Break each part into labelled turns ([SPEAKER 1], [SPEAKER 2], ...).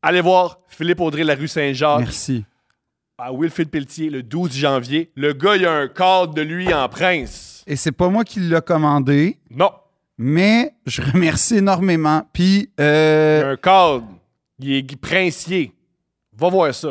[SPEAKER 1] Allez voir Philippe Audrey, la rue Saint-Jacques,
[SPEAKER 2] Merci.
[SPEAKER 1] à Wilfrid Pelletier, le 12 janvier. Le gars, il a un cadre de lui en prince.
[SPEAKER 2] Et c'est pas moi qui l'a commandé,
[SPEAKER 1] Non,
[SPEAKER 2] mais je remercie énormément. Puis,
[SPEAKER 1] il
[SPEAKER 2] euh,
[SPEAKER 1] a un cadre. Il est princier. Va voir ça.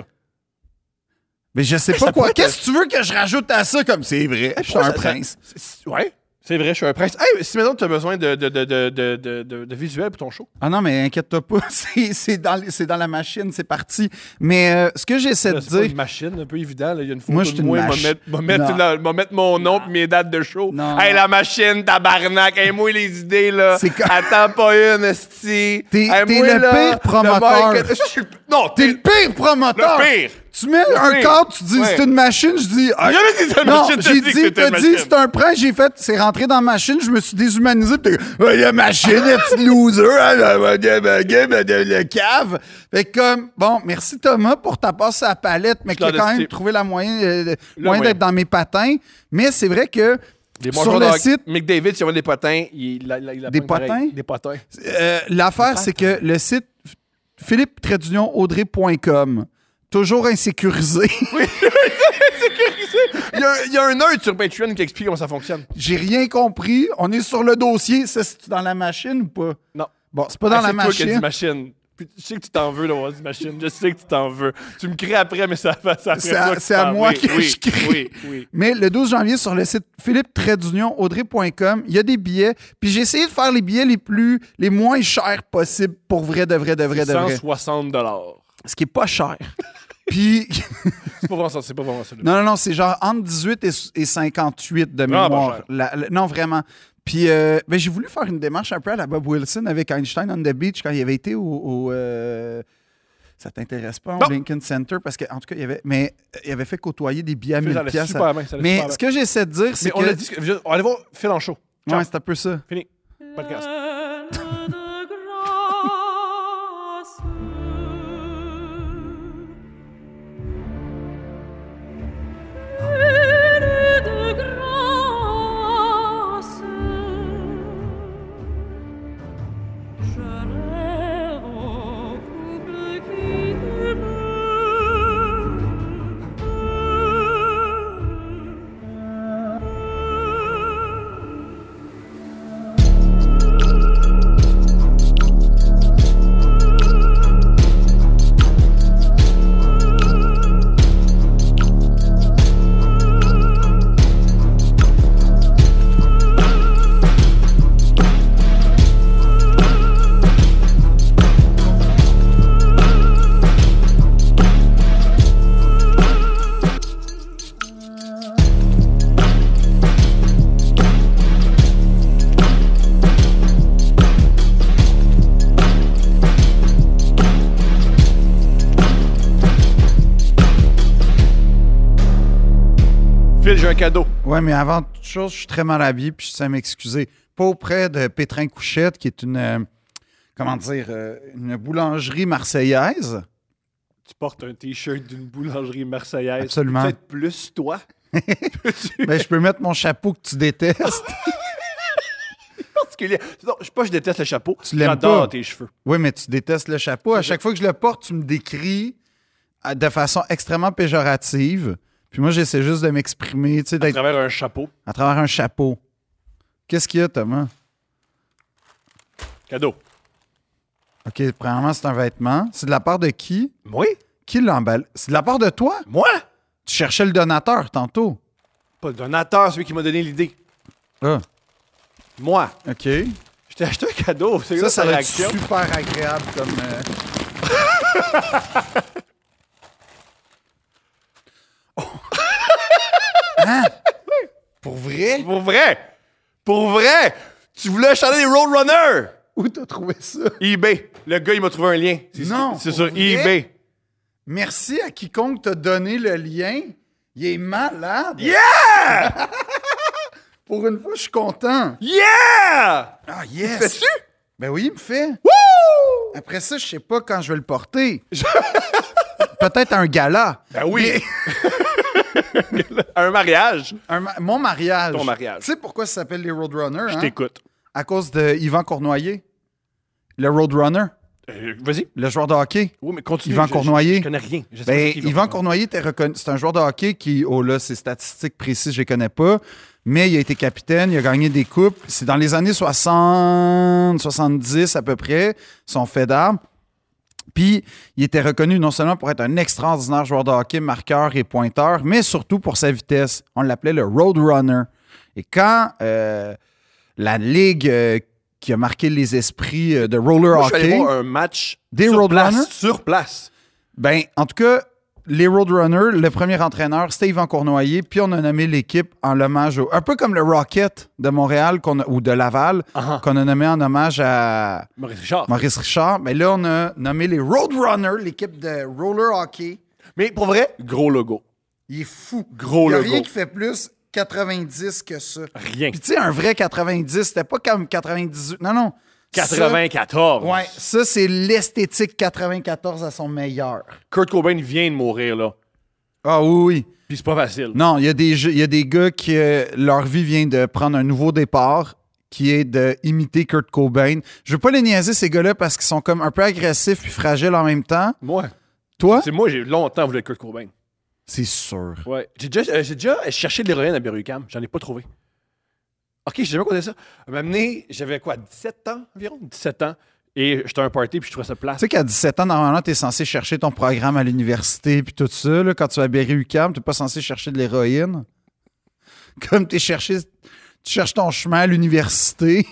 [SPEAKER 2] mais je sais pas quoi. Qu'est-ce que tu veux que je rajoute à ça comme c'est vrai? Je suis un
[SPEAKER 1] ça-
[SPEAKER 2] prince.
[SPEAKER 1] C'est- c'est- Ouais, c'est vrai, je suis un prince. Hey, si maintenant tu as besoin de, de, de, de, de, de- de- de visuels pour ton show,
[SPEAKER 2] Ah non, mais inquiète-toi pas. C'est c'est dans, les- c'est dans la machine, c'est parti. Mais euh, ce que j'essaie de
[SPEAKER 1] Là, c'est pas
[SPEAKER 2] dire.
[SPEAKER 1] une machine un peu évident. là. Il y a une photo
[SPEAKER 2] Moi, je suis
[SPEAKER 1] de
[SPEAKER 2] une
[SPEAKER 1] moi. il va
[SPEAKER 2] mâche.
[SPEAKER 1] mettre- va mettre
[SPEAKER 2] Non.
[SPEAKER 1] la- va mettre mon nom et mes dates de show.
[SPEAKER 2] Non,
[SPEAKER 1] hey,
[SPEAKER 2] non.
[SPEAKER 1] la machine, tabarnak. Hey, moi, les idées, là.
[SPEAKER 2] C'est comme-
[SPEAKER 1] Attends pas une, esti.
[SPEAKER 2] T'es-
[SPEAKER 1] Hey,
[SPEAKER 2] t'es
[SPEAKER 1] moi,
[SPEAKER 2] le
[SPEAKER 1] là,
[SPEAKER 2] pire promoteur.
[SPEAKER 1] market- Je suis le- Non,
[SPEAKER 2] T'es
[SPEAKER 1] t'es
[SPEAKER 2] le pire promoteur!
[SPEAKER 1] Le pire.
[SPEAKER 2] Tu mets
[SPEAKER 1] Le
[SPEAKER 2] un
[SPEAKER 1] pire.
[SPEAKER 2] cadre, tu dis
[SPEAKER 1] Ouais.
[SPEAKER 2] c'est une machine, je dis. ah,
[SPEAKER 1] J'ai jamais dit c'est une
[SPEAKER 2] non,
[SPEAKER 1] machine, t'as
[SPEAKER 2] j'ai
[SPEAKER 1] dit que
[SPEAKER 2] dit,
[SPEAKER 1] c'était
[SPEAKER 2] t'as
[SPEAKER 1] une
[SPEAKER 2] dit
[SPEAKER 1] machine.
[SPEAKER 2] c'est un prank, j'ai fait, c'est rentré dans la machine, je me suis déshumanisé, pis t'es comme, Ah, il y a machine, le petit loser, ah, là, ma gueule, ma gueule, ma gueule, le cave. Fait que comme, bon, merci Thomas pour ta passe à la palette, mais
[SPEAKER 1] Je
[SPEAKER 2] qui a
[SPEAKER 1] l'en
[SPEAKER 2] quand même
[SPEAKER 1] estime.
[SPEAKER 2] trouvé la moyen, euh,
[SPEAKER 1] Le
[SPEAKER 2] moyen
[SPEAKER 1] moyen.
[SPEAKER 2] d'être dans mes patins. Mais c'est vrai que
[SPEAKER 1] Des
[SPEAKER 2] sur le site,
[SPEAKER 1] Mick David, il y avait des potins. il- la- la- il la
[SPEAKER 2] Des
[SPEAKER 1] pogne pareil.
[SPEAKER 2] potins?
[SPEAKER 1] Des potins.
[SPEAKER 2] euh, l'affaire, c'est que le site philippe-audrey.com, toujours insécurisé.
[SPEAKER 1] Il y, a, il y a un nerd sur Patreon qui explique comment ça fonctionne.
[SPEAKER 2] J'ai rien compris. On est sur le dossier. Ça, c'est dans la machine ou pas?
[SPEAKER 1] Non.
[SPEAKER 2] Bon, c'est pas dans
[SPEAKER 1] Ah,
[SPEAKER 2] la
[SPEAKER 1] c'est toi qui as dit
[SPEAKER 2] machine.
[SPEAKER 1] machine. Puis, je sais que tu t'en veux d'avoir dit machine. Je sais que tu t'en veux. Tu me cries après, mais ça va. ça
[SPEAKER 2] C'est
[SPEAKER 1] fait
[SPEAKER 2] à-
[SPEAKER 1] toi que
[SPEAKER 2] c'est
[SPEAKER 1] tu
[SPEAKER 2] à
[SPEAKER 1] t'en-
[SPEAKER 2] moi
[SPEAKER 1] oui,
[SPEAKER 2] que
[SPEAKER 1] oui,
[SPEAKER 2] je crie.
[SPEAKER 1] Oui, oui.
[SPEAKER 2] Mais le 12 janvier, sur le site philippe audrey.com, il y a des billets. Puis j'ai essayé de faire les billets les plus, les moins chers possibles pour vrai, de vrai, de vrai, de vrai.
[SPEAKER 1] 160
[SPEAKER 2] Ce qui est pas cher. Puis,
[SPEAKER 1] C'est pas vraiment ça. C'est pas vraiment ça.
[SPEAKER 2] non, non, non, c'est genre entre 18 et, s- et 58 de
[SPEAKER 1] Ah,
[SPEAKER 2] mémoire.
[SPEAKER 1] pas cher.
[SPEAKER 2] La- la- non, vraiment. Puis, euh, ben, j'ai voulu faire une démarche un peu à la Bob Wilson avec Einstein on the Beach quand il avait été au. au, euh, ça t'intéresse pas,
[SPEAKER 1] Non.
[SPEAKER 2] au Lincoln Center, parce qu'en tout cas, il avait, mais, euh, il avait fait côtoyer des billets à
[SPEAKER 1] Phil,
[SPEAKER 2] 1000
[SPEAKER 1] ça allait
[SPEAKER 2] piastres.
[SPEAKER 1] super bien, ça allait
[SPEAKER 2] Mais
[SPEAKER 1] super
[SPEAKER 2] ce que j'essaie de dire, c'est
[SPEAKER 1] Mais
[SPEAKER 2] que.
[SPEAKER 1] on l'a dit. que- je- on va aller voir Phil en show. Ciao.
[SPEAKER 2] Ouais, c'est un peu ça.
[SPEAKER 1] Fini. Podcast. Phil, j'ai un cadeau.
[SPEAKER 2] Ouais, mais avant toute chose, je suis très mal habillé, puis je tiens à m'excuser. Pas auprès de Pétrin Couchette, qui est une. euh, comment dire euh, Une boulangerie marseillaise.
[SPEAKER 1] Tu portes un t-shirt d'une boulangerie marseillaise.
[SPEAKER 2] Absolument.
[SPEAKER 1] Peut-être plus toi.
[SPEAKER 2] Ben, je peux mettre mon chapeau que tu détestes.
[SPEAKER 1] Particulier. Non, je sais pas, je déteste le chapeau.
[SPEAKER 2] Tu l'aimes pas.
[SPEAKER 1] J'adore tes cheveux.
[SPEAKER 2] Oui, mais tu détestes le chapeau. À chaque fois que je le porte, tu me décris à- de façon extrêmement péjorative. Puis moi, j'essaie juste de m'exprimer, tu sais,
[SPEAKER 1] À
[SPEAKER 2] d'être
[SPEAKER 1] travers un chapeau.
[SPEAKER 2] à travers un chapeau. Qu'est-ce qu'il y a, Thomas?
[SPEAKER 1] Cadeau.
[SPEAKER 2] OK, premièrement, c'est un vêtement. C'est de la part de qui?
[SPEAKER 1] Moi?
[SPEAKER 2] Qui l'emballe? C'est de la part de toi?
[SPEAKER 1] Moi?
[SPEAKER 2] Tu cherchais le donateur tantôt.
[SPEAKER 1] Pas le donateur, celui qui m'a donné l'idée.
[SPEAKER 2] Ah,
[SPEAKER 1] Moi.
[SPEAKER 2] OK.
[SPEAKER 1] Je t'ai acheté un cadeau. C'est
[SPEAKER 2] Ça,
[SPEAKER 1] quoi
[SPEAKER 2] ça
[SPEAKER 1] ta
[SPEAKER 2] va être
[SPEAKER 1] réaction?
[SPEAKER 2] super agréable comme... euh, Hein? Pour vrai?
[SPEAKER 1] Pour vrai! Pour vrai! Tu voulais acheter des Roadrunners!
[SPEAKER 2] Où t'as trouvé ça?
[SPEAKER 1] eBay. Le gars, il m'a trouvé un lien. C'est
[SPEAKER 2] Non,
[SPEAKER 1] sur- C'est
[SPEAKER 2] pour
[SPEAKER 1] sur
[SPEAKER 2] vrai?
[SPEAKER 1] eBay.
[SPEAKER 2] Merci à quiconque t'a donné le lien. Il est malade.
[SPEAKER 1] Yeah!
[SPEAKER 2] Pour une fois, je suis content.
[SPEAKER 1] Yeah!
[SPEAKER 2] Ah, yes.
[SPEAKER 1] Fais-tu?
[SPEAKER 2] Ben oui, il me fait.
[SPEAKER 1] Wouh!
[SPEAKER 2] Après ça, je sais pas quand je vais le porter. Peut-être un gala.
[SPEAKER 1] Ben oui! un mariage.
[SPEAKER 2] Un ma- mon mariage.
[SPEAKER 1] Ton mariage.
[SPEAKER 2] Tu sais pourquoi ça s'appelle les Roadrunners?
[SPEAKER 1] Je
[SPEAKER 2] hein?
[SPEAKER 1] t'écoute.
[SPEAKER 2] À cause de Yvan Cournoyer. Le Roadrunner.
[SPEAKER 1] Euh, Vas-y.
[SPEAKER 2] Le joueur de hockey.
[SPEAKER 1] Oui, mais continue.
[SPEAKER 2] Yvan
[SPEAKER 1] je- je-
[SPEAKER 2] Cournoyer.
[SPEAKER 1] Je connais rien. Je sais pas
[SPEAKER 2] Ben,
[SPEAKER 1] qui va-
[SPEAKER 2] Yvan Cournoyer était reconnu. C'est un joueur de hockey qui, oh là, ses statistiques précises, je les connais pas. Mais il a été capitaine, il a gagné des coupes. C'est dans les années 60, 70 à peu près, son fait d'armes. Puis, il était reconnu non seulement pour être un extraordinaire joueur de hockey, marqueur et pointeur, mais surtout pour sa vitesse. On l'appelait le Roadrunner. Et quand euh, la ligue euh, qui a marqué les esprits euh, de roller
[SPEAKER 1] Moi, je suis
[SPEAKER 2] hockey.
[SPEAKER 1] allé voir un match
[SPEAKER 2] Des
[SPEAKER 1] sur,
[SPEAKER 2] Roadrunners?
[SPEAKER 1] place, sur place.
[SPEAKER 2] Ben, en tout cas, les Roadrunners, le premier entraîneur, c'était Yvan Cournoyer, puis on a nommé l'équipe en l'hommage au. Un peu comme le Rocket de Montréal qu'on a- ou de Laval,
[SPEAKER 1] Ah,
[SPEAKER 2] qu'on a nommé en hommage à
[SPEAKER 1] Maurice Richard.
[SPEAKER 2] Maurice Richard. Mais là, on a nommé les Roadrunners, l'équipe de roller hockey.
[SPEAKER 1] Mais pour vrai, gros logo.
[SPEAKER 2] Il est fou.
[SPEAKER 1] Gros
[SPEAKER 2] Il y a
[SPEAKER 1] logo.
[SPEAKER 2] rien qui fait plus 90 que ça.
[SPEAKER 1] Rien.
[SPEAKER 2] Puis tu sais, un vrai 90, c'était pas comme 98. Non, non. Ça,
[SPEAKER 1] 94.
[SPEAKER 2] ouais, ça, c'est l'esthétique 94 à son meilleur.
[SPEAKER 1] Kurt Cobain vient de mourir, là.
[SPEAKER 2] Ah oui, oui.
[SPEAKER 1] Puis c'est pas facile.
[SPEAKER 2] Non, il y, a des jeux- il y a des gars qui, euh, leur vie vient de prendre un nouveau départ, qui est d'imiter Kurt Cobain. Je veux pas les niaiser, ces gars-là, parce qu'ils sont comme un peu agressifs puis fragiles en même temps.
[SPEAKER 1] Moi,
[SPEAKER 2] Toi?
[SPEAKER 1] c'est moi, j'ai longtemps voulu être Kurt Cobain.
[SPEAKER 2] C'est sûr.
[SPEAKER 1] Ouais. J'ai déjà, euh, j'ai déjà cherché de l'héroïne à Berry-UQAM. J'en ai pas trouvé. OK, j'ai jamais connu ça. Elle m'a amené, j'avais quoi, 17 ans environ? 17 ans. Et j'étais à un party, puis je trouvais ça
[SPEAKER 2] Tu
[SPEAKER 1] place.
[SPEAKER 2] sais qu'à 17 ans, normalement, t'es censé chercher ton programme à l'université puis tout ça. là. quand tu vas à Berry-UQAM, t'es pas censé chercher de l'héroïne. Comme t'es cherché... Tu cherches ton chemin à l'université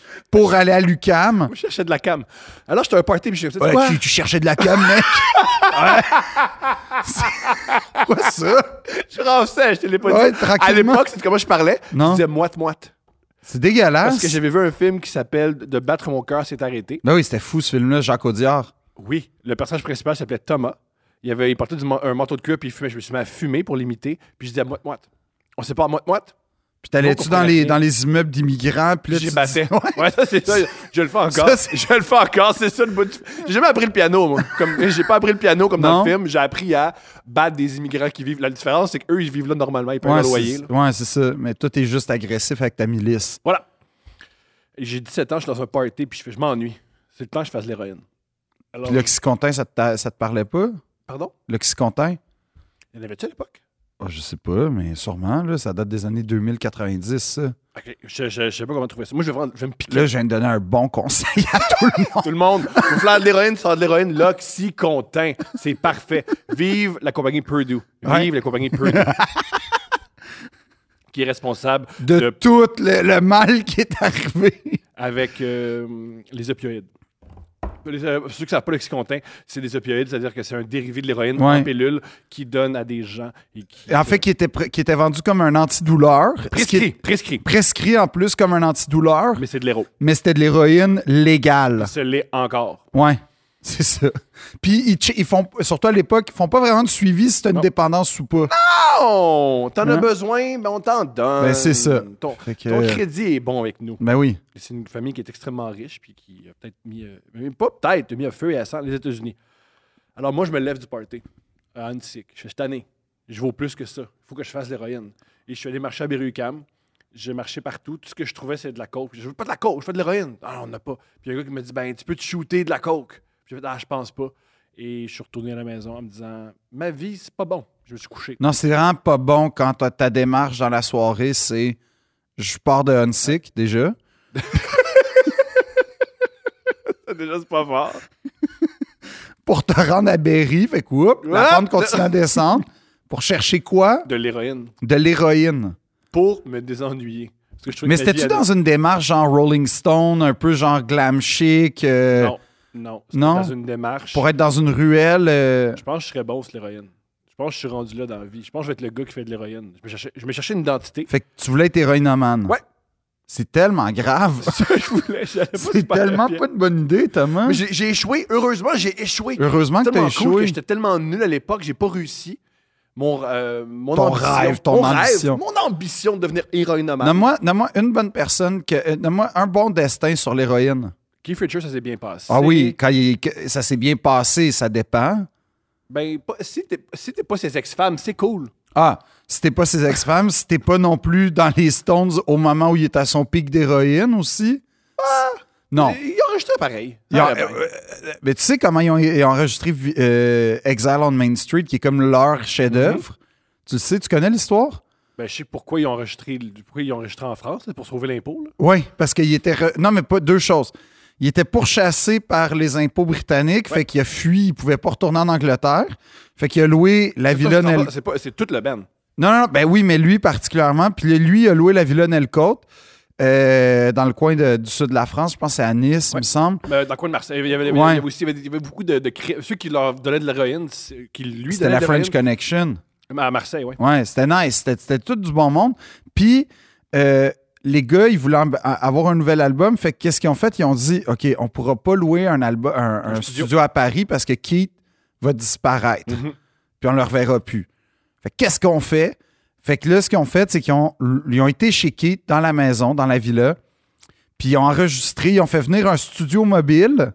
[SPEAKER 2] pour aller à l'UQAM.
[SPEAKER 1] Moi, je cherchais de la cam. Alors, j'étais à un party, puis je suis
[SPEAKER 2] Ouais,
[SPEAKER 1] quoi?
[SPEAKER 2] tu, tu cherchais de la cam, mec. Ouais. C'est- Quoi ça?
[SPEAKER 1] Je rançais, je te l'ai pas
[SPEAKER 2] Ouais,
[SPEAKER 1] dit. À
[SPEAKER 2] tranquillement.
[SPEAKER 1] l'époque, c'est comment je parlais.
[SPEAKER 2] Non. Ah,
[SPEAKER 1] Je disais moite-moite.
[SPEAKER 2] C'est dégueulasse.
[SPEAKER 1] Parce que j'avais vu un film qui s'appelle De battre mon cœur s'est arrêté.
[SPEAKER 2] Ben oui, c'était fou ce film-là, Jacques Audiard.
[SPEAKER 1] Oui, le personnage principal s'appelait Thomas. Il, avait, il portait du man- un manteau de cuir, puis il fumait. Je me suis mis à fumer pour l'imiter, puis je disais moite-moite. On sait pas moite-moite?
[SPEAKER 2] Puis t'allais-tu
[SPEAKER 1] On
[SPEAKER 2] dans
[SPEAKER 1] comprenait
[SPEAKER 2] les,
[SPEAKER 1] rien.
[SPEAKER 2] dans les immeubles d'immigrants, puis là,
[SPEAKER 1] J'ai
[SPEAKER 2] tu
[SPEAKER 1] batté.
[SPEAKER 2] dis- Ouais.
[SPEAKER 1] Ouais, ça, c'est ça. Je le fais encore.
[SPEAKER 2] Ça, c'est-
[SPEAKER 1] je le fais encore. C'est ça le bout du- J'ai jamais appris le piano, moi. Comme, j'ai pas appris le piano comme dans
[SPEAKER 2] Non.
[SPEAKER 1] le film. J'ai appris à battre des immigrants qui vivent. La différence, c'est qu'eux, ils vivent là normalement. Ils payent
[SPEAKER 2] Ouais,
[SPEAKER 1] leur loyer. là.
[SPEAKER 2] c'est ouais, c'est ça. Mais toi, t'es juste agressif avec ta milice.
[SPEAKER 1] Voilà. Et J'ai 17 ans, je suis dans un party, puis je, fais- je m'ennuie. C'est le temps que je fasse l'héroïne. Alors,
[SPEAKER 2] Puis l'oxycontin, ça te, ta- ça te parlait pas?
[SPEAKER 1] pardon?
[SPEAKER 2] L'oxycontin?
[SPEAKER 1] Il y en avait-tu à l'époque?
[SPEAKER 2] Oh, je sais pas, mais sûrement, là, ça date des années 2090, ça.
[SPEAKER 1] Ok, je, je, je sais pas comment trouver ça. Moi, je vais, vraiment- je vais me piquer.
[SPEAKER 2] Là, je viens de donner un bon conseil à tout le monde.
[SPEAKER 1] Tout le monde, vous voulez de l'héroïne, sort de l'héroïne, l'oxycontin. C'est parfait. Vive la compagnie Purdue. Vive
[SPEAKER 2] Ouais.
[SPEAKER 1] la compagnie Purdue. qui est responsable
[SPEAKER 2] De,
[SPEAKER 1] de-
[SPEAKER 2] tout le, le mal qui est arrivé.
[SPEAKER 1] avec euh, les opioïdes. Les, euh, ceux qui ne savent pas l'oxycontin, c'est des opioïdes, c'est-à-dire que c'est un dérivé de l'héroïne
[SPEAKER 2] Ouais.
[SPEAKER 1] en pilule qui donne à des gens. Et qui,
[SPEAKER 2] En fait, qui était, pr- qui était vendu comme un antidouleur. ce qui est
[SPEAKER 1] prescrit, prescrit.
[SPEAKER 2] prescrit en plus comme un antidouleur,
[SPEAKER 1] Mais c'est de l'héro.
[SPEAKER 2] mais c'était de l'héroïne légale.
[SPEAKER 1] Ça l'est encore.
[SPEAKER 2] Ouais, c'est ça. Puis ils, che- ils font, surtout à l'époque, ils font pas vraiment de suivi si t'as une
[SPEAKER 1] Non.
[SPEAKER 2] dépendance ou pas.
[SPEAKER 1] Oh, t'en as
[SPEAKER 2] Ah! Hein?
[SPEAKER 1] besoin, mais on t'en donne.
[SPEAKER 2] Ben, c'est ça.
[SPEAKER 1] Ton,
[SPEAKER 2] Fait que- euh,
[SPEAKER 1] ton crédit est bon avec nous.
[SPEAKER 2] Ben oui.
[SPEAKER 1] C'est une famille qui est extrêmement riche puis qui a peut-être mis, euh, même pas peut-être, a mis à feu et à sang les États-Unis. Alors moi, je me lève du party à Antic. Je suis tanné. Je vaux plus que ça. Il faut que je fasse l'héroïne. Et je suis allé marcher à Berry-UQAM. J'ai marché partout. Tout ce que je trouvais, c'est de la coke. Je veux pas de la coke, je fais de l'héroïne. Ah, on n'a pas. Puis il y a un gars qui me dit Ben, tu peux te shooter de la coke. J'ai fait Ah, je pense pas. Et je suis retourné à la maison en me disant Ma vie, c'est pas bon. Je me suis couché.
[SPEAKER 2] Non, c'est vraiment pas bon quand ta- ta démarche dans la soirée, c'est je pars de Hunsick déjà.
[SPEAKER 1] Déjà, c'est pas fort.
[SPEAKER 2] Pour te rendre à Berry, fait que oups, la
[SPEAKER 1] Ouais.
[SPEAKER 2] pente continue à descendre. Pour chercher quoi?
[SPEAKER 1] De l'héroïne.
[SPEAKER 2] De l'héroïne.
[SPEAKER 1] Pour me désennuyer. Parce que je trouvais
[SPEAKER 2] Mais
[SPEAKER 1] que ma vie
[SPEAKER 2] c'était-tu
[SPEAKER 1] allait-
[SPEAKER 2] dans une démarche genre Rolling Stone, un peu genre glam chic, euh,
[SPEAKER 1] Non, non. C'était
[SPEAKER 2] non.
[SPEAKER 1] Dans une démarche.
[SPEAKER 2] pour être dans une ruelle? euh,
[SPEAKER 1] Je pense que je serais bon sur l'héroïne. Je pense que je suis rendu là dans la vie. Je pense que je vais être le gars qui fait de l'héroïne. Je me cherchais, je me cherchais une identité.
[SPEAKER 2] Fait que tu voulais être héroïnomane.
[SPEAKER 1] Ouais.
[SPEAKER 2] C'est tellement grave.
[SPEAKER 1] Ça, je voulais. j'allais pas
[SPEAKER 2] C'est
[SPEAKER 1] super
[SPEAKER 2] tellement
[SPEAKER 1] bien.
[SPEAKER 2] pas une bonne idée, Thomas.
[SPEAKER 1] Mais J'ai j'ai échoué. Heureusement, j'ai échoué.
[SPEAKER 2] Heureusement que t'as
[SPEAKER 1] tellement cool que
[SPEAKER 2] échoué.
[SPEAKER 1] j'étais tellement nul à l'époque, j'ai pas réussi. Mon, euh, mon
[SPEAKER 2] Ton
[SPEAKER 1] ambition-
[SPEAKER 2] rêve, ton
[SPEAKER 1] mon
[SPEAKER 2] ambition.
[SPEAKER 1] Rêve, mon ambition de devenir héroïnomane.
[SPEAKER 2] Nomme-moi nomme-moi une bonne personne, que, euh, nomme-moi un bon destin sur l'héroïne.
[SPEAKER 1] Keith Richards, ça s'est bien passé.
[SPEAKER 2] Ah oui, quand il- que- ça s'est bien passé, ça dépend.
[SPEAKER 1] Ben, pas- si t'es si t'es pas ses ex-femmes, c'est cool.
[SPEAKER 2] Ah, si t'es pas ses ex-femmes, si
[SPEAKER 1] Ah,
[SPEAKER 2] t'es pas non plus dans les Stones au moment où il est à son pic d'héroïne aussi. Non.
[SPEAKER 1] Ils ont enregistré pareil.
[SPEAKER 2] Ils
[SPEAKER 1] Ça
[SPEAKER 2] ont-
[SPEAKER 1] aurait bien.
[SPEAKER 2] euh, euh, mais tu sais comment ils ont, ils ont enregistré vi- euh, Exile on Main Street, qui est comme leur chef-d'œuvre?
[SPEAKER 1] Mm-hmm.
[SPEAKER 2] Tu le sais, tu connais l'histoire?
[SPEAKER 1] Ben, je sais pourquoi ils ont enregistré, pourquoi ils ont enregistré en France, c'est pour sauver l'impôt. là.
[SPEAKER 2] Oui, parce qu'il était. re- Non, mais pas deux choses. Il était pourchassé par les impôts britanniques,
[SPEAKER 1] Ouais.
[SPEAKER 2] fait qu'il a fui, il pouvait pas retourner en Angleterre. Fait qu'il a loué la villa
[SPEAKER 1] Ça, c'est
[SPEAKER 2] Nel.
[SPEAKER 1] pas- C'est pas- c'est toute la band.
[SPEAKER 2] Non, non, non, ben oui, mais lui particulièrement. Puis lui, il a loué la villa Nelcote euh, dans le coin de- du sud de la France. Je pense que c'est à Nice, il me semble.
[SPEAKER 1] Ben, dans le coin de Marseille, il y avait, il y
[SPEAKER 2] Ouais.
[SPEAKER 1] avait aussi il y avait- il y avait beaucoup de, de cré- Ceux qui leur donnaient de l'héroïne, c'est- qui lui
[SPEAKER 2] C'était
[SPEAKER 1] donnaient
[SPEAKER 2] la
[SPEAKER 1] de
[SPEAKER 2] French
[SPEAKER 1] l'héroïne.
[SPEAKER 2] Connection.
[SPEAKER 1] À Marseille, oui.
[SPEAKER 2] Ouais, c'était nice. C'était, c'était tout du bon monde. Puis, euh, les gars, ils voulaient amb- a- avoir un nouvel album. Fait que qu'est-ce qu'ils ont fait? Ils ont dit, OK, on pourra pas louer un, album, un, un studio.
[SPEAKER 1] studio.
[SPEAKER 2] à Paris parce que Keith va disparaître.
[SPEAKER 1] Mhm.
[SPEAKER 2] Puis on le reverra plus. Fait que qu'est-ce qu'on fait? Fait que là, ce qu'ils ont fait, c'est qu'ils ont, ils ont été chez Keith dans la maison, dans la villa. Puis ils ont enregistré, ils ont fait venir un studio mobile.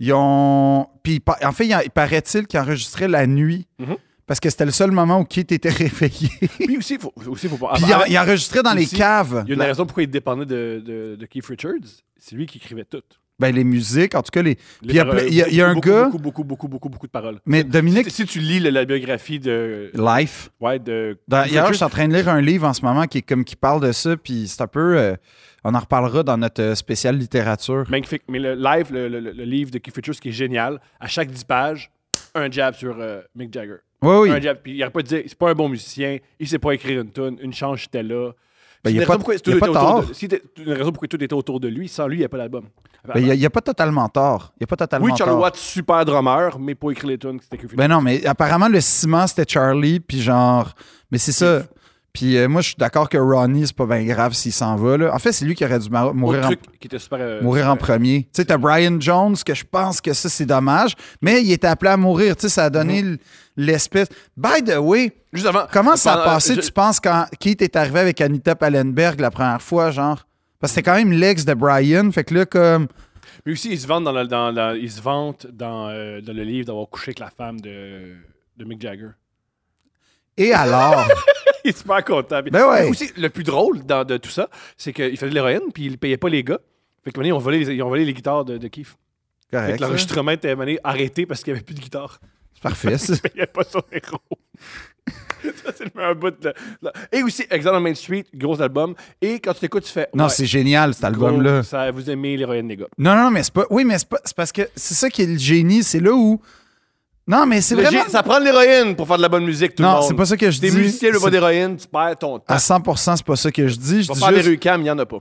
[SPEAKER 2] Ils ont. Puis il pa- en fait, il, en- il paraît-il qu'ils enregistraient la nuit.
[SPEAKER 1] Mhm.
[SPEAKER 2] Parce que c'était le seul moment où Keith était réveillé.
[SPEAKER 1] Puis aussi, faut, aussi, faut pas.
[SPEAKER 2] Puis
[SPEAKER 1] avant-
[SPEAKER 2] il, il enregistrait dans les
[SPEAKER 1] Ah, aussi,
[SPEAKER 2] caves.
[SPEAKER 1] il y a une
[SPEAKER 2] La-
[SPEAKER 1] raison pourquoi il dépendait de, de, de Keith Richards. C'est lui qui écrivait tout.
[SPEAKER 2] ben, les musiques, en tout cas, les.
[SPEAKER 1] Les
[SPEAKER 2] il y a
[SPEAKER 1] paroles,
[SPEAKER 2] ple- il y a- il y a un
[SPEAKER 1] beaucoup,
[SPEAKER 2] gars-
[SPEAKER 1] Beaucoup, beaucoup, beaucoup, beaucoup, beaucoup de paroles.
[SPEAKER 2] Mais Dominique.
[SPEAKER 1] Si, si tu lis la, la biographie de.
[SPEAKER 2] Life.
[SPEAKER 1] Ouais, de.
[SPEAKER 2] Dans-
[SPEAKER 1] Keith
[SPEAKER 2] hier, je
[SPEAKER 1] Richards,
[SPEAKER 2] suis en train de lire un livre en ce moment qui, est comme, qui parle de ça, puis c'est un peu. euh, on en reparlera dans notre euh, spécial littérature.
[SPEAKER 1] Magnifique. Mais le live, le, le- le- le livre de Keith Richards qui est génial, à chaque 10 pages, un jab sur euh, Mick Jagger.
[SPEAKER 2] Oui, oui.
[SPEAKER 1] Un jab. Puis il n'aurait pas dit, c'est pas un bon musicien, il sait pas écrire une tune, une chance, j'étais là.
[SPEAKER 2] Ben,
[SPEAKER 1] C'est
[SPEAKER 2] il y a
[SPEAKER 1] une
[SPEAKER 2] pas-
[SPEAKER 1] raison pourquoi
[SPEAKER 2] il y a
[SPEAKER 1] tout était
[SPEAKER 2] pas
[SPEAKER 1] autour
[SPEAKER 2] tort.
[SPEAKER 1] de- c'était une raison pourquoi tout était autour de lui. Sans lui, il n'y a pas d'album.
[SPEAKER 2] Ben, il n'y a, pas totalement tort. Il n'y a pas totalement
[SPEAKER 1] oui, Charlie
[SPEAKER 2] tort.
[SPEAKER 1] Watts, super drummer, mais pas écrire les tunes que c'était Keith
[SPEAKER 2] Ben non, mais apparemment, le ciment, c'était Charlie, puis genre. Mais c'est ça. Puis euh, moi, je suis d'accord que Ronnie, c'est pas bien grave s'il s'en va. là. En fait, c'est lui qui aurait dû mar-
[SPEAKER 1] Autre
[SPEAKER 2] mourir en,
[SPEAKER 1] truc qui était super. euh,
[SPEAKER 2] mourir en
[SPEAKER 1] super-
[SPEAKER 2] premier. Tu sais, t'as Brian Jones, que je pense que ça, c'est dommage, mais il était appelé à mourir. Tu sais, ça a donné
[SPEAKER 1] Mhm.
[SPEAKER 2] l- l'espèce. By the way,
[SPEAKER 1] Juste avant.
[SPEAKER 2] comment ça a
[SPEAKER 1] pendant- euh,
[SPEAKER 2] passé,
[SPEAKER 1] je-
[SPEAKER 2] tu penses, quand Keith est arrivé avec Anita Pallenberg la première fois, genre? Parce que c'était quand même l'ex de Brian, fait que là, comme.
[SPEAKER 1] Mais aussi, ils se vantent dans, la- dans la- ils se vantent dans, euh, dans le livre d'avoir couché avec la femme de, de Mick Jagger.
[SPEAKER 2] Et alors?
[SPEAKER 1] il est super content.
[SPEAKER 2] Ben ouais.
[SPEAKER 1] Mais aussi, le plus drôle dans, de tout ça, c'est qu'il faisait de l'héroïne, puis il payait pas les gars. Fait que, à un moment donné, ils ont volé, les- ils ont volé les guitares de, de Keith. Fait
[SPEAKER 2] Correct.
[SPEAKER 1] que
[SPEAKER 2] ça.
[SPEAKER 1] l'enregistrement était à un moment donné, arrêté parce qu'il n'y avait plus de guitare.
[SPEAKER 2] C'est parfait, ça.
[SPEAKER 1] Il n'y avait pas son héros. ça, c'est le meilleur bout. De, de- Et aussi, Exile on Main Street, gros album. Et quand tu l'écoutes, tu fais.
[SPEAKER 2] Non,
[SPEAKER 1] ouais,
[SPEAKER 2] c'est génial, cet
[SPEAKER 1] gros,
[SPEAKER 2] album-là.
[SPEAKER 1] Ça, vous aimez l'héroïne des gars.
[SPEAKER 2] Non, non, mais c'est pas. Oui, mais c'est pas- c'est parce que c'est ça qui est le génie, c'est là où. Non, mais c'est
[SPEAKER 1] Le
[SPEAKER 2] vraiment.
[SPEAKER 1] gé- Ça prend de l'héroïne pour faire de la bonne musique, tout le
[SPEAKER 2] Non,
[SPEAKER 1] monde.
[SPEAKER 2] c'est pas ça que je
[SPEAKER 1] T'es
[SPEAKER 2] dis.
[SPEAKER 1] musicien, le
[SPEAKER 2] C'est-
[SPEAKER 1] pas d'héroïne, tu perds ton temps.
[SPEAKER 2] À 100%, c'est pas ça que je dis. Je
[SPEAKER 1] Tu
[SPEAKER 2] dis
[SPEAKER 1] vas faire des
[SPEAKER 2] juste-
[SPEAKER 1] rucams, il n'y en a pas.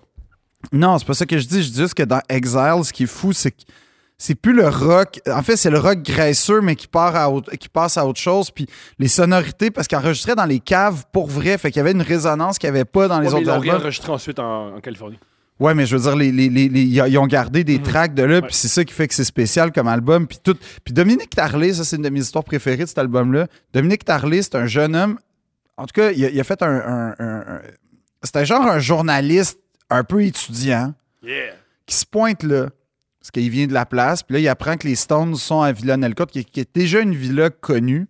[SPEAKER 2] Non, c'est pas ça que je dis. Je dis juste que dans Exile, ce qui est fou, c'est que c'est plus le rock. En fait, c'est le rock graisseux, mais qui, part à autre- qui passe à autre chose. Puis les sonorités, parce qu'enregistrait dans les caves pour vrai, fait qu'il y avait une résonance qu'il n'y avait pas dans les
[SPEAKER 1] Ouais, mais
[SPEAKER 2] autres
[SPEAKER 1] Ils l'ont
[SPEAKER 2] albums.
[SPEAKER 1] réenregistré ensuite en, en Californie.
[SPEAKER 2] Ouais, mais je veux dire, les, les- les- les- ils ont gardé des tracks de là, puis c'est ça qui fait que c'est spécial comme album. Puis tout. Puis Dominique Tarlé, ça, c'est une de mes histoires préférées de cet album-là. Dominique Tarlé, c'est un jeune homme. En tout cas, il a, il a fait un. un- un- un- C'était genre un journaliste un peu étudiant
[SPEAKER 1] Yeah.
[SPEAKER 2] qui se pointe là, parce qu'il vient de la place, puis là, il apprend que les Stones sont à Villa Nelcott, qui, qui est déjà une villa connue.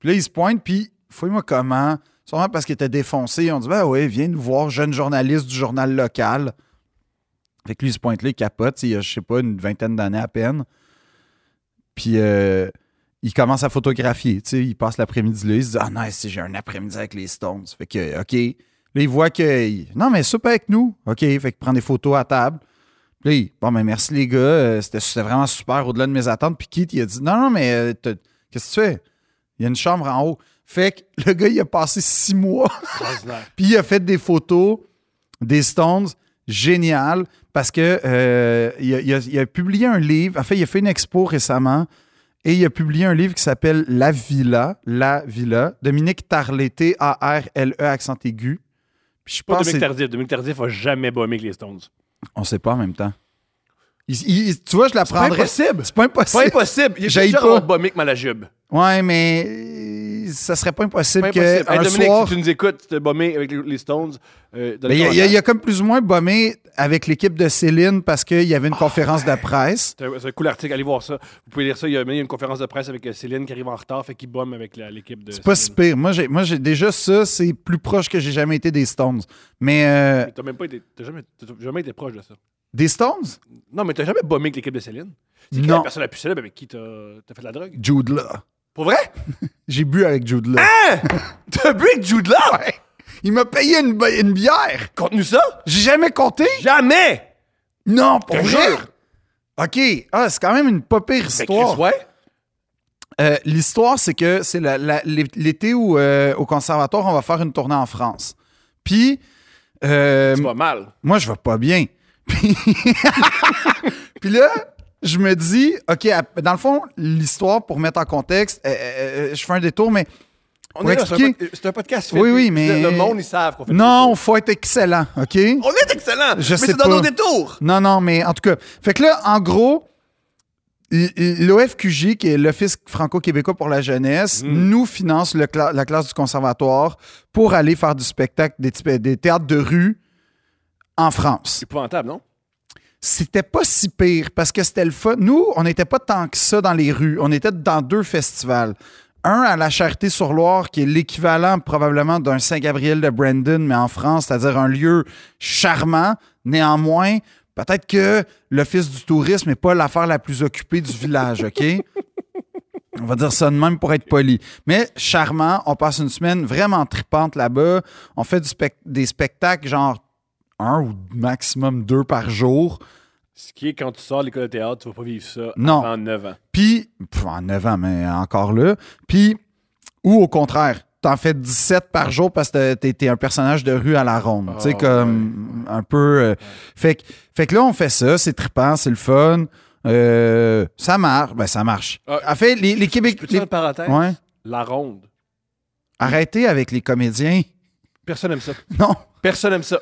[SPEAKER 2] Puis là, il se pointe, puis fouille-moi comment. Sûrement parce qu'il était défoncé. On dit Ben oui, viens nous voir, jeune journaliste du journal local. Fait que lui, il se pointe là, il capote, il a, je sais pas, une vingtaine d'années à peine. Puis euh, il commence à photographier. Tu sais, il passe l'après-midi là, il se dit Ah, nice, si j'ai un après-midi avec les Stones. Fait que, OK. Là, il voit que. il- Non, mais soupe avec nous. OK. Fait qu'il prend des photos à table. Puis là, il- bon, mais merci les gars, euh, c'était c'était vraiment super au-delà de mes attentes. Puis Keith, il a dit Non, non, mais euh, t'as- qu'est-ce que tu fais Il y a une chambre en haut. Fait que le gars, il a passé six mois,
[SPEAKER 1] Extraordinaire.
[SPEAKER 2] puis il a fait des photos des Stones. Génial, parce que euh, il, a, il a- il a publié un livre. En fait, il a fait une expo récemment et il a publié un livre qui s'appelle La Villa. La Villa. Dominique Tarleté, A-R-L-E, E, accent aigu. Puis je
[SPEAKER 1] Pas
[SPEAKER 2] pense que
[SPEAKER 1] Dominique
[SPEAKER 2] c'est-
[SPEAKER 1] Tardif. Dominique Tardif a jamais bombé avec les Stones.
[SPEAKER 2] on sait pas en même temps. Il- il- tu vois, je la
[SPEAKER 1] Pas
[SPEAKER 2] prendrais.
[SPEAKER 1] impossible.
[SPEAKER 2] C'est pas impossible.
[SPEAKER 1] Pas impossible. Il y a
[SPEAKER 2] J'haïs
[SPEAKER 1] plusieurs
[SPEAKER 2] pas.
[SPEAKER 1] autres bombés avec Malajube.
[SPEAKER 2] Ouais, mais euh, ça serait pas impossible,
[SPEAKER 1] Pas impossible.
[SPEAKER 2] qu'un
[SPEAKER 1] Hey, Dominique,
[SPEAKER 2] soir.
[SPEAKER 1] si tu nous écoutes, tu as bombé avec les les Stones. euh, dans
[SPEAKER 2] Mais
[SPEAKER 1] les
[SPEAKER 2] il y a- il y, a- il
[SPEAKER 1] commentaires.
[SPEAKER 2] y a comme plus ou moins bommé avec l'équipe de Céline parce qu'il y avait
[SPEAKER 1] Ah,
[SPEAKER 2] une conférence de presse.
[SPEAKER 1] C'est un- c'est un cool article, allez voir ça. Vous pouvez lire ça. Il y a, il y a une conférence de presse avec euh, Céline qui arrive en retard, fait qu'il bombe avec la- l'équipe de.
[SPEAKER 2] C'est pas si
[SPEAKER 1] Céline.
[SPEAKER 2] pire. Moi, j'ai, moi, j'ai déjà ça, c'est plus proche que j'ai jamais été des Stones. Mais euh,
[SPEAKER 1] Mais T'as même pas été. T'as jamais, t'as jamais été proche de ça.
[SPEAKER 2] Des Stones?
[SPEAKER 1] Non, mais t'as jamais bombé avec l'équipe de Céline. C'est qui
[SPEAKER 2] Non.
[SPEAKER 1] la personne la plus célèbre avec qui t'as t'as fait de la drogue?
[SPEAKER 2] Jude Law.
[SPEAKER 1] Pour vrai? Hein?
[SPEAKER 2] J'ai bu avec Jude Law.
[SPEAKER 1] T'as bu avec Jude Law?
[SPEAKER 2] Il m'a payé une, bi- une bière.
[SPEAKER 1] Conte-nous ça!
[SPEAKER 2] J'ai jamais compté.
[SPEAKER 1] Jamais!
[SPEAKER 2] Non, pour
[SPEAKER 1] Te
[SPEAKER 2] vrai.
[SPEAKER 1] jure.
[SPEAKER 2] OK. Ah, c'est quand même une pas pire
[SPEAKER 1] Fait
[SPEAKER 2] histoire.
[SPEAKER 1] Ben, Chris, ouais.
[SPEAKER 2] Euh, L'histoire, c'est que c'est la- la- l'été où, euh, au conservatoire, on va faire une tournée en France. Puis, euh,
[SPEAKER 1] C'est pas mal.
[SPEAKER 2] moi, je vais pas bien. Puis, Puis là, je me dis, OK, à- dans le fond, l'histoire, pour mettre en contexte, euh, euh, euh, je fais un détour, mais
[SPEAKER 1] On
[SPEAKER 2] Pour
[SPEAKER 1] est là, c'est un
[SPEAKER 2] expliquer-
[SPEAKER 1] pod- c'est un podcast.
[SPEAKER 2] Oui,
[SPEAKER 1] Philippe.
[SPEAKER 2] oui, mais-
[SPEAKER 1] Le monde, ils savent qu'on fait
[SPEAKER 2] non, faut être excellent, OK?
[SPEAKER 1] On est excellent!
[SPEAKER 2] Je
[SPEAKER 1] mais
[SPEAKER 2] sais
[SPEAKER 1] c'est dans
[SPEAKER 2] pas.
[SPEAKER 1] nos détours!
[SPEAKER 2] Non, non, mais en tout cas. Fait que là, en gros, l'OFQJ, qui est l'Office franco-québécois pour la jeunesse, nous finance le cla- la classe du conservatoire pour aller faire du spectacle des, types- des théâtres de rue en France.
[SPEAKER 1] C'est épouvantable, non?
[SPEAKER 2] C'était pas si pire parce que c'était le fun. Nous, on n'était pas tant que ça dans les rues. On était dans deux festivals. Un à la Charité-sur-Loire, qui est l'équivalent probablement d'un Saint-Gabriel de Brandon, mais en France, c'est-à-dire un lieu charmant. Néanmoins, peut-être que l'Office du tourisme n'est pas l'affaire la plus occupée du village, OK? On va dire ça de même pour être poli. Mais charmant, on passe une semaine vraiment tripante là-bas. On fait du spec- des spectacles genre un ou maximum deux par jour.
[SPEAKER 1] Ce qui est quand tu sors de l'école de théâtre, tu vas pas vivre ça
[SPEAKER 2] Non.
[SPEAKER 1] en 9 ans.
[SPEAKER 2] Puis, pff, en 9 ans, mais encore là. Puis, ou au contraire, t'en fais 17 par jour parce que t'es, t'es un personnage de rue à la ronde.
[SPEAKER 1] Ah,
[SPEAKER 2] tu sais, comme un peu. euh, fait, que- fait que là, on fait ça, c'est trippant, c'est le fun. Euh, ça marche. Ben, ça marche.
[SPEAKER 1] Ah,
[SPEAKER 2] en fait, les, les Québécois.
[SPEAKER 1] Peux-tu faire une parenthèse?
[SPEAKER 2] Ouais.
[SPEAKER 1] La ronde.
[SPEAKER 2] Arrêtez avec les comédiens.
[SPEAKER 1] Personne aime ça.
[SPEAKER 2] Non.
[SPEAKER 1] Personne aime ça.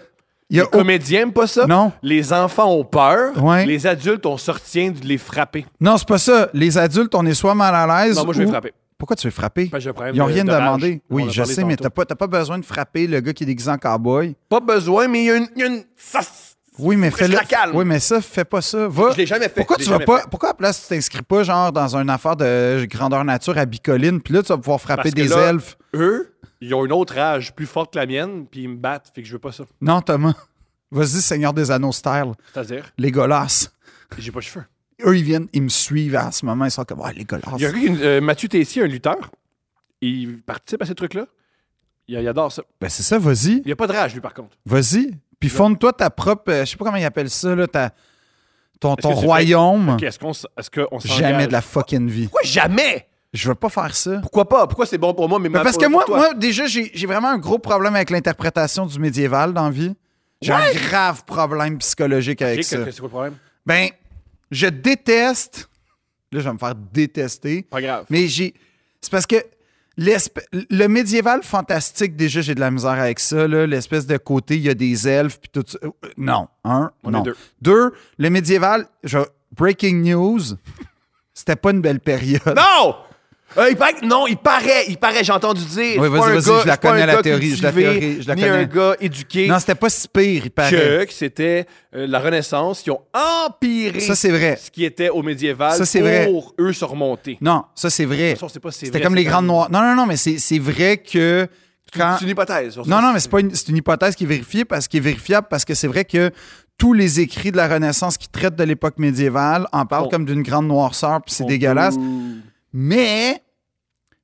[SPEAKER 2] Il y a
[SPEAKER 1] les comédiens aiment pas ça.
[SPEAKER 2] Non.
[SPEAKER 1] Les enfants ont peur.
[SPEAKER 2] Ouais.
[SPEAKER 1] Les adultes, on se retient de les frapper.
[SPEAKER 2] Non, c'est pas ça. Les adultes, on est soit mal à l'aise.
[SPEAKER 1] Non, moi, je vais
[SPEAKER 2] ou-
[SPEAKER 1] frapper.
[SPEAKER 2] Pourquoi tu veux frapper?
[SPEAKER 1] Parce que j'ai un problème
[SPEAKER 2] Ils n'ont
[SPEAKER 1] de-
[SPEAKER 2] rien
[SPEAKER 1] de rage.
[SPEAKER 2] demandé.
[SPEAKER 1] On en a
[SPEAKER 2] Oui, je
[SPEAKER 1] parlé
[SPEAKER 2] sais, mais
[SPEAKER 1] tantôt.
[SPEAKER 2] t'as pas, t'as pas besoin de frapper le gars qui est déguisé en cowboy.
[SPEAKER 1] Pas besoin, mais il y a une. il y a une- ça-
[SPEAKER 2] Oui, mais
[SPEAKER 1] Faut que je
[SPEAKER 2] fais-le.
[SPEAKER 1] la calme.
[SPEAKER 2] Oui, mais ça, fais pas ça. Va.
[SPEAKER 1] Je l'ai jamais fait.
[SPEAKER 2] Pourquoi
[SPEAKER 1] Je
[SPEAKER 2] tu
[SPEAKER 1] l'ai
[SPEAKER 2] vas
[SPEAKER 1] jamais
[SPEAKER 2] pas.
[SPEAKER 1] fait.
[SPEAKER 2] Pourquoi à la place, tu t'inscris pas, genre, dans une affaire de grandeur nature à bicoline, puis là, tu vas pouvoir frapper
[SPEAKER 1] Parce que
[SPEAKER 2] des
[SPEAKER 1] là-
[SPEAKER 2] elfes?
[SPEAKER 1] Eux, ils ont une autre rage plus forte que la mienne, puis ils me battent, fait que je veux pas ça.
[SPEAKER 2] Non, Thomas. Vas-y, Seigneur des Anneaux style.
[SPEAKER 1] C'est-à-dire,
[SPEAKER 2] Les golasses.
[SPEAKER 1] j'ai pas de cheveux.
[SPEAKER 2] Eux, ils viennent, ils me suivent à ce moment, ils sont comme, ah,
[SPEAKER 1] Il
[SPEAKER 2] les
[SPEAKER 1] y a
[SPEAKER 2] golasses.
[SPEAKER 1] un gars qui- euh, Mathieu Tessier, un lutteur, il participe à ces trucs-là. Il, il adore ça.
[SPEAKER 2] Ben, c'est ça, vas-y.
[SPEAKER 1] Il a pas de rage, lui, par contre.
[SPEAKER 2] Vas-y. Puis fonde-toi ta propre. euh, je sais pas comment ils appellent ça, là, ta, ton,
[SPEAKER 1] que
[SPEAKER 2] ton
[SPEAKER 1] tu fais-
[SPEAKER 2] royaume.
[SPEAKER 1] Ok, est-ce qu'on s- est-ce qu'on s'engage?
[SPEAKER 2] Jamais de la fucking vie.
[SPEAKER 1] Pourquoi jamais?
[SPEAKER 2] Je veux pas faire ça.
[SPEAKER 1] Pourquoi pas? Pourquoi c'est bon pour moi, mais
[SPEAKER 2] Mais
[SPEAKER 1] ma-
[SPEAKER 2] parce
[SPEAKER 1] pas
[SPEAKER 2] que
[SPEAKER 1] Ben, pour
[SPEAKER 2] moi,
[SPEAKER 1] toi?
[SPEAKER 2] moi déjà, j'ai j'ai vraiment un gros problème avec l'interprétation du médiéval dans la vie. J'ai un grave problème psychologique
[SPEAKER 1] Ok,
[SPEAKER 2] avec
[SPEAKER 1] que-
[SPEAKER 2] ça.
[SPEAKER 1] que- c'est quoi le problème?
[SPEAKER 2] Ben, je déteste. Là, je vais me faire détester.
[SPEAKER 1] Pas grave.
[SPEAKER 2] Mais j'ai. C'est parce que l'esp- le médiéval fantastique, déjà, j'ai de la misère avec ça. là. L'espèce de côté, il y a des elfes, puis tout ça. Euh, Non. Un,
[SPEAKER 1] On est
[SPEAKER 2] non.
[SPEAKER 1] deux.
[SPEAKER 2] le médiéval, je- breaking news, c'était pas une belle période.
[SPEAKER 1] Non! Euh, il paraît, que- non, il paraît, il paraît, j'ai entendu dire.
[SPEAKER 2] Oui,
[SPEAKER 1] C'est
[SPEAKER 2] vas-y,
[SPEAKER 1] pas un
[SPEAKER 2] vas-y,
[SPEAKER 1] gars-
[SPEAKER 2] je la
[SPEAKER 1] c'est pas un
[SPEAKER 2] connais, la
[SPEAKER 1] gars
[SPEAKER 2] théorie, je la
[SPEAKER 1] cultivé,
[SPEAKER 2] théorie, je la
[SPEAKER 1] ni
[SPEAKER 2] connais.
[SPEAKER 1] un gars éduqué.
[SPEAKER 2] Non, c'était pas si pire, il paraît.
[SPEAKER 1] que, que c'était euh, la Renaissance qui ont empiré
[SPEAKER 2] Ça, c'est vrai.
[SPEAKER 1] ce qui était au médiéval
[SPEAKER 2] Ça, c'est vrai.
[SPEAKER 1] pour eux se remonter. De
[SPEAKER 2] Non, ça, c'est vrai.
[SPEAKER 1] toute façon, c'est pas si c'est
[SPEAKER 2] C'était
[SPEAKER 1] vrai,
[SPEAKER 2] comme
[SPEAKER 1] c'est
[SPEAKER 2] les grandes noires. Non, non, non, mais c'est c'est vrai que quand.
[SPEAKER 1] C'est une hypothèse. sur ça.
[SPEAKER 2] Non, non, mais c'est pas une, c'est une hypothèse qui est vérifiée parce qui est vérifiable parce que c'est vrai que tous les écrits de la Renaissance qui traitent de l'époque médiévale en parlent
[SPEAKER 1] Bon.
[SPEAKER 2] comme d'une grande noirceur, puis c'est
[SPEAKER 1] On-
[SPEAKER 2] dégueulasse. Mais,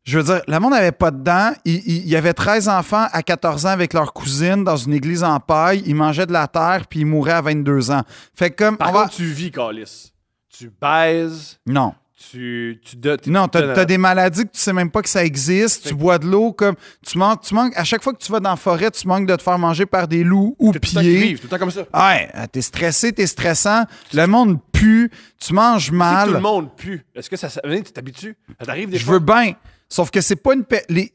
[SPEAKER 2] je veux dire, le monde n'avait pas de dents. Il, il- il y avait 13 enfants à 14 ans avec leur cousine dans une église en paille. Ils mangeaient de la terre, puis ils mouraient à 22 ans. Fait que comme.
[SPEAKER 1] Par
[SPEAKER 2] on va-
[SPEAKER 1] contre, tu vis, Calis. Tu baises,
[SPEAKER 2] Non.
[SPEAKER 1] tu, tu donnes. tu-
[SPEAKER 2] Non,
[SPEAKER 1] tu donnes
[SPEAKER 2] t'as
[SPEAKER 1] à-
[SPEAKER 2] as des maladies que tu sais même pas que ça existe. Tu bois de l'eau comme. Tu manques, tu manques. À chaque fois que tu vas dans la forêt, tu manques de te faire manger par des loups ou
[SPEAKER 1] T'es tout le temps qui
[SPEAKER 2] piller.
[SPEAKER 1] vivent, tout le temps comme ça.
[SPEAKER 2] Ouais, t'es stressé, t'es stressant. Le monde pue. Tu manges
[SPEAKER 1] Si tout le
[SPEAKER 2] mal.
[SPEAKER 1] monde pue, est-ce que ça. ça- Tu t'habitues? Ça t'arrive des
[SPEAKER 2] Je
[SPEAKER 1] fois?
[SPEAKER 2] veux bien. Sauf que c'est pas une. pa- les-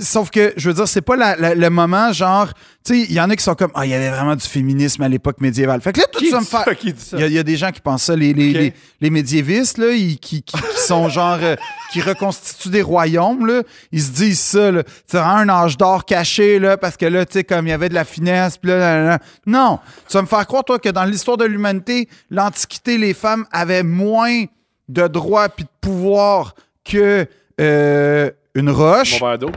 [SPEAKER 2] Sauf que, je veux dire, c'est pas la- la- le moment, genre, tu sais, il y en a qui sont comme, ah, il y avait vraiment du féminisme à l'époque médiévale. Fait que là, tout
[SPEAKER 1] Qui
[SPEAKER 2] ça
[SPEAKER 1] dit
[SPEAKER 2] me fait.
[SPEAKER 1] ça? Qui dit ça?
[SPEAKER 2] Il y a- il y, a des gens qui pensent ça, les, les,
[SPEAKER 1] Ok.
[SPEAKER 2] les- les médiévistes, là, ils- qui, qui- qui sont genre, euh, qui reconstituent des royaumes, là, ils se disent ça, là. C'est vraiment un âge d'or caché, là, parce que là, tu sais, comme il y avait de la finesse, puis là, là, là, là. Non! Tu vas me faire croire, toi, que dans l'histoire de l'humanité, l'Antiquité, les femmes avaient moins de droits puis de pouvoir que euh, une roche.
[SPEAKER 1] Mon verre d'eau.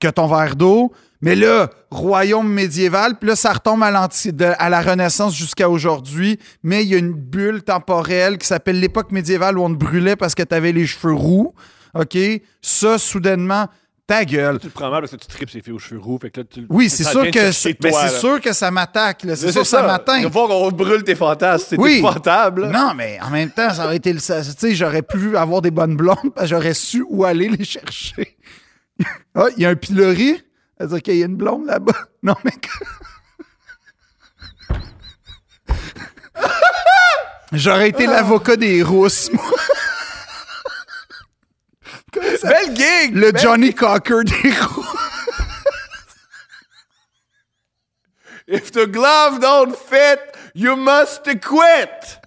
[SPEAKER 2] que ton verre d'eau. Mais là, royaume médiéval, puis là, ça retombe à, l'anti- de- à la Renaissance jusqu'à aujourd'hui. Mais il y a une bulle temporelle qui s'appelle l'époque médiévale où on te brûlait parce que t'avais les cheveux roux. OK? Ça, soudainement, ta gueule.
[SPEAKER 1] Tu le prends mal parce que tu tripes ses filles aux cheveux roux. Fait que là, tu,
[SPEAKER 2] Oui, c'est
[SPEAKER 1] ça
[SPEAKER 2] sûr
[SPEAKER 1] vient
[SPEAKER 2] que,
[SPEAKER 1] te chercher
[SPEAKER 2] mais
[SPEAKER 1] toi,
[SPEAKER 2] c'est
[SPEAKER 1] là.
[SPEAKER 2] sûr que ça m'attaque. là. C'est
[SPEAKER 1] Mais
[SPEAKER 2] sûr que ça m'atteint.
[SPEAKER 1] De voir qu'on brûle tes fantasmes, c'est
[SPEAKER 2] Oui.
[SPEAKER 1] épouvantable. là.
[SPEAKER 2] Non, mais en même temps, ça aurait été le. ça- Tu sais, j'aurais pu avoir des bonnes blondes, parce que j'aurais su où aller les chercher. Ah, il y a un pilori. Ça veut dire qu'il y a une blonde là-bas. Non, mais. que- j'aurais été l'avocat des rousses, moi.
[SPEAKER 1] Belle gig!
[SPEAKER 2] Le Johnny Cocker des rousses.
[SPEAKER 1] If the glove don't fit, you must quit!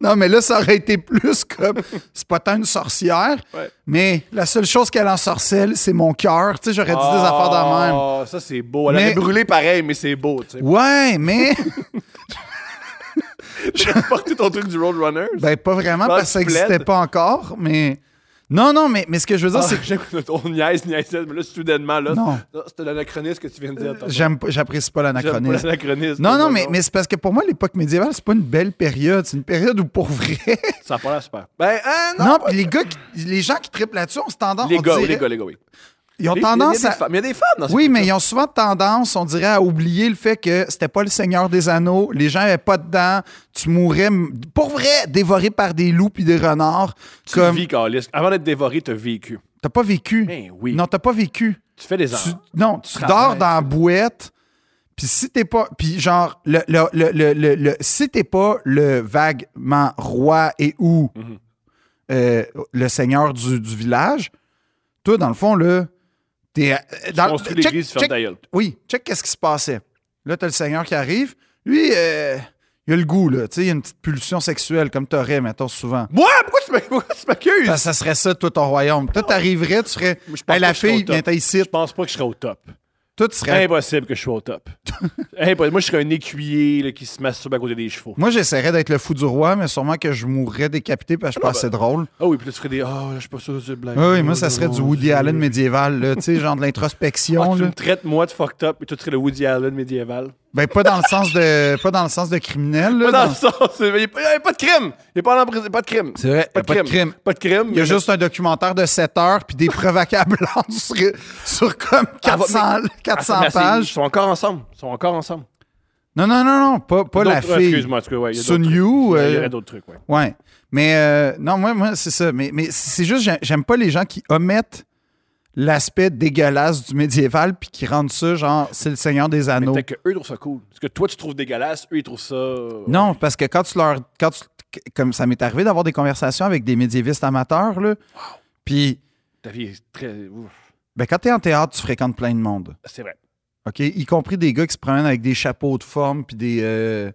[SPEAKER 2] Non, mais là, ça aurait été plus comme. C'est pas tant une sorcière,
[SPEAKER 1] Ouais.
[SPEAKER 2] mais la seule chose qu'elle ensorcelle, c'est mon cœur. Tu sais, j'aurais dit des affaires de même.
[SPEAKER 1] Ah, Ça, c'est beau. Elle
[SPEAKER 2] Mais-
[SPEAKER 1] avait brûlé pareil, mais c'est beau. Tu
[SPEAKER 2] Ouais, mais.
[SPEAKER 1] sais. T'as porté ton truc du Roadrunner.
[SPEAKER 2] Ben, pas vraiment,
[SPEAKER 1] Dans
[SPEAKER 2] parce que ça
[SPEAKER 1] le plaid.
[SPEAKER 2] n'existait pas encore, mais. Non, non, mais, mais ce que je veux dire,
[SPEAKER 1] Ah,
[SPEAKER 2] c'est
[SPEAKER 1] c'est que on niaise, niaise, niaise, mais là, soudainement, là,
[SPEAKER 2] Non.
[SPEAKER 1] c'était l'anachronisme que tu viens de dire.
[SPEAKER 2] que j'aime pas- j'apprécie pas l'anachronisme.
[SPEAKER 1] l'anachronisme.
[SPEAKER 2] Non, non, mais, mais c'est parce que pour moi, l'époque médiévale, c'est pas une belle période. C'est une période où, pour vrai.
[SPEAKER 1] Ça a pas l'air super. Ben, hein, non!
[SPEAKER 2] Non, puis les, gars qui- les gens qui triplent là-dessus ont tendance.
[SPEAKER 1] Les
[SPEAKER 2] on
[SPEAKER 1] gars,
[SPEAKER 2] dirait-
[SPEAKER 1] les gars, les gars, oui.
[SPEAKER 2] Ils ont
[SPEAKER 1] Les-
[SPEAKER 2] tendance
[SPEAKER 1] il y a des
[SPEAKER 2] à.
[SPEAKER 1] femmes- Il y a des femmes dans cette
[SPEAKER 2] Oui, mais
[SPEAKER 1] culture.
[SPEAKER 2] ils ont souvent tendance, on dirait, à oublier le fait que c'était pas le Seigneur des Anneaux, les gens n'avaient pas de dents, tu mourais, m- pour vrai, dévoré par des loups puis des renards.
[SPEAKER 1] Tu
[SPEAKER 2] Comme,
[SPEAKER 1] vis, Carlis. Avant d'être dévoré, t'as vécu.
[SPEAKER 2] t'as pas vécu.
[SPEAKER 1] Ben oui.
[SPEAKER 2] Non, t'as pas vécu.
[SPEAKER 1] Tu fais des enfants.
[SPEAKER 2] Tu- non, tu
[SPEAKER 1] Travail.
[SPEAKER 2] dors dans la bouette. Puis si t'es pas. Puis genre, le, le, le, le, le- le- si t'es pas le vaguement roi et ou
[SPEAKER 1] Mhm.
[SPEAKER 2] euh, le seigneur du, du village, toi, dans le fond, là, t'es. euh, dans-
[SPEAKER 1] construis
[SPEAKER 2] check-
[SPEAKER 1] l'église, tu fermes
[SPEAKER 2] check-
[SPEAKER 1] ta gueule.
[SPEAKER 2] Oui, check qu'est-ce qui se passait. Là, t'as le seigneur qui arrive. Lui, euh, il a le goût, là. Tu sais, il a une petite pulsion sexuelle, comme t'aurais, mettons, souvent. Ah,
[SPEAKER 1] Moi, pourquoi tu m'ac- pourquoi tu m'accuses?
[SPEAKER 2] Ça, ça serait ça, toi, ton royaume. Toi, t'arriverais, tu serais.
[SPEAKER 1] Je pense
[SPEAKER 2] Hey,
[SPEAKER 1] pas
[SPEAKER 2] la
[SPEAKER 1] que je Ben, serais au
[SPEAKER 2] fille,
[SPEAKER 1] top.
[SPEAKER 2] viens t'as ici.
[SPEAKER 1] Je pense pas que je serais au top.
[SPEAKER 2] Toi, tu serais
[SPEAKER 1] Impossible que je sois au top. Impossible. Moi, je serais un écuyer là, qui se masturbe à côté des chevaux.
[SPEAKER 2] Moi, j'essaierais d'être le fou du roi, mais sûrement que je mourrais décapité parce que je suis pas assez drôle.
[SPEAKER 1] Ah oui, puis là, tu ferais des. Ah, là, je suis pas sûr de blague.
[SPEAKER 2] Oui, oui, moi, ça serait du Woody Allen médiéval, là, tu sais, genre de
[SPEAKER 1] Ah,
[SPEAKER 2] l'introspection.
[SPEAKER 1] tu
[SPEAKER 2] là.
[SPEAKER 1] me traites, moi, de fucked up, et toi, tu serais le Woody Allen médiéval.
[SPEAKER 2] Ben, pas dans le sens de, pas dans le sens de criminel. là,
[SPEAKER 1] Pas dans
[SPEAKER 2] dans-
[SPEAKER 1] le sens. Il n'y a, pas- il y a pas de crime. Il n'y a pas, en prison- pas de crime.
[SPEAKER 2] C'est vrai, il y a pas de crime.
[SPEAKER 1] Pas de crime.
[SPEAKER 2] Il y a juste un documentaire de 7 heures puis des preuves accablantes sur, sur comme
[SPEAKER 1] Ah, va-
[SPEAKER 2] 400,
[SPEAKER 1] Ah, c'est-
[SPEAKER 2] 400
[SPEAKER 1] mais c'est- Ils
[SPEAKER 2] pages.
[SPEAKER 1] sont encore ensemble. Ils sont encore ensemble.
[SPEAKER 2] Non, non, non, non, pas, pas la
[SPEAKER 1] D'autres-
[SPEAKER 2] fille.
[SPEAKER 1] Excuse-moi, en tout cas, ouais. il y a
[SPEAKER 2] Sun
[SPEAKER 1] d'autres
[SPEAKER 2] Yu,
[SPEAKER 1] trucs. Il y
[SPEAKER 2] euh,
[SPEAKER 1] aurait d'autres trucs, ouais.
[SPEAKER 2] Ouais. Mais euh, non, moi, moi c'est ça. Mais, mais c'est juste, j'ai- j'aime pas les gens qui omettent l'aspect dégueulasse du médiéval puis qui rendent ça genre c'est le Seigneur des Anneaux.
[SPEAKER 1] Peut-être qu'eux trouvent ça cool. Parce que toi, tu trouves dégueulasse, eux, ils trouvent ça.
[SPEAKER 2] Non, parce que quand tu leur quand tu- comme ça m'est arrivé d'avoir des conversations avec des médiévistes amateurs là. Puis
[SPEAKER 1] Ta vie est très. ouf.
[SPEAKER 2] ben quand tu es en théâtre, tu fréquentes plein de monde.
[SPEAKER 1] C'est vrai.
[SPEAKER 2] OK, y compris des gars qui se promènent avec des chapeaux de forme puis des euh,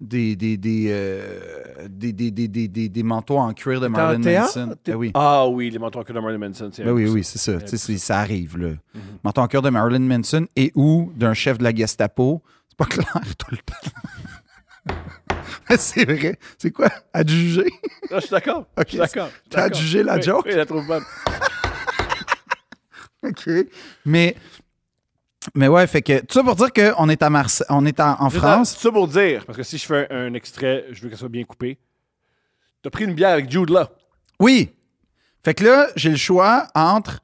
[SPEAKER 2] des des des, euh, des, des, des, des- des- des manteaux en cuir de Marilyn Manson.
[SPEAKER 1] T'es-
[SPEAKER 2] Ben oui.
[SPEAKER 1] Ah oui, les manteaux en queue de Marilyn Manson, c'est
[SPEAKER 2] Ben oui,
[SPEAKER 1] vrai.
[SPEAKER 2] oui, c'est ça. Tu sais, c'est- ça arrive, là.
[SPEAKER 1] Mhm.
[SPEAKER 2] Menton en cœur de Marilyn Manson et ou d'un chef de la Gestapo. C'est pas clair tout le temps. Mais c'est vrai. C'est quoi? Adjuger?
[SPEAKER 1] Ah, je suis d'accord. je suis
[SPEAKER 2] Ok,
[SPEAKER 1] d'accord. je suis
[SPEAKER 2] t'as
[SPEAKER 1] d'accord.
[SPEAKER 2] jugé la
[SPEAKER 1] Oui,
[SPEAKER 2] joke?
[SPEAKER 1] Oui, la trouve bonne.
[SPEAKER 2] OK. Mais, mais ouais, fait que... Tout ça pour dire qu'on est, à Marse- on est en, en
[SPEAKER 1] Juste à-
[SPEAKER 2] France.
[SPEAKER 1] C'est ça pour dire, parce que si je fais un, un extrait, je veux qu'elle soit bien coupée. T'as pris une bière avec Jude là.
[SPEAKER 2] Oui. Fait que là, j'ai le choix entre.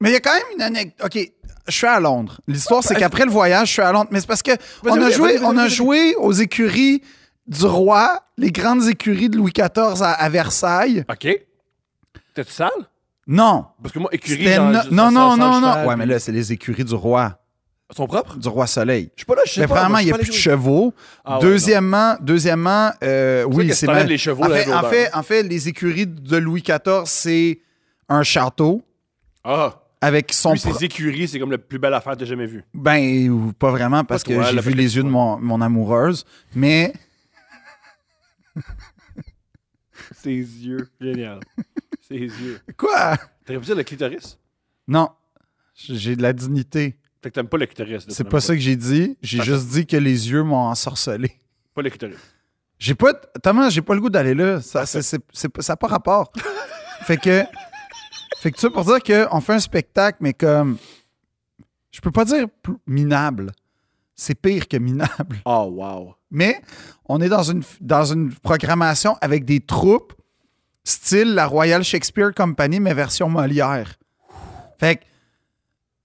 [SPEAKER 2] Mais il y a quand même une anecdote. OK, je suis à Londres. L'histoire, c'est qu'après le voyage, je suis à Londres. Mais c'est parce que on a
[SPEAKER 1] vas-y,
[SPEAKER 2] joué,
[SPEAKER 1] vas-y,
[SPEAKER 2] on a
[SPEAKER 1] vas-y.
[SPEAKER 2] joué aux écuries du roi, les grandes écuries de Louis XIV à, à Versailles.
[SPEAKER 1] OK. T'es-tu sale?
[SPEAKER 2] Non.
[SPEAKER 1] Parce que moi, écurie.
[SPEAKER 2] C'était
[SPEAKER 1] genre,
[SPEAKER 2] no-
[SPEAKER 1] je-
[SPEAKER 2] Non,
[SPEAKER 1] ça-
[SPEAKER 2] non,
[SPEAKER 1] ça-
[SPEAKER 2] non,
[SPEAKER 1] ça-
[SPEAKER 2] non.
[SPEAKER 1] ça-
[SPEAKER 2] Ouais, mais là, c'est les écuries du roi,
[SPEAKER 1] Ils sont propres?
[SPEAKER 2] du roi soleil.
[SPEAKER 1] Je suis pas là, je sais
[SPEAKER 2] Mais
[SPEAKER 1] pas.
[SPEAKER 2] premièrement, il n'y a plus de chevaux.
[SPEAKER 1] Ah ouais,
[SPEAKER 2] deuxièmement, deuxièmement, euh,
[SPEAKER 1] Oui,
[SPEAKER 2] oui,
[SPEAKER 1] que
[SPEAKER 2] c'est
[SPEAKER 1] c'est pas
[SPEAKER 2] mal-
[SPEAKER 1] les chevaux.
[SPEAKER 2] En
[SPEAKER 1] là,
[SPEAKER 2] fait, en,
[SPEAKER 1] Robert.
[SPEAKER 2] fait, en fait, les écuries de Louis XIV, c'est un château
[SPEAKER 1] Ah,
[SPEAKER 2] avec son
[SPEAKER 1] lui,
[SPEAKER 2] pro-
[SPEAKER 1] ses écuries, c'est comme la plus belle affaire que t'as jamais vue.
[SPEAKER 2] Ben, ou pas vraiment, parce
[SPEAKER 1] Pas toi,
[SPEAKER 2] que j'ai
[SPEAKER 1] la
[SPEAKER 2] vu les yeux de mon, mon amoureuse. Mais,
[SPEAKER 1] Ses yeux. Génial. Ses yeux.
[SPEAKER 2] quoi?
[SPEAKER 1] T'aurais pu dire le clitoris?
[SPEAKER 2] Non, j'ai de la dignité.
[SPEAKER 1] Fait que t'aimes pas le clitoris. là,
[SPEAKER 2] C'est
[SPEAKER 1] t'aimes
[SPEAKER 2] pas ça que j'ai dit. J'ai
[SPEAKER 1] Parfait.
[SPEAKER 2] juste dit que les yeux m'ont ensorcelé.
[SPEAKER 1] Pas le clitoris.
[SPEAKER 2] J'ai pas... Thomas, j'ai pas le goût d'aller là. Ça c'est- c'est- c'est pas- ça a pas rapport. fait que... Fait que ça pour dire qu'on fait un spectacle, mais comme... je peux pas dire plus- minable. C'est pire que minable.
[SPEAKER 1] Oh, wow.
[SPEAKER 2] Mais on est dans une, dans une programmation avec des troupes, style la Royal Shakespeare Company, mais version Molière. Fait que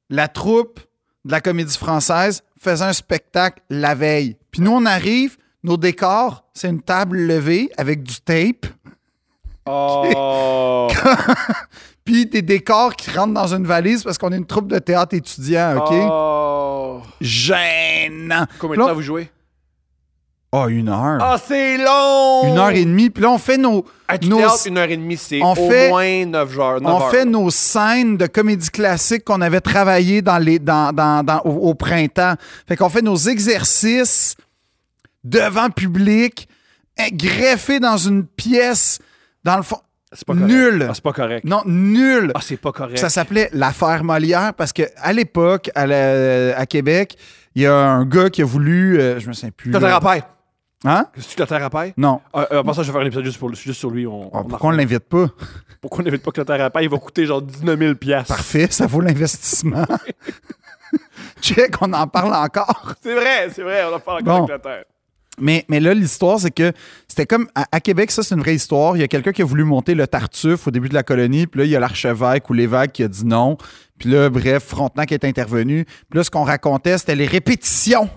[SPEAKER 2] la troupe de la comédie française faisait un spectacle la veille. Puis nous, on arrive, nos décors, c'est une table levée avec du tape,
[SPEAKER 1] Oh,
[SPEAKER 2] puis des décors qui rentrent dans une valise parce qu'on est une troupe de théâtre étudiant, OK?
[SPEAKER 1] oh.
[SPEAKER 2] Gênant!
[SPEAKER 1] Combien de
[SPEAKER 2] Puis là-
[SPEAKER 1] temps vous jouez?
[SPEAKER 2] Ah, une heure.
[SPEAKER 1] Ah, c'est long!
[SPEAKER 2] Une heure et demie. Puis là, on fait nos...
[SPEAKER 1] À tout
[SPEAKER 2] nos-
[SPEAKER 1] théâtre, une heure et demie, c'est
[SPEAKER 2] on
[SPEAKER 1] au
[SPEAKER 2] fait-
[SPEAKER 1] moins 9 heures. neuf
[SPEAKER 2] On
[SPEAKER 1] heures.
[SPEAKER 2] fait nos scènes de comédie classique qu'on avait travaillées dans les, dans, dans- dans- au, au printemps. Fait qu'on fait nos exercices devant public, eh, greffés dans une pièce, dans le fond.
[SPEAKER 1] C'est pas correct.
[SPEAKER 2] Nul.
[SPEAKER 1] Ah, c'est pas correct.
[SPEAKER 2] Non, nul.
[SPEAKER 1] Ah, c'est pas correct.
[SPEAKER 2] Ça s'appelait l'affaire Molière parce que à l'époque, à, la- à Québec, il y a un gars qui a voulu. euh, je me souviens plus.
[SPEAKER 1] Tu
[SPEAKER 2] là.
[SPEAKER 1] à paille.
[SPEAKER 2] Hein?
[SPEAKER 1] Qu'est-ce que tu Clotaire à paille?
[SPEAKER 2] Non.
[SPEAKER 1] Euh, euh, en passant, je vais faire un épisode juste, pour, le- juste sur lui. On,
[SPEAKER 2] Ah,
[SPEAKER 1] on en-
[SPEAKER 2] pourquoi on l'invite pas?
[SPEAKER 1] pourquoi on n'invite pas Clotaire à paille? Il va coûter genre 19 000 piastres.
[SPEAKER 2] Parfait, ça vaut l'investissement. Check, on en parle encore.
[SPEAKER 1] C'est vrai, c'est vrai, on a parlé
[SPEAKER 2] Bon.
[SPEAKER 1] avec Clotaire.
[SPEAKER 2] Mais, mais là, l'histoire, c'est que c'était comme à, à Québec, ça, c'est une vraie histoire. Il y a quelqu'un qui a voulu monter le Tartuffe au début de la colonie, puis là, il y a l'archevêque ou l'évêque qui a dit non. Puis là, bref, Frontenac est intervenu. Puis là, ce qu'on racontait, c'était les répétitions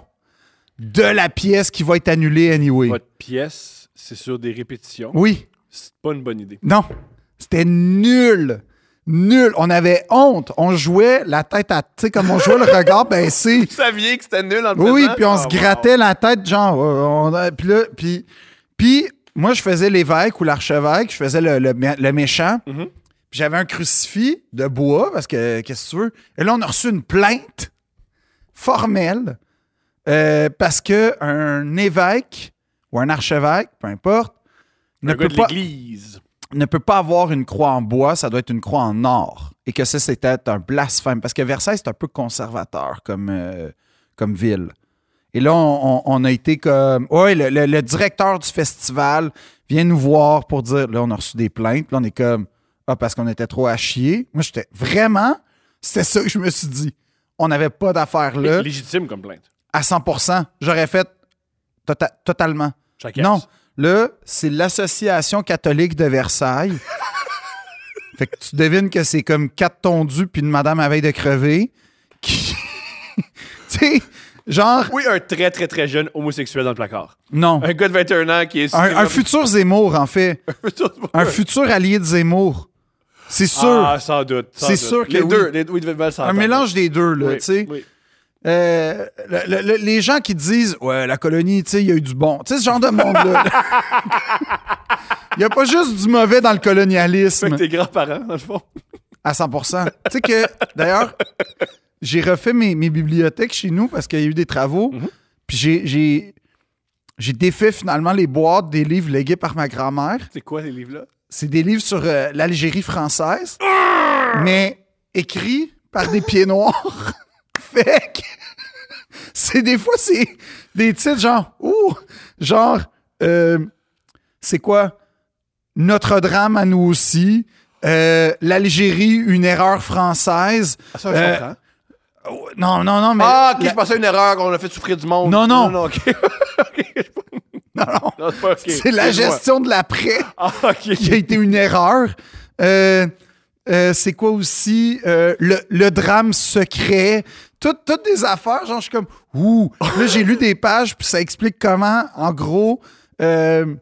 [SPEAKER 2] de la pièce qui va être annulée anyway.
[SPEAKER 1] Votre pièce, c'est sur des répétitions.
[SPEAKER 2] Oui,
[SPEAKER 1] C'est pas une bonne idée.
[SPEAKER 2] non, c'était nul. Nul. On avait honte. On jouait la tête à. Tu sais, comme on jouait le regard baissé.
[SPEAKER 1] Vous saviez que c'était nul en
[SPEAKER 2] Oui, oui, puis on
[SPEAKER 1] Ah,
[SPEAKER 2] se grattait la tête, genre. euh, on a- puis là, puis, puis moi, je faisais l'évêque ou l'archevêque, je faisais le, le mé- le méchant.
[SPEAKER 1] Mhm.
[SPEAKER 2] Puis j'avais un crucifix de bois, parce que qu'est-ce que tu veux? Et là, on a reçu une plainte formelle euh, parce que un évêque ou un archevêque, peu importe, ne
[SPEAKER 1] Le gars
[SPEAKER 2] peut,
[SPEAKER 1] de
[SPEAKER 2] pas,
[SPEAKER 1] l'église.
[SPEAKER 2] ne peut pas avoir une croix en bois, ça doit être une croix en or. Et que ça, c'était un blasphème. Parce que Versailles, c'est un peu conservateur comme, euh, comme ville. Et là, on, on- on a été comme. Ouais, le, le- le directeur du festival vient nous voir pour dire. Là, on a reçu des plaintes. Là, on est comme. Ah, parce qu'on était trop à chier. Moi, j'étais vraiment. C'est ça que je me suis dit. On n'avait pas d'affaire là.
[SPEAKER 1] Légitime comme plainte.
[SPEAKER 2] À 100 j'aurais fait tota- totalement.
[SPEAKER 1] Chacun.
[SPEAKER 2] Non, là, c'est l'Association catholique de Versailles. fait que tu devines que c'est comme quatre tondus puis une madame à veille de crever qui. tu sais, genre.
[SPEAKER 1] Oui, un très, très, très jeune homosexuel dans le placard.
[SPEAKER 2] Non.
[SPEAKER 1] Un gars de 21 ans qui est...
[SPEAKER 2] Un, un futur Zemmour, en fait. Un
[SPEAKER 1] futur.
[SPEAKER 2] futur allié de Zemmour. C'est sûr.
[SPEAKER 1] Ah, sans doute. sans
[SPEAKER 2] C'est
[SPEAKER 1] doute.
[SPEAKER 2] sûr que
[SPEAKER 1] les
[SPEAKER 2] oui.
[SPEAKER 1] deux, les deux, ils devaient mal
[SPEAKER 2] un
[SPEAKER 1] s'entendre.
[SPEAKER 2] mélange des deux, là,
[SPEAKER 1] Oui,
[SPEAKER 2] tu sais.
[SPEAKER 1] oui.
[SPEAKER 2] Euh, le- le- le- les gens qui disent ouais la colonie tu sais il y a eu du bon tu sais ce genre de monde là il y a pas juste du mauvais dans le
[SPEAKER 1] Fait
[SPEAKER 2] colonialisme
[SPEAKER 1] que tes grands-parents, dans le fond.
[SPEAKER 2] À 100 Tu sais que, d'ailleurs, j'ai refait mes, mes bibliothèques chez nous parce qu'il y a eu des travaux. Puis j'ai- j'ai j'ai défait finalement les boîtes des livres légués par ma grand-mère.
[SPEAKER 1] C'est quoi, les livres-là?
[SPEAKER 2] C'est des livres sur euh, l'Algérie française, mais écrits par des pieds noirs. fait que c'est des fois, c'est des titres genre, ouh, genre, euh, c'est quoi? Notre drame à nous aussi. Euh, L'Algérie, une erreur française.
[SPEAKER 1] Ah, ça,
[SPEAKER 2] je
[SPEAKER 1] je
[SPEAKER 2] comprends. Oh, Non, non, non, mais.
[SPEAKER 1] Ah, ok,
[SPEAKER 2] la-
[SPEAKER 1] je pensais à une erreur, on a fait souffrir du monde.
[SPEAKER 2] Non, non.
[SPEAKER 1] Non, non, ok.
[SPEAKER 2] non, non.
[SPEAKER 1] Non, c'est pas ok.
[SPEAKER 2] C'est la
[SPEAKER 1] Excuse-moi.
[SPEAKER 2] gestion de l'après
[SPEAKER 1] Ah, ok.
[SPEAKER 2] qui a été une erreur. Euh, euh, c'est quoi aussi? Euh, le, le drame secret. Tout- toutes des affaires, genre, je suis comme, ouh. Là, j'ai lu des pages, puis ça explique comment, en gros, euh,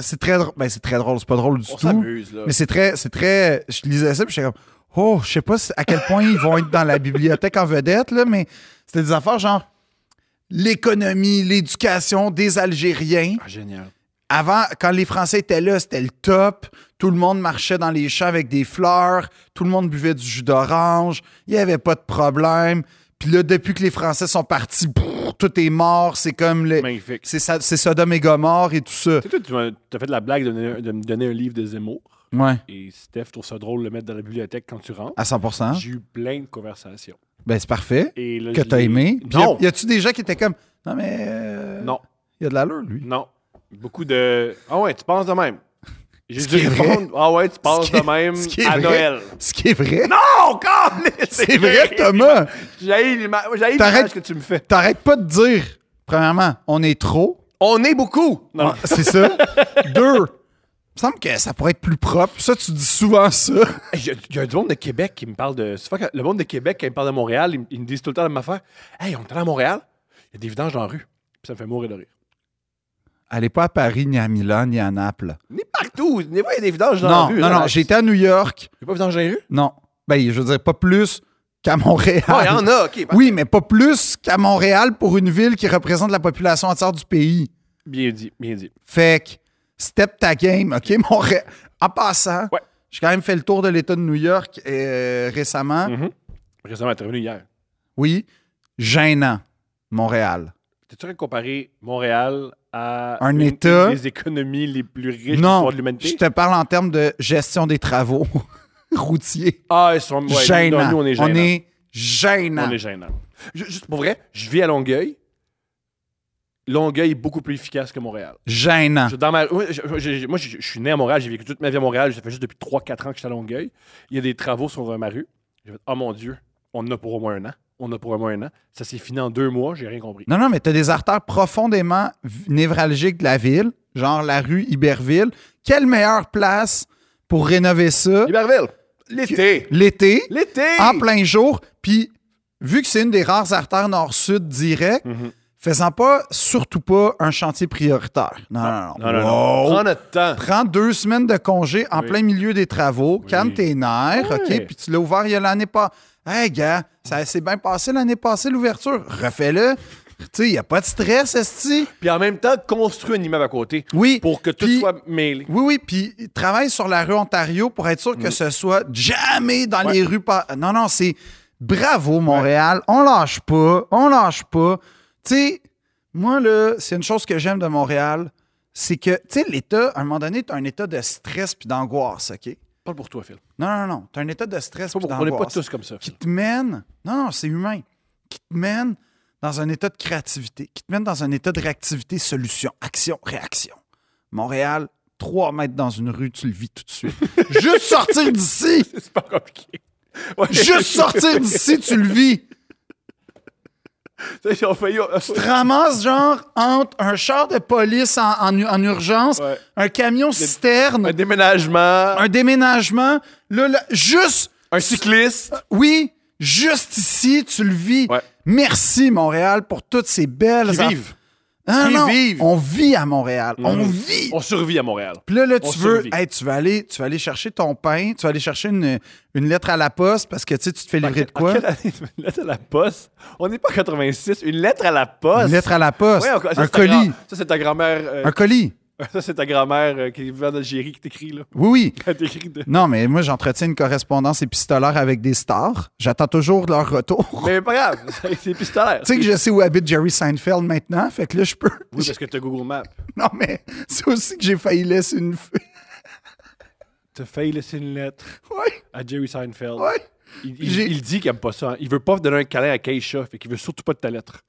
[SPEAKER 2] c'est très drôle. Ben, c'est très drôle, c'est pas drôle du
[SPEAKER 1] On
[SPEAKER 2] tout.
[SPEAKER 1] s'amuse, là.
[SPEAKER 2] Mais c'est très, c'est très. Je lisais ça, puis j'étais comme, oh, je sais pas si- à quel point ils vont être dans la bibliothèque en vedette, là, mais c'était des affaires genre l'économie, l'éducation des Algériens.
[SPEAKER 1] Ah, génial.
[SPEAKER 2] Avant, quand les Français étaient là, c'était le top. Tout le monde marchait dans les champs avec des fleurs. Tout le monde buvait du jus d'orange. Il n'y avait pas de problème. Puis là, depuis que les Français sont partis, brrr, tout est mort. C'est comme les.
[SPEAKER 1] Magnifique.
[SPEAKER 2] C'est Sa- c'est Sodome et Gomorre et tout ça.
[SPEAKER 1] Tu sais, toi, tu m'as- t'as fait de la blague de, me- de me donner un livre de Zemmour.
[SPEAKER 2] Ouais.
[SPEAKER 1] Et Steph trouve ça drôle de le mettre dans la bibliothèque quand tu rentres.
[SPEAKER 2] À 100
[SPEAKER 1] J'ai eu plein de conversations.
[SPEAKER 2] Ben, c'est parfait.
[SPEAKER 1] Et là,
[SPEAKER 2] Ah. que
[SPEAKER 1] je
[SPEAKER 2] t'as
[SPEAKER 1] l'ai-
[SPEAKER 2] aimé. Puis
[SPEAKER 1] Non.
[SPEAKER 2] Y a- y a-tu des gens qui étaient comme Non, mais. euh,
[SPEAKER 1] Non,
[SPEAKER 2] Il y a de l'allure, lui.
[SPEAKER 1] non. Beaucoup de. Ah ouais, tu penses de même. J'ai
[SPEAKER 2] Ce
[SPEAKER 1] dû
[SPEAKER 2] qui est vrai.
[SPEAKER 1] répondre. Ah ouais, tu passes
[SPEAKER 2] Ce qui-
[SPEAKER 1] de même
[SPEAKER 2] ce qui est
[SPEAKER 1] à
[SPEAKER 2] vrai.
[SPEAKER 1] Noël.
[SPEAKER 2] Ce qui est vrai.
[SPEAKER 1] Non, quand
[SPEAKER 2] C'est vrai, Thomas.
[SPEAKER 1] J'ai l'image
[SPEAKER 2] T'arrêtes-
[SPEAKER 1] que tu me fais.
[SPEAKER 2] T'arrêtes pas de dire, premièrement, on est trop.
[SPEAKER 1] On est beaucoup. Non,
[SPEAKER 2] Ah, C'est ça. Deux, il me semble que ça pourrait être plus propre. Ça, tu dis souvent ça.
[SPEAKER 1] Il y, a- il y a du monde de Québec qui me parle de. souvent, quand- le monde de Québec, quand ils me parlent de Montréal, ils, me- ils me disent tout le temps la même affaire. Hey, on est allé à Montréal, il y a des vidanges dans la rue. Puis ça me fait mourir de rire.
[SPEAKER 2] Allez pas à Paris, ni à Milan, ni à Naples.
[SPEAKER 1] Ni partout, ni pas, il y a des vidanges dans la
[SPEAKER 2] non,
[SPEAKER 1] rue. hein.
[SPEAKER 2] non, non, j'étais à New York.
[SPEAKER 1] J'ai pas vidange dans la rue?
[SPEAKER 2] Non. Ben, je veux dire, pas plus qu'à Montréal.
[SPEAKER 1] Non, Ah, il y en a, ok. parfait.
[SPEAKER 2] Oui, mais pas plus qu'à Montréal pour une ville qui représente la population entière du pays.
[SPEAKER 1] Bien dit, bien dit.
[SPEAKER 2] Fait que, step ta game, OK, Montréal. En passant,
[SPEAKER 1] Ouais.
[SPEAKER 2] j'ai quand même fait le tour de l'État de New York euh, récemment.
[SPEAKER 1] Mhm. Récemment, t'es revenu hier.
[SPEAKER 2] Oui, gênant, Montréal.
[SPEAKER 1] T'es-tu en train de comparer Montréal à.
[SPEAKER 2] Un
[SPEAKER 1] une-
[SPEAKER 2] État-
[SPEAKER 1] une des économies les plus riches de
[SPEAKER 2] non,
[SPEAKER 1] l'histoire de l'humanité?
[SPEAKER 2] je te parle en termes de gestion des travaux routiers.
[SPEAKER 1] Ah, ils sont. ouais,
[SPEAKER 2] gênant.
[SPEAKER 1] nous, nous, on est gênants.
[SPEAKER 2] On est gênant.
[SPEAKER 1] On est gênant. Ju- Juste pour vrai, je vis à Longueuil. Longueuil est beaucoup plus efficace que Montréal.
[SPEAKER 2] Gênant.
[SPEAKER 1] Je- dans ma- ouais, je- je- je- moi, je, je suis né à Montréal, j'ai vécu toute ma vie à Montréal, ça fait juste depuis 3-4 ans que je suis à Longueuil. Il y a des travaux sur euh, ma rue. J'ai fait, oh mon Dieu, on en a pour au moins un an. On en a pour au moins un an. Ça s'est fini en deux mois, j'ai rien compris.
[SPEAKER 2] Non, non, mais t'as des artères profondément v- névralgiques de la ville, genre la rue Iberville. Quelle meilleure place pour rénover ça
[SPEAKER 1] Iberville, l'été,
[SPEAKER 2] l'été,
[SPEAKER 1] l'été!
[SPEAKER 2] Ah. en plein jour, puis vu que c'est une des rares artères nord-sud direct,
[SPEAKER 1] Mhm.
[SPEAKER 2] faisant pas, surtout pas, un chantier prioritaire. Non, non, non.
[SPEAKER 1] Non, non, non.
[SPEAKER 2] Wow.
[SPEAKER 1] Prends notre temps.
[SPEAKER 2] Prends deux semaines de congé en
[SPEAKER 1] Oui.
[SPEAKER 2] plein milieu des travaux, calme tes nerfs,
[SPEAKER 1] Ouais.
[SPEAKER 2] OK? Puis tu l'as ouvert il y a l'année passée. Hey, gars, ça s'est bien passé l'année passée, l'ouverture. Refais-le. Tu sais, il n'y a pas de stress, Esti.
[SPEAKER 1] Puis en même temps, construis un immeuble à côté
[SPEAKER 2] Oui.
[SPEAKER 1] pour que tout
[SPEAKER 2] Puis-
[SPEAKER 1] soit mêlé.
[SPEAKER 2] Oui, oui. Puis travaille sur la rue Ontario pour être sûr que ce soit jamais dans
[SPEAKER 1] Mm. Ouais.
[SPEAKER 2] les rues. par- Non, non, c'est bravo, Montréal. On lâche pas. On lâche pas. Tu sais, moi, là, c'est une chose que j'aime de Montréal. C'est que, tu sais, l'État, à un moment donné, tu un état de stress puis d'angoisse, OK?
[SPEAKER 1] Parle pour toi, Phil.
[SPEAKER 2] Non, non, non. T'as un état de stress
[SPEAKER 1] Pas
[SPEAKER 2] puis
[SPEAKER 1] pour- on n'est pas
[SPEAKER 2] d'angoisse
[SPEAKER 1] tous comme ça. Phil.
[SPEAKER 2] qui te mène... Non, non, c'est humain. Qui te mène dans un état de créativité, qui te mène dans un état de réactivité, solution, action, réaction. Montréal, 3 mètres dans une rue, tu le vis tout de suite. Juste sortir d'ici!
[SPEAKER 1] C'est pas compliqué. Ouais.
[SPEAKER 2] Juste sortir d'ici, tu le vis!
[SPEAKER 1] Ils ont failli- euh,
[SPEAKER 2] Tu te ramasses, genre, entre un char de police en, en- en urgence,
[SPEAKER 1] Ouais.
[SPEAKER 2] un camion
[SPEAKER 1] Un
[SPEAKER 2] citerne,
[SPEAKER 1] déménagement,
[SPEAKER 2] un déménagement, là, là, juste...
[SPEAKER 1] un cycliste.
[SPEAKER 2] Oui, juste ici, tu le vis.
[SPEAKER 1] Ouais.
[SPEAKER 2] Merci, Montréal, pour toutes ces belles...
[SPEAKER 1] Qui
[SPEAKER 2] aff-
[SPEAKER 1] vivent.
[SPEAKER 2] Ah,
[SPEAKER 1] Qui
[SPEAKER 2] non,
[SPEAKER 1] vivent. Mm.
[SPEAKER 2] On vit à Montréal. On vit.
[SPEAKER 1] On survit à Montréal.
[SPEAKER 2] Puis là, là,
[SPEAKER 1] on
[SPEAKER 2] tu veux,
[SPEAKER 1] survit.
[SPEAKER 2] hey, tu, vas aller, tu vas aller chercher ton pain, tu vas aller chercher une, une lettre à la poste parce que tu sais, tu te fais livrer de
[SPEAKER 1] En
[SPEAKER 2] quoi?
[SPEAKER 1] quelle année, une lettre à la poste? On n'est pas en 86. Une lettre à la poste?
[SPEAKER 2] Une lettre à la poste,
[SPEAKER 1] Ouais, encore- ça,
[SPEAKER 2] un
[SPEAKER 1] c'est ta grand-
[SPEAKER 2] colis,
[SPEAKER 1] ça, c'est ta grand-mère. euh,
[SPEAKER 2] un colis.
[SPEAKER 1] Ça, c'est ta grand-mère euh, qui vient d'Algérie qui t'écrit, là.
[SPEAKER 2] Oui, oui.
[SPEAKER 1] Elle t'écrit de.
[SPEAKER 2] Non, mais moi, j'entretiens une correspondance épistolaire avec des stars. J'attends toujours leur retour.
[SPEAKER 1] Mais pas grave, c'est- c'est épistolaire.
[SPEAKER 2] tu sais que je sais où habite Jerry Seinfeld maintenant, fait que là, je peux.
[SPEAKER 1] Oui, parce que t'as Google Maps.
[SPEAKER 2] Non, mais c'est aussi que j'ai failli laisser une feuille.
[SPEAKER 1] T'as failli laisser une lettre
[SPEAKER 2] Ouais,
[SPEAKER 1] à Jerry Seinfeld.
[SPEAKER 2] ouais.
[SPEAKER 1] Il, il-
[SPEAKER 2] J'ai-
[SPEAKER 1] il dit qu'il aime pas ça. hein. Il veut pas donner un câlin à Keisha, fait qu'il veut surtout pas de ta lettre.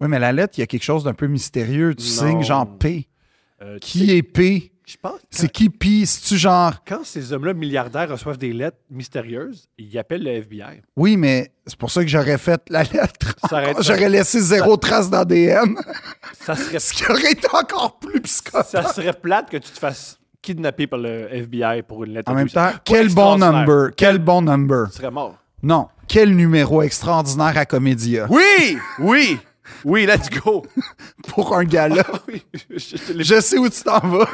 [SPEAKER 2] Oui, mais la lettre, il y a quelque chose d'un peu mystérieux. Tu
[SPEAKER 1] Non.
[SPEAKER 2] signes genre P.
[SPEAKER 1] Euh, tu sais,
[SPEAKER 2] Qui est P?
[SPEAKER 1] Je pense.
[SPEAKER 2] C'est qui pis? C'est-tu genre,
[SPEAKER 1] Quand ces hommes-là milliardaires reçoivent des lettres mystérieuses, ils appellent le FBI.
[SPEAKER 2] oui, mais c'est pour ça que j'aurais fait la lettre.
[SPEAKER 1] Ça aurait-
[SPEAKER 2] J'aurais laissé zéro trace d'ADN,
[SPEAKER 1] Ça serait,
[SPEAKER 2] ce qui aurait été encore plus
[SPEAKER 1] ça
[SPEAKER 2] psychopathe.
[SPEAKER 1] serait plate que tu te fasses kidnapper par le FBI pour une lettre.
[SPEAKER 2] En même
[SPEAKER 1] anonyme.
[SPEAKER 2] temps,
[SPEAKER 1] Pas
[SPEAKER 2] quel bon
[SPEAKER 1] extraordinaire.
[SPEAKER 2] number, quel bon number.
[SPEAKER 1] Tu serais mort.
[SPEAKER 2] Non, quel numéro extraordinaire à Comédia
[SPEAKER 1] Oui! Oui! Oui, let's go!
[SPEAKER 2] pour un gala.
[SPEAKER 1] oui, je- je te l'ai-
[SPEAKER 2] Je sais où tu t'en vas.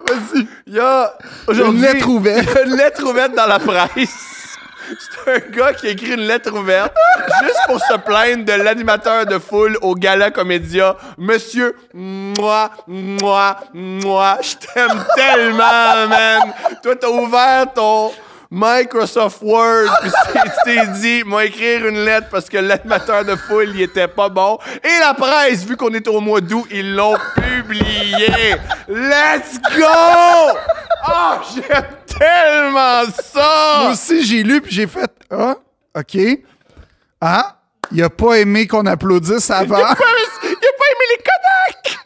[SPEAKER 2] Vas-y.
[SPEAKER 1] Il y a
[SPEAKER 2] Une
[SPEAKER 1] aujourd'hui
[SPEAKER 2] lettre ouverte.
[SPEAKER 1] une lettre ouverte dans la presse. C'est un gars qui écrit une lettre ouverte juste pour se plaindre de l'animateur de foule au gala comédia. Monsieur, moi, moi, moi, je t'aime tellement, man. Toi, t'as ouvert ton Microsoft Word, puis tu t'es dit, moi, écrire une lettre parce que l'animateur de foule, il était pas bon. Et la presse, vu qu'on est au mois d'août, ils l'ont publié. Let's go! Oh, j'aime tellement ça!
[SPEAKER 2] Moi aussi, j'ai lu puis j'ai fait Ah, OK. Ah, il a pas aimé qu'on applaudisse avant.
[SPEAKER 1] Il a pas aimé les Kodak!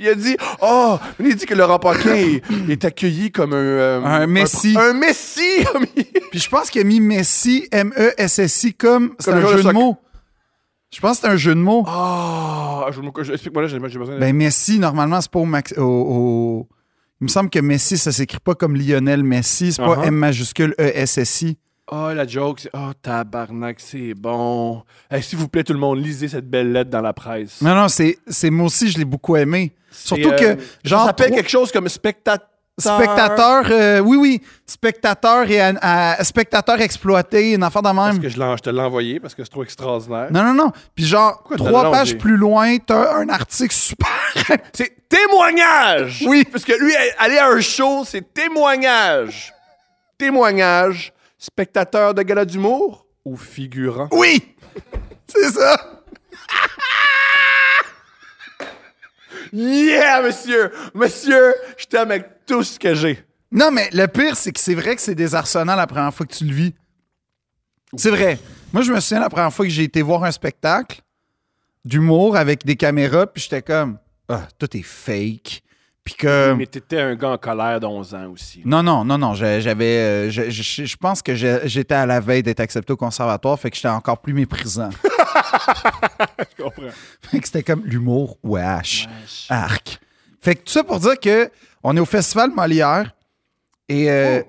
[SPEAKER 1] il a dit Oh, il a dit que Laurent Paquin est, est accueilli comme un. euh,
[SPEAKER 2] Un Messi.
[SPEAKER 1] Un, Messi comme il-
[SPEAKER 2] Puis je pense qu'il a mis Messi, E M-E-S-S-I, comme. C'est
[SPEAKER 1] Comme
[SPEAKER 2] un
[SPEAKER 1] le
[SPEAKER 2] jeu de
[SPEAKER 1] soccer.
[SPEAKER 2] mots. Je pense que c'est un jeu de mots.
[SPEAKER 1] Ah, je, me- je- explique-moi là, j'ai j'ai besoin de.
[SPEAKER 2] Ben, Messi, normalement, c'est pas au, max, au, au- Il me semble que Messi, ça s'écrit pas comme Lionel Messi. C'est pas
[SPEAKER 1] Uh-huh.
[SPEAKER 2] M majuscule E E-S-S-I.
[SPEAKER 1] Ah, la joke, c'est Ah, tabarnak, c'est bon. Hey, S'il vous plaît, tout le monde, lisez cette belle lettre dans la presse.
[SPEAKER 2] Non, non, c'est, c'est moi aussi, je l'ai beaucoup aimé.
[SPEAKER 1] C'est,
[SPEAKER 2] Surtout
[SPEAKER 1] euh,
[SPEAKER 2] que, genre,
[SPEAKER 1] ça s'appelle
[SPEAKER 2] trois-
[SPEAKER 1] quelque chose comme spectateur.
[SPEAKER 2] spectateur, euh, oui, oui, spectateur et an- à- spectateur exploité, une affaire de
[SPEAKER 1] Parce
[SPEAKER 2] même.
[SPEAKER 1] que je, l'en- je te l'ai envoyé parce que c'est trop extraordinaire.
[SPEAKER 2] Non, non, non. Puis genre,
[SPEAKER 1] t'as
[SPEAKER 2] trois
[SPEAKER 1] l'allongé?
[SPEAKER 2] pages plus loin, t'as un article super.
[SPEAKER 1] C'est témoignage!
[SPEAKER 2] Oui.
[SPEAKER 1] Parce que lui, aller à un show, c'est témoignage. Témoignage. Spectateur de gala d'humour ou figurant?
[SPEAKER 2] oui! C'est ça!
[SPEAKER 1] Yeah, monsieur! Monsieur, je t'aime avec tout ce que j'ai.
[SPEAKER 2] Non, mais le pire, c'est que c'est vrai que c'est désarçonnant la première fois que tu le vis. C'est vrai. Moi, je me souviens la première fois que j'ai été voir un spectacle d'humour avec des caméras, puis j'étais comme, ah, tout est fake. Puis comme.
[SPEAKER 1] Mais t'étais un gars en colère d'11 ans aussi.
[SPEAKER 2] Non, non, non, non. j'ai- J'avais. euh, Je, je- je pense que j'ai- j'étais à la veille d'être accepté au conservatoire, fait que j'étais encore plus méprisant.
[SPEAKER 1] Je comprends.
[SPEAKER 2] fait que c'était comme l'humour wesh. Arc. Fait que tout ça pour dire que on est au festival Molière et euh,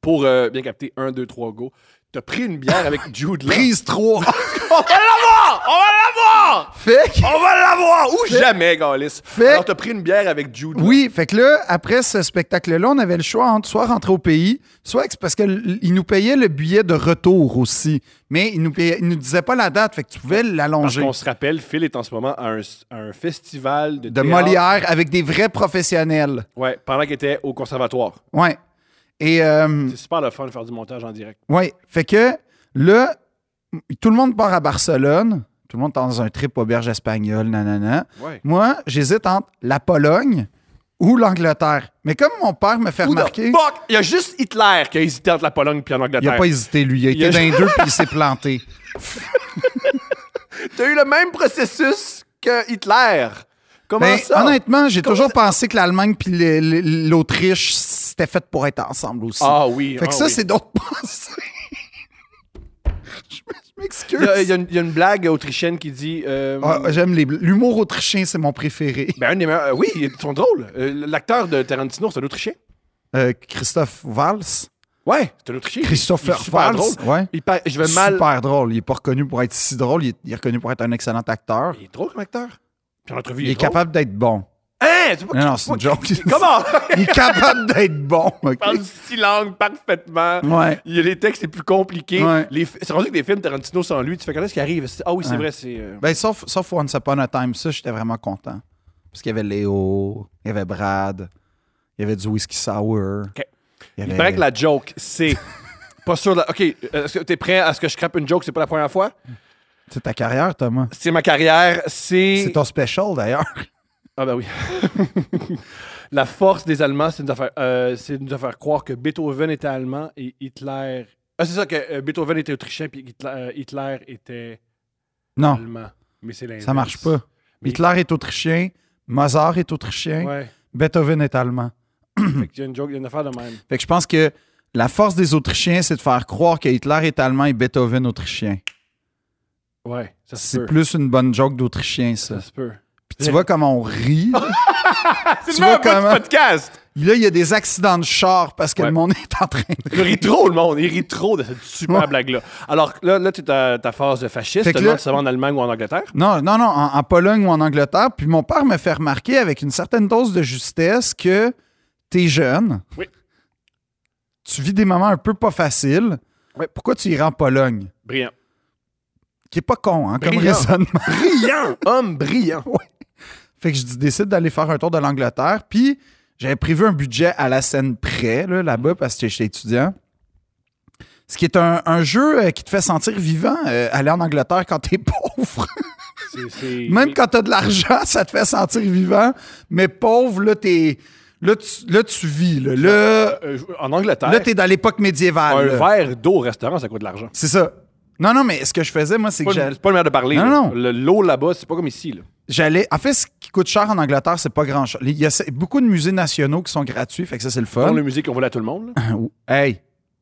[SPEAKER 1] Pour euh, bien capter, 1, 2, 3, go. T'as pris une bière avec Jude Law.
[SPEAKER 2] prise 3.
[SPEAKER 1] On va l'avoir! On va l'avoir!
[SPEAKER 2] fait que.
[SPEAKER 1] On va l'avoir! Ou jamais, Galis.
[SPEAKER 2] Fait-
[SPEAKER 1] Alors, t'as pris une bière avec Jude. Law.
[SPEAKER 2] Oui, fait que là, après ce spectacle-là, on avait le choix entre soit rentrer au pays, soit ex- parce qu'ils nous payaient le billet de retour aussi, mais ils nous, payaient- ils nous disaient pas la date, fait que tu pouvais
[SPEAKER 1] Parce
[SPEAKER 2] l'allonger.
[SPEAKER 1] qu'on se rappelle, Phil est en ce moment à un, à un festival de,
[SPEAKER 2] De
[SPEAKER 1] théâtre.
[SPEAKER 2] Molière avec des vrais professionnels.
[SPEAKER 1] Ouais, pendant qu'il était au conservatoire.
[SPEAKER 2] Ouais. Et euh,
[SPEAKER 1] C'est super le fun de faire du montage en direct.
[SPEAKER 2] ouais, fait que là, m- tout le monde part à Barcelone, tout le monde est dans un trip auberge espagnole, nanana.
[SPEAKER 1] Ouais.
[SPEAKER 2] Moi, j'hésite entre la Pologne ou l'Angleterre. Mais comme mon père me fait remarquer,
[SPEAKER 1] fuck? Il y a juste Hitler qui a hésité entre la Pologne et
[SPEAKER 2] il
[SPEAKER 1] l'Angleterre.
[SPEAKER 2] a pas hésité lui, il a
[SPEAKER 1] Il a
[SPEAKER 2] été dans les deux puis il s'est planté.
[SPEAKER 1] T'as eu le même processus que Hitler. Comment
[SPEAKER 2] Ben,
[SPEAKER 1] ça?
[SPEAKER 2] honnêtement, j'ai
[SPEAKER 1] Comment
[SPEAKER 2] toujours pensé que l'Allemagne puis le- le- l'Autriche c'était fait pour être ensemble aussi.
[SPEAKER 1] Ah oui.
[SPEAKER 2] fait que
[SPEAKER 1] ah
[SPEAKER 2] ça
[SPEAKER 1] oui.
[SPEAKER 2] c'est d'autres pensées. je m'excuse.
[SPEAKER 1] Il y, a- il y a une- il y a une blague autrichienne qui dit. euh,
[SPEAKER 2] Ah, J'aime les bl- l'humour autrichien, c'est mon préféré.
[SPEAKER 1] ben, un des meilleurs- euh, oui, ils sont drôles. Euh, L'acteur de Tarantino, c'est un Autrichien.
[SPEAKER 2] Euh, Christophe Valls.
[SPEAKER 1] Ouais, c'est un Autrichien.
[SPEAKER 2] Christopher
[SPEAKER 1] Il est super
[SPEAKER 2] Valls.
[SPEAKER 1] drôle.
[SPEAKER 2] Ouais.
[SPEAKER 1] Il par- Je vais mal.
[SPEAKER 2] Super drôle. Il est pas reconnu pour être si drôle. Il est, il est reconnu pour être un excellent acteur.
[SPEAKER 1] Il est drôle comme acteur. Puis en entrevue,
[SPEAKER 2] Il,
[SPEAKER 1] il,
[SPEAKER 2] est,
[SPEAKER 1] drôle.
[SPEAKER 2] capable d'être bon.
[SPEAKER 1] Hein? C'est pas-
[SPEAKER 2] Non, non, c'est une
[SPEAKER 1] pas-
[SPEAKER 2] joke.
[SPEAKER 1] Comment?
[SPEAKER 2] il est capable d'être bon. ok?
[SPEAKER 1] parle six langues parfaitement.
[SPEAKER 2] Ouais.
[SPEAKER 1] Il y a les textes les plus compliqués.
[SPEAKER 2] Ouais.
[SPEAKER 1] Les fi- C'est rendu que des films Tarantino sans lui, tu fais quand est-ce qu'il arrive? C'est- Ah oui, c'est
[SPEAKER 2] Ouais.
[SPEAKER 1] vrai, c'est. euh,
[SPEAKER 2] Ben, sauf, sauf Once Upon a Time, ça, j'étais vraiment content. Parce qu'il y avait Léo, il y avait Brad, il y avait du Whisky Sour. Il y
[SPEAKER 1] Il
[SPEAKER 2] avait-
[SPEAKER 1] paraît que la joke, c'est. pas sûr. là. Ok, euh, est-ce que t'es prêt à ce que je crappe une joke? C'est pas la première fois.
[SPEAKER 2] C'est ta carrière, Thomas.
[SPEAKER 1] C'est ma carrière,
[SPEAKER 2] C'est
[SPEAKER 1] c'est.
[SPEAKER 2] ton special, d'ailleurs.
[SPEAKER 1] Ah ben oui. la force des Allemands, c'est de, nous faire, euh, c'est de nous faire croire que Beethoven était allemand et Hitler. Ah, c'est ça, que euh, Beethoven était autrichien puis Hitler, euh, Hitler était
[SPEAKER 2] Non,
[SPEAKER 1] allemand. Mais c'est l'inverse.
[SPEAKER 2] Ah. ça marche pas.
[SPEAKER 1] Mais-
[SPEAKER 2] Hitler est autrichien, Mozart est autrichien,
[SPEAKER 1] Ouais.
[SPEAKER 2] Beethoven est allemand.
[SPEAKER 1] fait qu'il y a une joke, il y a une affaire de même.
[SPEAKER 2] Fait que je pense que la force des Autrichiens, c'est de faire croire que Hitler est allemand et Beethoven autrichien.
[SPEAKER 1] Ouais, ça se
[SPEAKER 2] C'est
[SPEAKER 1] peut.
[SPEAKER 2] plus une bonne joke d'Autrichien, ça.
[SPEAKER 1] Ça se peut.
[SPEAKER 2] Puis tu vois comment on rit.
[SPEAKER 1] C'est
[SPEAKER 2] Tu le vois meilleur bout du comment-
[SPEAKER 1] podcast!
[SPEAKER 2] Là, il y a des accidents de char parce que
[SPEAKER 1] Ouais.
[SPEAKER 2] le monde est en train de
[SPEAKER 1] Il rit trop, le monde. Il rit trop de cette super
[SPEAKER 2] Ouais.
[SPEAKER 1] blague-là. Alors là, là tu as ta phase de fasciste.
[SPEAKER 2] Fait
[SPEAKER 1] Tu
[SPEAKER 2] que
[SPEAKER 1] te
[SPEAKER 2] là-
[SPEAKER 1] demandes si ça va en Allemagne ou en Angleterre.
[SPEAKER 2] Non, non, non, en, en Pologne ou en Angleterre. Puis mon père me fait remarquer avec une certaine dose de justesse que t'es jeune.
[SPEAKER 1] Oui.
[SPEAKER 2] Tu vis des moments un peu pas faciles.
[SPEAKER 1] Ouais.
[SPEAKER 2] Pourquoi tu irais en Pologne?
[SPEAKER 1] Brillant.
[SPEAKER 2] Qui est pas con, hein, comme
[SPEAKER 1] Brillant.
[SPEAKER 2] raisonnement.
[SPEAKER 1] Brillant! Homme brillant.
[SPEAKER 2] Fait que je dis- décide d'aller faire un tour de l'Angleterre. Puis j'avais prévu un budget à la scène près, là,
[SPEAKER 1] Mm.
[SPEAKER 2] là-bas, parce que j'étais étudiant. Ce qui est un, un jeu euh, qui te fait sentir vivant, euh, aller en Angleterre quand t'es pauvre.
[SPEAKER 1] C'est- c'est-
[SPEAKER 2] Même quand t'as de l'argent, ça te fait sentir vivant. Mais pauvre, là, t'es. Là tu, là, tu vis. Là, là,
[SPEAKER 1] Euh, en Angleterre,
[SPEAKER 2] là, t'es dans l'époque médiévale.
[SPEAKER 1] un
[SPEAKER 2] là.
[SPEAKER 1] verre d'eau au restaurant, ça coûte de l'argent.
[SPEAKER 2] C'est ça. Non, non, mais ce que je faisais, moi, c'est
[SPEAKER 1] C'est
[SPEAKER 2] que
[SPEAKER 1] pas,
[SPEAKER 2] j'allais.
[SPEAKER 1] une- c'est pas une manière de parler.
[SPEAKER 2] Non, Hein?
[SPEAKER 1] là.
[SPEAKER 2] non.
[SPEAKER 1] Le- L'eau là-bas, c'est pas comme ici. là.
[SPEAKER 2] J'allais. En fait, ce qui coûte cher en Angleterre, c'est pas grand chose. Il y a c- beaucoup de musées nationaux qui sont gratuits, fait que ça, c'est le
[SPEAKER 1] Dans
[SPEAKER 2] fun.
[SPEAKER 1] la musique, on vole à tout le monde. là.
[SPEAKER 2] Hey!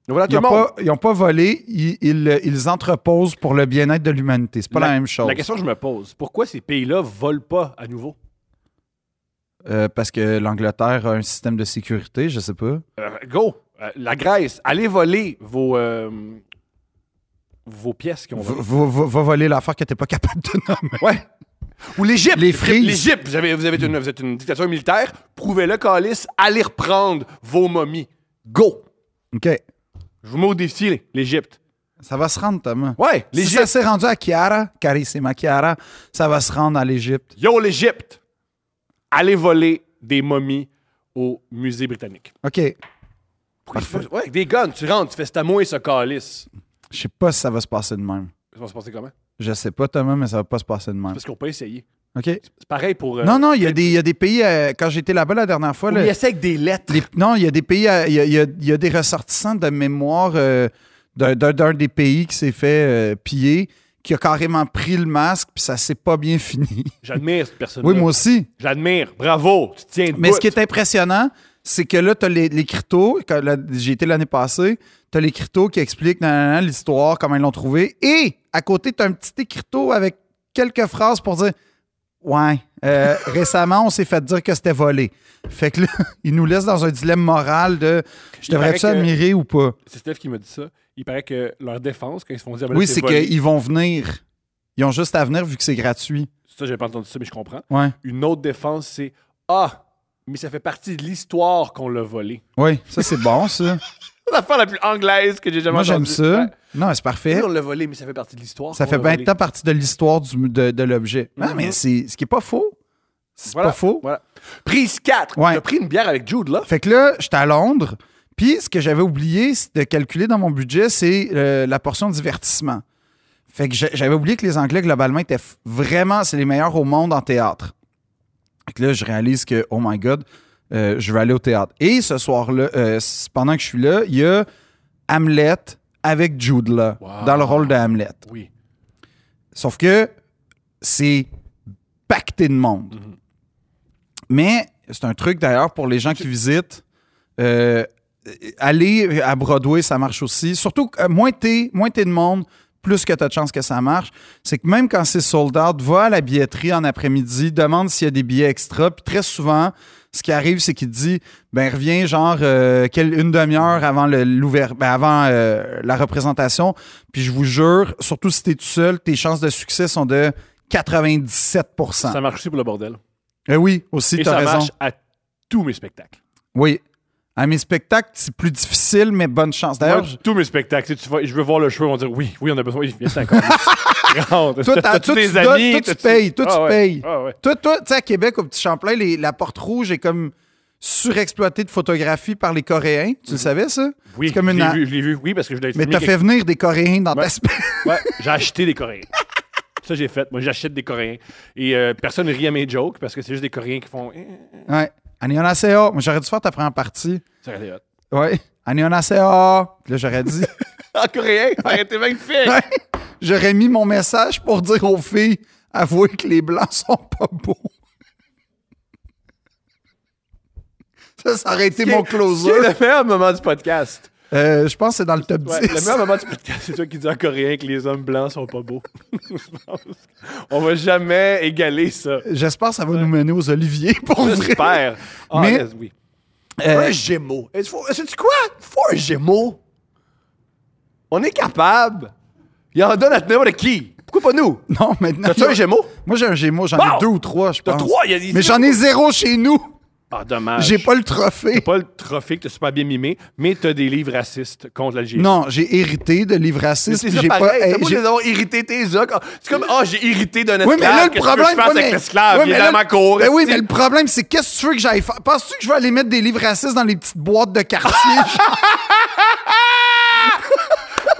[SPEAKER 1] On vole à Ah, tout
[SPEAKER 2] Ils
[SPEAKER 1] le
[SPEAKER 2] n'ont
[SPEAKER 1] monde.
[SPEAKER 2] pas, ils ont pas volé, ils, ils- ils entreposent pour le bien-être de l'humanité. C'est pas la, même chose.
[SPEAKER 1] La question que je me pose, pourquoi ces pays-là volent pas à nouveau?
[SPEAKER 2] Euh, parce que l'Angleterre a un système de sécurité, je sais pas.
[SPEAKER 1] Euh, go! Euh, la Grèce, allez voler vos, euh, vos pièces qu'on
[SPEAKER 2] Va,
[SPEAKER 1] vole.
[SPEAKER 2] va- va voler l'affaire que t'es pas capable de nommer.
[SPEAKER 1] Ouais. Ou l'Égypte.
[SPEAKER 2] Les frises.
[SPEAKER 1] L'Égypte, vous, avez, vous, avez une, vous êtes une dictature militaire, prouvez-le, Calis, allez reprendre vos momies. Go!
[SPEAKER 2] OK.
[SPEAKER 1] Je vous mets au défi, l'Égypte.
[SPEAKER 2] Ça va se rendre, Thomas.
[SPEAKER 1] Ouais,
[SPEAKER 2] Si
[SPEAKER 1] l'Égypte.
[SPEAKER 2] ça s'est rendu à Chiara, Carissima Chiara, ça va se rendre à l'Égypte.
[SPEAKER 1] Yo, l'Égypte! Allez voler des momies au musée britannique.
[SPEAKER 2] OK.
[SPEAKER 1] Pourquoi ils font- Ouais, avec des guns, tu rentres, tu fais Stamo et ce Calis.
[SPEAKER 2] Je sais pas si ça va se passer de même.
[SPEAKER 1] Ça va se passer comment?
[SPEAKER 2] Je sais pas, Thomas, mais ça va pas se passer de même.
[SPEAKER 1] Parce qu'on peut essayer.
[SPEAKER 2] OK?
[SPEAKER 1] C'est pareil pour. euh,
[SPEAKER 2] Non, non, il y, a des- il y a des pays, euh, quand j'étais là-bas la dernière fois,
[SPEAKER 1] on
[SPEAKER 2] là,
[SPEAKER 1] y essaie avec des lettres.
[SPEAKER 2] Les- non, il y a des pays, à- il y a, il y a- il y a des ressortissants de mémoire euh, d'un- d'un d'un des pays qui s'est fait euh, piller, qui a carrément pris le masque, puis ça s'est pas bien fini.
[SPEAKER 1] J'admire cette personne.
[SPEAKER 2] oui, moi aussi.
[SPEAKER 1] J'admire. Bravo. Tu tiens
[SPEAKER 2] Mais
[SPEAKER 1] debout.
[SPEAKER 2] ce qui est impressionnant, c'est que là, tu as les, les cryptos, quand la- j'ai été l'année passée, tu as les cryptos qui expliquent nan, nan, nan, l'histoire, comment ils l'ont trouvé, et à côté, tu as un petit écriteau avec quelques phrases pour dire Ouais, euh, récemment, on s'est fait dire que c'était volé. Fait que là, ils nous laissent dans un dilemme moral de Je
[SPEAKER 1] Il paraît que-
[SPEAKER 2] devrais-tu admirer ou pas
[SPEAKER 1] C'est Steph qui m'a dit ça. Il paraît que leur défense, quand ils se font dire. ben là,
[SPEAKER 2] Oui, c'est
[SPEAKER 1] volé.
[SPEAKER 2] qu'ils vont venir. Ils ont juste à venir vu que c'est gratuit.
[SPEAKER 1] Ça, j'ai pas entendu ça, mais je comprends.
[SPEAKER 2] Ouais,
[SPEAKER 1] Une autre défense, c'est Ah, mais ça fait partie de l'histoire qu'on l'a volé.
[SPEAKER 2] ouais, ça c'est bon, ça.
[SPEAKER 1] C'est l'affaire la plus anglaise que j'ai jamais
[SPEAKER 2] Moi, j'aime
[SPEAKER 1] entendue.
[SPEAKER 2] ça.
[SPEAKER 1] Ouais.
[SPEAKER 2] Non, c'est parfait.
[SPEAKER 1] Oui, on l'a volé, mais ça fait partie de l'histoire.
[SPEAKER 2] Ça
[SPEAKER 1] qu'on
[SPEAKER 2] fait
[SPEAKER 1] l'a
[SPEAKER 2] 20
[SPEAKER 1] volé.
[SPEAKER 2] ans partie de l'histoire du- de, de l'objet. Non,
[SPEAKER 1] Mhm.
[SPEAKER 2] mais c'est ce qui est pas faux. C'est
[SPEAKER 1] Voilà.
[SPEAKER 2] pas faux.
[SPEAKER 1] Voilà. Prise 4.
[SPEAKER 2] Ouais.
[SPEAKER 1] T'as pris une bière avec Jude, là.
[SPEAKER 2] Fait que là, j'étais à Londres. Puis, ce que j'avais oublié c'est de calculer dans mon budget, c'est euh, la portion divertissement. Fait que j'a- j'avais oublié que les Anglais, globalement, étaient f- vraiment, c'est les meilleurs au monde en théâtre. Fait que là, je réalise que, oh my God, euh, je vais aller au théâtre. Et ce soir-là, euh, c- pendant que je suis là, il y a Hamlet avec Jude Law
[SPEAKER 1] Wow.
[SPEAKER 2] dans le rôle de Hamlet.
[SPEAKER 1] Oui.
[SPEAKER 2] Sauf que c'est pacté de monde.
[SPEAKER 1] Mhm.
[SPEAKER 2] Mais c'est un truc d'ailleurs pour les gens qui visitent. euh, aller à Broadway, ça marche aussi. Surtout, que, euh, moins t'es moins t'es de monde, plus que t'as de chances que ça marche. C'est que même quand c'est sold out, va à la billetterie en après-midi, demande s'il y a des billets extra. Puis très souvent, ce qui arrive, c'est qu'il te dit ben reviens genre euh, quelle- une demi-heure avant le- l'ouvert, ben, avant euh, la représentation. Puis je vous jure, surtout si t'es tout seul, tes chances de succès sont de 97
[SPEAKER 1] Ça marche aussi pour le bordel.
[SPEAKER 2] Eh oui, aussi,
[SPEAKER 1] Et
[SPEAKER 2] Ah. t'as
[SPEAKER 1] ça
[SPEAKER 2] raison.
[SPEAKER 1] marche à tous mes spectacles.
[SPEAKER 2] Oui. À mes spectacles, c'est plus difficile, mais bonne chance. D'ailleurs,
[SPEAKER 1] Moi, tous mes spectacles, si tu vas- je veux voir le show, ils vont dire oui, oui, on a besoin. Viens, c'est encore. Rentre.
[SPEAKER 2] Toi, t'as-
[SPEAKER 1] T'as-tu
[SPEAKER 2] toi,
[SPEAKER 1] des
[SPEAKER 2] tu donnes, toi, tu
[SPEAKER 1] T'as-tu-
[SPEAKER 2] payes, toi,
[SPEAKER 1] Ah
[SPEAKER 2] tu
[SPEAKER 1] ouais.
[SPEAKER 2] payes.
[SPEAKER 1] Ah ouais.
[SPEAKER 2] Toi, toi, tu sais, à Québec, au Petit Champlain, les- la porte rouge est comme surexploitée de photographie par les Coréens. Tu le savais, ça?
[SPEAKER 1] Mm-hmm. Oui,
[SPEAKER 2] C'est comme
[SPEAKER 1] je
[SPEAKER 2] une-
[SPEAKER 1] l'ai vu, je l'ai vu. Oui, parce que je l'ai
[SPEAKER 2] Mais
[SPEAKER 1] filmé
[SPEAKER 2] t'as fait venir des Coréens dans ta
[SPEAKER 1] Ouais.
[SPEAKER 2] semaine.
[SPEAKER 1] quelque- Ouais, j'ai acheté des Coréens. Ça, j'ai fait. Moi, j'achète des Coréens. Et euh, personne ne rit à mes jokes parce que c'est juste des Coréens qui font. eh, eh,
[SPEAKER 2] Ouais. Annyeonghaseyo. Moi, j'aurais dû faire ta première partie.
[SPEAKER 1] Ça aurait été hot.
[SPEAKER 2] Ouais. Annyeonghaseyo. Puis Là, j'aurais dit...
[SPEAKER 1] En Ah, coréen, arrêtez magnifique.
[SPEAKER 2] Ouais. J'aurais mis mon message pour dire aux filles, avouez que les blancs sont pas beaux. Ça, ça aurait été mon closer.
[SPEAKER 1] C'est le meilleur moment du podcast.
[SPEAKER 2] Euh, je pense que c'est dans le top 10.
[SPEAKER 1] Ouais, le meilleur moment du podcast, c'est toi qui dis en coréen que les hommes blancs sont pas beaux. Je pense. On va jamais égaler ça.
[SPEAKER 2] J'espère que ça va nous mener aux oliviers pour vrai.
[SPEAKER 1] J'espère. Ah,
[SPEAKER 2] Mais-
[SPEAKER 1] yes, oui.
[SPEAKER 2] Euh,
[SPEAKER 1] Un Gémeaux. Il faut- Sais-tu quoi? Il faut un Gémeaux. On est capable. Il en donne à n'importe qui. Pourquoi pas nous?
[SPEAKER 2] non, maintenant.
[SPEAKER 1] T'as-tu un Gémeaux?
[SPEAKER 2] Moi, j'ai un Gémeaux. J'en
[SPEAKER 1] Wow!
[SPEAKER 2] ai deux ou trois, je pense.
[SPEAKER 1] T'as trois, il y a des-
[SPEAKER 2] Mais j'en ai zéro chez nous.
[SPEAKER 1] Ah, dommage.
[SPEAKER 2] J'ai pas le trophée.
[SPEAKER 1] T'as pas le trophée que t'as super bien mimé, mais t'as des livres racistes contre l'Algérie.
[SPEAKER 2] Non, j'ai hérité de livres
[SPEAKER 1] Mais
[SPEAKER 2] racistes.
[SPEAKER 1] c'est
[SPEAKER 2] puis
[SPEAKER 1] ça
[SPEAKER 2] J'ai pas.
[SPEAKER 1] pareil. T'as
[SPEAKER 2] hey,
[SPEAKER 1] beau
[SPEAKER 2] j'ai-
[SPEAKER 1] les avoir irrités tes os. C'est comme, ah, j'ai irrité d'un esclave.
[SPEAKER 2] Oui, mais là, le
[SPEAKER 1] Qu'est-ce que
[SPEAKER 2] problème.
[SPEAKER 1] je fais
[SPEAKER 2] oui, mais-
[SPEAKER 1] avec l'esclave?
[SPEAKER 2] oui,
[SPEAKER 1] il est
[SPEAKER 2] mais
[SPEAKER 1] dans
[SPEAKER 2] là-
[SPEAKER 1] ma cour.
[SPEAKER 2] Ben oui,
[SPEAKER 1] est-ce
[SPEAKER 2] mais
[SPEAKER 1] que-
[SPEAKER 2] le problème, c'est qu'est-ce que tu veux que j'aille faire? Penses-tu que je vais aller mettre des livres racistes dans les petites boîtes de quartier?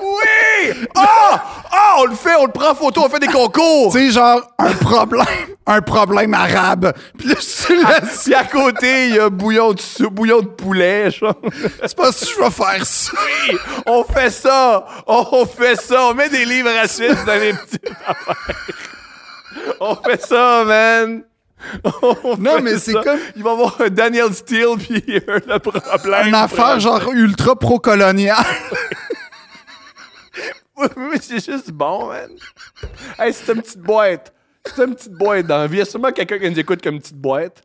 [SPEAKER 1] Oui! Ah! Ah, on le fait, on le prend en photo, on fait des concours.
[SPEAKER 2] tu sais, genre, un problème, un problème arabe. Puis là, je te laisse.
[SPEAKER 1] Puis à côté, il y a bouillon de, sou- bouillon de poulet, genre.
[SPEAKER 2] Tu penses que je vais faire ça?
[SPEAKER 1] Oui, on fait ça, on fait ça, on met des livres racistes dans les petites affaires. On fait ça, man! On
[SPEAKER 2] Non,
[SPEAKER 1] fait
[SPEAKER 2] mais c'est
[SPEAKER 1] ça.
[SPEAKER 2] comme-
[SPEAKER 1] Il va y avoir un Daniel Steele, puis euh, le problème.
[SPEAKER 2] Une affaire genre ultra pro-coloniale.
[SPEAKER 1] Mais c'est juste bon, man. Hey, c'est une petite boîte. C'est une petite boîte dans la vie. Il y a sûrement quelqu'un qui nous écoute comme une petite boîte.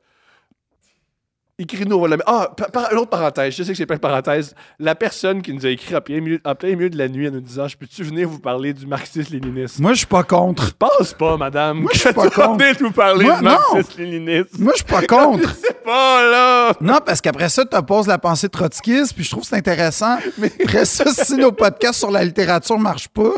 [SPEAKER 1] Écris-nous, on va la mettre. Ah, par- par- l'autre parenthèse, je sais que c'est plein de parenthèses. La personne qui nous a écrit en plein milieu, en plein milieu de la nuit en nous disant Je peux-tu venir vous parler du marxisme-léninisme
[SPEAKER 2] Moi, je suis pas contre.
[SPEAKER 1] Pense pas, madame.
[SPEAKER 2] Moi, je
[SPEAKER 1] que
[SPEAKER 2] suis pas
[SPEAKER 1] tu vas
[SPEAKER 2] contre.
[SPEAKER 1] venir nous parler
[SPEAKER 2] Moi,
[SPEAKER 1] du
[SPEAKER 2] non.
[SPEAKER 1] marxisme-léninisme.
[SPEAKER 2] Moi, je suis pas contre.
[SPEAKER 1] C'est pas là.
[SPEAKER 2] Non, parce qu'après ça, tu poses la pensée trotskiste, puis je trouve que c'est intéressant. Mais après ça, si nos podcasts sur la littérature marchent pas,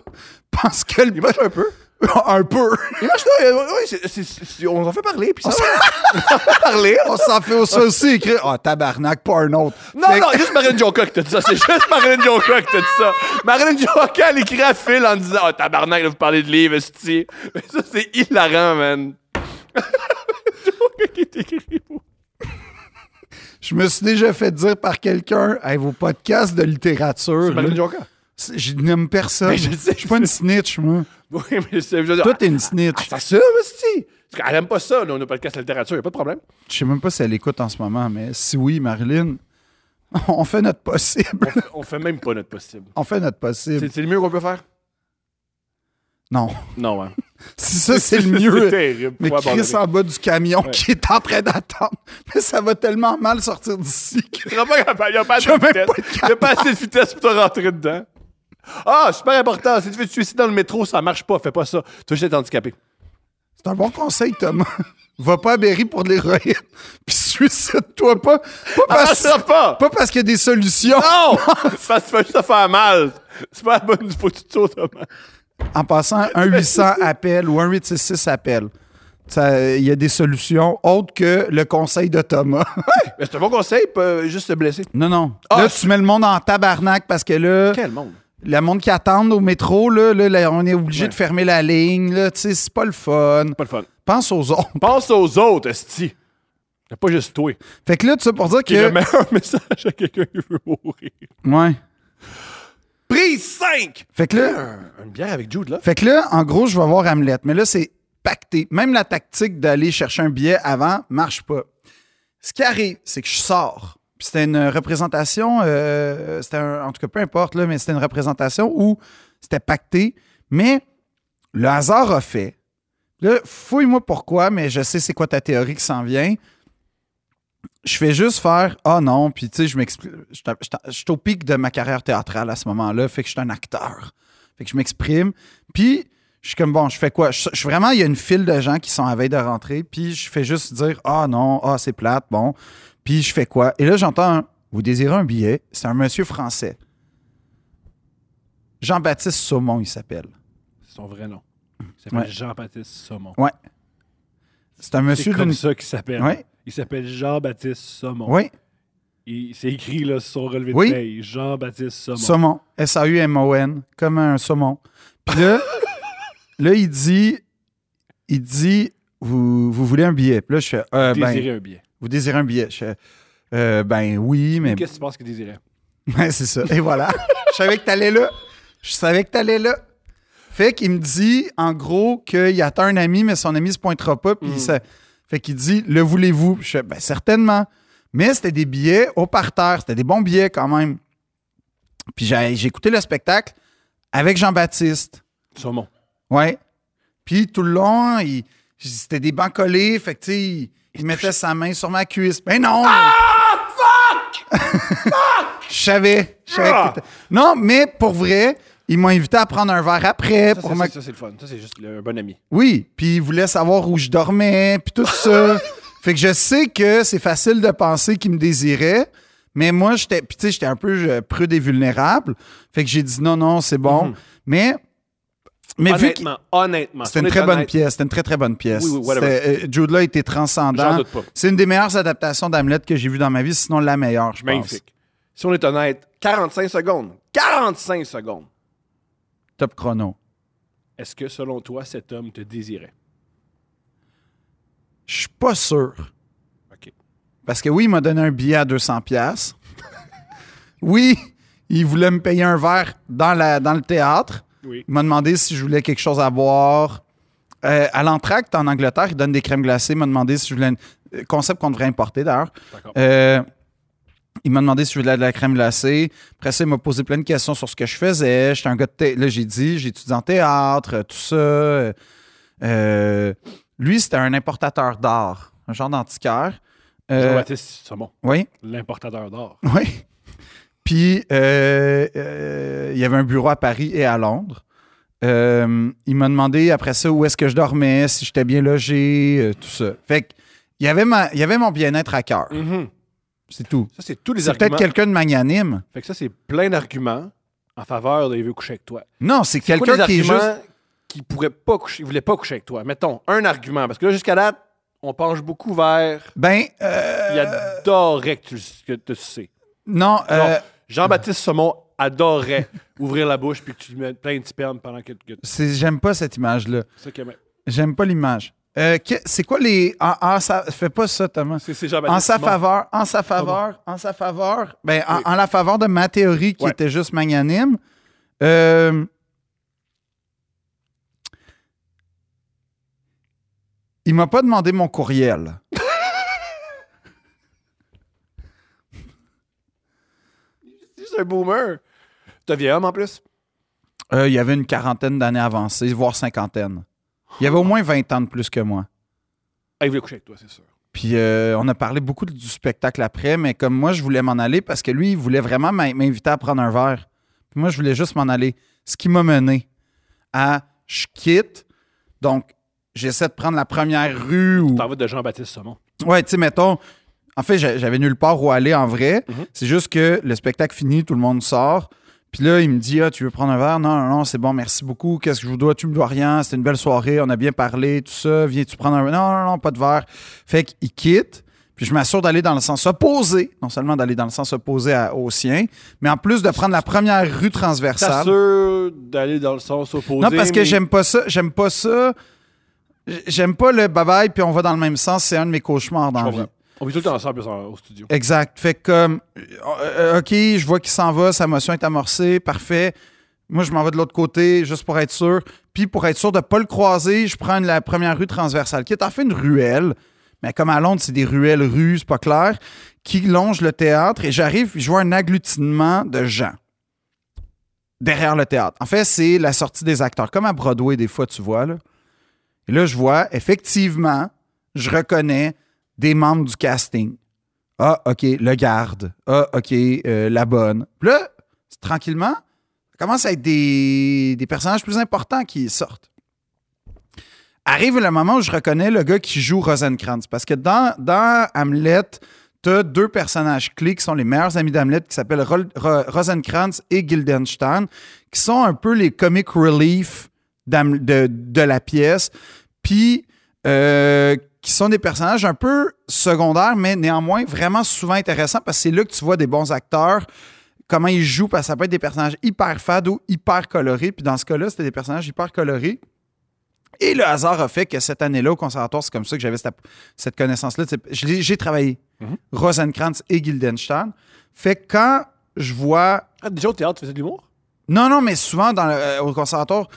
[SPEAKER 2] pense que le.
[SPEAKER 1] Il marche un peu.
[SPEAKER 2] un peu.
[SPEAKER 1] Il marche là. euh, Oui, c'est- c'est- c'est- on en fait parler, puis ça va. On en fait parler.
[SPEAKER 2] On s'en fait ça aussi écrire. Ah, tabarnak, pas un autre.
[SPEAKER 1] Non,
[SPEAKER 2] Fait que-
[SPEAKER 1] non, juste Marine Jonka qui t'a dit ça. C'est juste Marine Jonka qui t'a dit ça. Marine Jonka, elle écrit à Phil en disant Oh, tabarnak, là, vous parlez de livres, esti. Mais ça, c'est hilarant, man. Jonka qui t'écrit pour.
[SPEAKER 2] Je me suis déjà fait dire par quelqu'un, hey, vos podcasts de littérature. là,
[SPEAKER 1] Marine Jonka.
[SPEAKER 2] c'est- Je n'aime personne.
[SPEAKER 1] Ben, je sais.
[SPEAKER 2] suis pas une snitch, moi.
[SPEAKER 1] Oui, mais c'est. Je veux dire,
[SPEAKER 2] Toi, t'es une
[SPEAKER 1] ah,
[SPEAKER 2] snitch.
[SPEAKER 1] t'assumes, esti. Parce qu'elle aime pas ça, là, on a pas de casse la littérature, y a pas de problème.
[SPEAKER 2] Je sais même pas si elle écoute en ce moment, mais si oui, Marilyn, on fait notre possible.
[SPEAKER 1] On fait même pas notre possible.
[SPEAKER 2] On fait notre
[SPEAKER 1] C'est
[SPEAKER 2] possible.
[SPEAKER 1] c'est le mieux qu'on peut faire?
[SPEAKER 2] Non.
[SPEAKER 1] Non, hein.
[SPEAKER 2] Si ça, c'est le mieux.
[SPEAKER 1] C'est terrible.
[SPEAKER 2] Mais
[SPEAKER 1] Faut abandonner.
[SPEAKER 2] Chris en bas du camion qui est en train d'attendre. Mais ça va tellement mal sortir d'ici que
[SPEAKER 1] Tu seras pas capable. Il n'y a pas assez
[SPEAKER 2] vais
[SPEAKER 1] de vitesse.
[SPEAKER 2] même pas être
[SPEAKER 1] Il y a pas assez de vitesse pour te rentrer dedans. Ah, super important. Si tu veux te suicider dans le métro, ça marche pas. Fais pas ça. Tu vas juste être handicapé.
[SPEAKER 2] C'est un bon conseil, Thomas. Va pas à Berry pour de l'héroïne, puis suicide-toi pas. Pas
[SPEAKER 1] Ah,
[SPEAKER 2] parce,
[SPEAKER 1] ça pas!
[SPEAKER 2] pas parce qu'il y a des solutions.
[SPEAKER 1] Non! Ça se fait juste te faire mal. C'est pas la bonne. Faut que tu te sautes, Thomas.
[SPEAKER 2] En passant, un 800 appel ou un 866 appel. Ça, Il y a des solutions autres que le conseil de Thomas.
[SPEAKER 1] Mais c'est un bon conseil, peut juste se blesser.
[SPEAKER 2] non, non.
[SPEAKER 1] Ah,
[SPEAKER 2] là,
[SPEAKER 1] c'est-
[SPEAKER 2] tu mets le monde en tabarnak parce que là,
[SPEAKER 1] Quel monde?
[SPEAKER 2] le monde qui attend au métro, là, là, là, on est obligé
[SPEAKER 1] Ouais.
[SPEAKER 2] de fermer la ligne. là, tu sais, C'est pas le fun.
[SPEAKER 1] Pas le fun.
[SPEAKER 2] Pense aux autres.
[SPEAKER 1] Pense aux autres, Esti. Y a pas juste toi.
[SPEAKER 2] Fait que là, tu sais, pour dire
[SPEAKER 1] Qui est le
[SPEAKER 2] que.
[SPEAKER 1] meilleur message à quelqu'un qui veut mourir.
[SPEAKER 2] Ouais.
[SPEAKER 1] Prise 5!
[SPEAKER 2] Fait que là.
[SPEAKER 1] Une bière avec Jude, là?
[SPEAKER 2] Fait que là, en gros, je vais voir Hamlet. Mais là, c'est pacté. Même la tactique d'aller chercher un billet avant marche pas. Ce qui arrive, c'est que je sors. Puis c'était une représentation, euh, c'était un- en tout cas peu importe, là, mais c'était une représentation où c'était pacté. Mais le hasard a fait. Là, fouille-moi pourquoi, mais je sais c'est quoi ta théorie qui s'en vient. Je fais juste faire Ah non, puis tu sais, je m'explique. Je je- je suis au pic de ma carrière théâtrale à ce moment-là, fait que je suis un acteur. Fait que je m'exprime. Puis, je suis comme, bon, je fais quoi? Je, je- vraiment, il y a une file de gens qui sont à veille de rentrer. Puis, je fais juste dire, ah non, ah, c'est plate, bon. Puis, je fais quoi? Et là, j'entends, un, vous désirez un billet? C'est un monsieur français. Jean-Baptiste Saumon, il s'appelle.
[SPEAKER 1] C'est son vrai nom. Il
[SPEAKER 2] s'appelle Ouais.
[SPEAKER 1] Jean-Baptiste Saumon.
[SPEAKER 2] Ouais. C'est un monsieur
[SPEAKER 1] C'est comme
[SPEAKER 2] d'une.
[SPEAKER 1] ça qu'il s'appelle.
[SPEAKER 2] Ouais.
[SPEAKER 1] Il s'appelle Jean-Baptiste Saumon.
[SPEAKER 2] Oui,
[SPEAKER 1] Il- C'est écrit là, sur son relevé
[SPEAKER 2] Oui.
[SPEAKER 1] de paye. Jean-Baptiste Saumon.
[SPEAKER 2] saumon. S-A-U-M-O-N, comme un saumon. Puis là, là, il dit, il dit, vous, vous voulez un billet? Puis là, je fais, Euh, ben,
[SPEAKER 1] désirait un billet.
[SPEAKER 2] Vous désirez un billet? Je fais, Euh, ben oui, mais.
[SPEAKER 1] Qu'est-ce que tu penses qu'il désirait?
[SPEAKER 2] Ouais, c'est ça. Et voilà. je savais que t'allais là. Je savais que t'allais là. Fait qu'il me dit, en gros, qu'il attend un ami, mais son ami se pointera pas. Puis
[SPEAKER 1] Mm.
[SPEAKER 2] ça... Fait qu'il dit, le voulez-vous? Puis Je fais, ben certainement. Mais c'était des billets au parterre. C'était des bons billets quand même. Puis j'ai j'ai écouté le spectacle avec Jean-Baptiste.
[SPEAKER 1] Saumon.
[SPEAKER 2] Ouais. Puis tout le long, il- c'était des bancs collés, fait que tu sais, il, il mettait sa main sur ma cuisse. Mais non! Ah! Fuck! Fuck! Je savais. je savais que
[SPEAKER 1] Ah!
[SPEAKER 2] t'étais- Non, mais pour vrai, ils m'ont invité à prendre un verre après.
[SPEAKER 1] Ça,
[SPEAKER 2] pour
[SPEAKER 1] c'est-
[SPEAKER 2] ma-
[SPEAKER 1] ça, c'est le fun. Ça, c'est juste le- un bon ami.
[SPEAKER 2] Oui, puis ils voulaient savoir où je dormais, puis tout ça. fait que je sais que c'est facile de penser qu'ils me désiraient, mais moi, j'étais puis tu sais, j'étais un peu euh, prude et vulnérable. Fait que j'ai dit non, non, c'est bon. Mais, mais vu que...
[SPEAKER 1] Mm-hmm. honnêtement, honnêtement. si
[SPEAKER 2] C'était
[SPEAKER 1] on
[SPEAKER 2] une
[SPEAKER 1] est
[SPEAKER 2] très bonne
[SPEAKER 1] honnête,
[SPEAKER 2] pièce. C'était une très, très bonne pièce.
[SPEAKER 1] Oui, oui, whatever.
[SPEAKER 2] C'était- euh, Jude Law était
[SPEAKER 1] J'en
[SPEAKER 2] transcendant.
[SPEAKER 1] doute pas.
[SPEAKER 2] C'est une des meilleures adaptations d'Hamlet que j'ai vues dans ma vie, sinon la meilleure, je pense.
[SPEAKER 1] Magnifique. Si on est honnête, 45 secondes. 45 secondes.
[SPEAKER 2] Top chrono.
[SPEAKER 1] Est-ce que, selon toi, cet homme te désirait?
[SPEAKER 2] Je suis pas sûr.
[SPEAKER 1] OK.
[SPEAKER 2] Parce que oui, il m'a donné un billet à 200 pièces. oui, il voulait me payer un verre dans, la, dans le théâtre.
[SPEAKER 1] Oui.
[SPEAKER 2] Il m'a demandé si je voulais quelque chose à boire. Euh, à l'entracte, en Angleterre, ils donnent des crèmes glacées. Ils m'ont demandé si je voulais. une- euh, Concept qu'on devrait importer d'ailleurs.
[SPEAKER 1] D'accord.
[SPEAKER 2] Euh, il m'a demandé si je voulais de la crème glacée. Après ça, il m'a posé plein de questions sur ce que je faisais. J'étais un gars de thé- Là, j'ai dit, j'étudie en théâtre, euh, tout ça. Euh, euh, lui, c'était un importateur d'art, un genre d'antiquaire. Euh,
[SPEAKER 1] Jean-Baptiste Saumon,
[SPEAKER 2] oui,
[SPEAKER 1] l'importateur d'or.
[SPEAKER 2] oui. Puis, euh, euh, il y avait un bureau à Paris et à Londres. Euh, il m'a demandé après ça où est-ce que je dormais, si j'étais bien logé, euh, tout ça. Fait que, il y avait, ma- il y avait mon bien-être à cœur.
[SPEAKER 1] Mm.
[SPEAKER 2] C'est tout.
[SPEAKER 1] Mhm. Ça, c'est tous les
[SPEAKER 2] C'est
[SPEAKER 1] arguments.
[SPEAKER 2] peut-être quelqu'un de magnanime.
[SPEAKER 1] Fait que ça, c'est plein d'arguments en faveur de il veut coucher avec toi.
[SPEAKER 2] Non, c'est
[SPEAKER 1] C'est quoi
[SPEAKER 2] quelqu'un
[SPEAKER 1] les
[SPEAKER 2] qui est juste.
[SPEAKER 1] arguments qui pourrait pas coucher, il voulait pas coucher avec toi. Mettons un argument parce que là jusqu'à date, on penche beaucoup vers
[SPEAKER 2] Ben, euh,
[SPEAKER 1] il adorait que tu, le- que tu le sais.
[SPEAKER 2] non, euh,
[SPEAKER 1] Non, Jean-Baptiste Saumon adorait ouvrir la bouche puis que tu lui mettes plein de sperme pendant que, que-
[SPEAKER 2] c'est- j'aime pas cette image-là.
[SPEAKER 1] c'est ça qu'il aimait.
[SPEAKER 2] J'aime pas l'image. Euh, que- c'est quoi les. En, en sa- Fais pas ça, Thomas.
[SPEAKER 1] Ben, C'est, c'est
[SPEAKER 2] En
[SPEAKER 1] Jean-Baptiste
[SPEAKER 2] sa
[SPEAKER 1] Saumon.
[SPEAKER 2] faveur, en sa faveur, en sa faveur. Ben, en,
[SPEAKER 1] Oui.
[SPEAKER 2] en la faveur de ma théorie qui
[SPEAKER 1] Ouais.
[SPEAKER 2] était juste magnanime. euh, il m'a pas demandé mon courriel.
[SPEAKER 1] C'est juste un boomer. T'es vieil homme en plus.
[SPEAKER 2] Euh, il y avait une quarantaine d'années avancées, voire cinquantaine. Il y avait au moins 20 ans de plus que moi.
[SPEAKER 1] Ah, il voulait coucher avec toi, c'est sûr.
[SPEAKER 2] Puis euh, on a parlé beaucoup du spectacle après, mais comme moi, je voulais m'en aller parce que lui, il voulait vraiment m'in- m'inviter à prendre un verre. Puis moi, je voulais juste m'en aller. Ce qui m'a mené à je quitte. Donc, j'essaie de prendre la première rue ou.
[SPEAKER 1] T'en vas de Jean-Baptiste Saumon.
[SPEAKER 2] Ouais, tu sais, mettons. En fait, j'a- j'avais nulle part où aller en vrai.
[SPEAKER 1] Mhm.
[SPEAKER 2] C'est juste que le spectacle finit, tout le monde sort. Puis là, il me dit Ah, tu veux prendre un verre Non, non, non, c'est bon, merci beaucoup. Qu'est-ce que je vous dois Tu me dois rien. C'était une belle soirée, on a bien parlé, tout ça. Viens-tu prendre un verre Non, non, non, pas de verre. Fait qu'il quitte. Puis je m'assure d'aller dans le sens opposé, non seulement d'aller dans le sens opposé à- au sien, mais en plus de prendre la première rue transversale.
[SPEAKER 1] T'assures d'aller dans le sens opposé.
[SPEAKER 2] Non, parce que
[SPEAKER 1] mais-
[SPEAKER 2] j'aime pas ça. J'aime pas ça. J- J'aime pas le bye bye, puis on va dans le même sens. C'est un de mes cauchemars dans
[SPEAKER 1] Je
[SPEAKER 2] la vie.
[SPEAKER 1] comprends. On vit tout le temps ensemble en- au studio.
[SPEAKER 2] Exact. Fait que comme, euh, euh, OK, je vois qu'il s'en va, sa motion est amorcée, parfait. Moi, je m'en vais de l'autre côté, juste pour être sûr. Puis, pour être sûr de ne pas le croiser, je prends la première rue transversale, qui est en fait une ruelle. Mais comme à Londres, c'est des ruelles rues, c'est pas clair, qui longe le théâtre. Et j'arrive, puis je vois un agglutinement de gens derrière le théâtre. En fait, c'est la sortie des acteurs. Comme à Broadway, des fois, tu vois. Là. Et là, je vois, effectivement, je reconnais des membres du casting. Ah, OK, le garde. Ah, OK, euh, la bonne. Puis là, c'est- tranquillement, ça commence à être des, des personnages plus importants qui sortent. Arrive le moment où je reconnais le gars qui joue Rosencrantz. Parce que dans, dans Hamlet, t'as deux personnages clés qui sont les meilleurs amis d'Hamlet, qui s'appellent Rol- Ro- Rosencrantz et Guildenstern, qui sont un peu les comic relief d'Ham- de, de la pièce. Puis, euh, qui sont des personnages un peu secondaires, mais néanmoins vraiment souvent intéressants parce que c'est là que tu vois des bons acteurs, comment ils jouent, parce que ça peut être des personnages hyper fades ou hyper colorés. Puis dans ce cas-là, c'était des personnages hyper colorés. Et le hasard a fait que cette année-là, au conservatoire, c'est comme ça que j'avais cette, cette connaissance-là. Tu sais, je l'ai- J'ai travaillé
[SPEAKER 1] Mhm.
[SPEAKER 2] Rosencrantz et Guildenstern. Fait que quand je vois.
[SPEAKER 1] Ah, déjà au théâtre, tu faisais de l'humour?
[SPEAKER 2] Non, non, mais souvent dans le- euh, au conservatoire,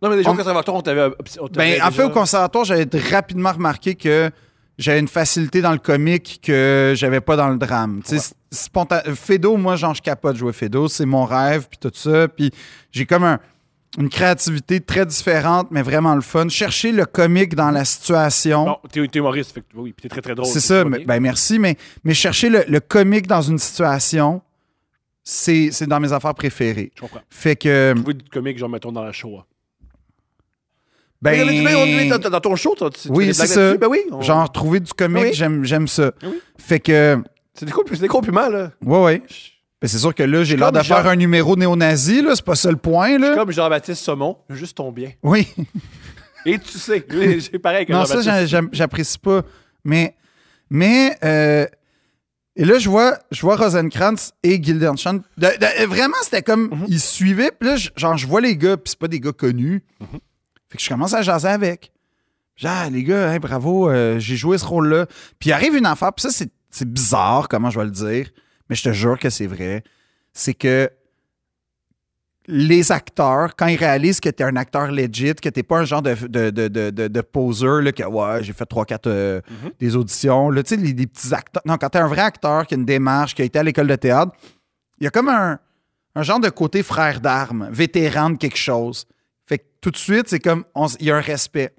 [SPEAKER 1] Non, mais déjà
[SPEAKER 2] On-
[SPEAKER 1] au conservatoire, on t'avait. obs- on
[SPEAKER 2] Ben,
[SPEAKER 1] t'avait
[SPEAKER 2] en fait,
[SPEAKER 1] déjà-
[SPEAKER 2] au conservatoire, j'avais rapidement remarqué que j'avais une facilité dans le comique que j'avais pas dans le drame. Tu sais,
[SPEAKER 1] Ouais.
[SPEAKER 2] sp- spontan- euh, Fedo, moi, genre, je capote de jouer Fedo. C'est mon rêve, puis tout ça. Puis j'ai comme un- une créativité très différente, mais vraiment le fun. Chercher le comique dans la situation.
[SPEAKER 1] Bon, t'es t'es humoriste, fait que oui, puis t'es très très drôle. fait
[SPEAKER 2] C'est
[SPEAKER 1] que
[SPEAKER 2] ça,
[SPEAKER 1] tu vas
[SPEAKER 2] mais-
[SPEAKER 1] bien.
[SPEAKER 2] ben merci, mais, mais chercher le, le comique dans une situation, c'est c'est dans mes affaires préférées.
[SPEAKER 1] Je comprends.
[SPEAKER 2] Fait que.
[SPEAKER 1] Trouver du comique, genre, mettons, dans la show. hein.
[SPEAKER 2] Ben,
[SPEAKER 1] Mais tu mets- on met dans- dans ton show, toi, tu tu
[SPEAKER 2] Oui,
[SPEAKER 1] fais des
[SPEAKER 2] c'est
[SPEAKER 1] blagues
[SPEAKER 2] ça.
[SPEAKER 1] là-dessus? Ben oui. on-
[SPEAKER 2] genre, trouver du comique,
[SPEAKER 1] Oui.
[SPEAKER 2] j'aime j'aime ça.
[SPEAKER 1] Oui.
[SPEAKER 2] Fait que.
[SPEAKER 1] C'est des, compl- c'est des compliments, là.
[SPEAKER 2] Ouais, ouais.
[SPEAKER 1] Je suis
[SPEAKER 2] Mais c'est sûr que là, j'ai l'air
[SPEAKER 1] Comme
[SPEAKER 2] de faire
[SPEAKER 1] Jean-
[SPEAKER 2] un numéro néo-nazi, là. C'est pas ça le point, là.
[SPEAKER 1] Comme Jean-Baptiste Saumon, juste ton bien.
[SPEAKER 2] Oui.
[SPEAKER 1] Et tu sais, lui, j'ai pareil que
[SPEAKER 2] non, ça,
[SPEAKER 1] Jean-Baptiste.
[SPEAKER 2] j'a- j'aime- j'apprécie pas. Mais. Mais. euh, et là, je vois, je vois Rosencrantz et Guildenstern. De- de- vraiment, c'était comme. Ils se suivaient. Puis là, je- genre, je vois les gars, puis c'est pas des gars connus. Fait que je commence à jaser avec. Genre, Ah, les gars, hein, bravo, euh, j'ai joué ce rôle-là. Puis arrive une affaire, puis ça, c'est, c'est bizarre, comment je vais le dire, mais je te jure que c'est vrai. C'est que les acteurs, quand ils réalisent que t'es un acteur legit, que t'es pas un genre de, de, de, de, de- de poser, là, que ouais, j'ai fait 3-4 des auditions, là, tu sais, les, les petits acteurs. Non, quand t'es un vrai acteur qui a une démarche, qui a été à l'école de théâtre, il y a comme un, un genre de côté frère d'armes, vétéran de quelque chose. Fait que tout de suite, c'est comme, on s- il y a un respect.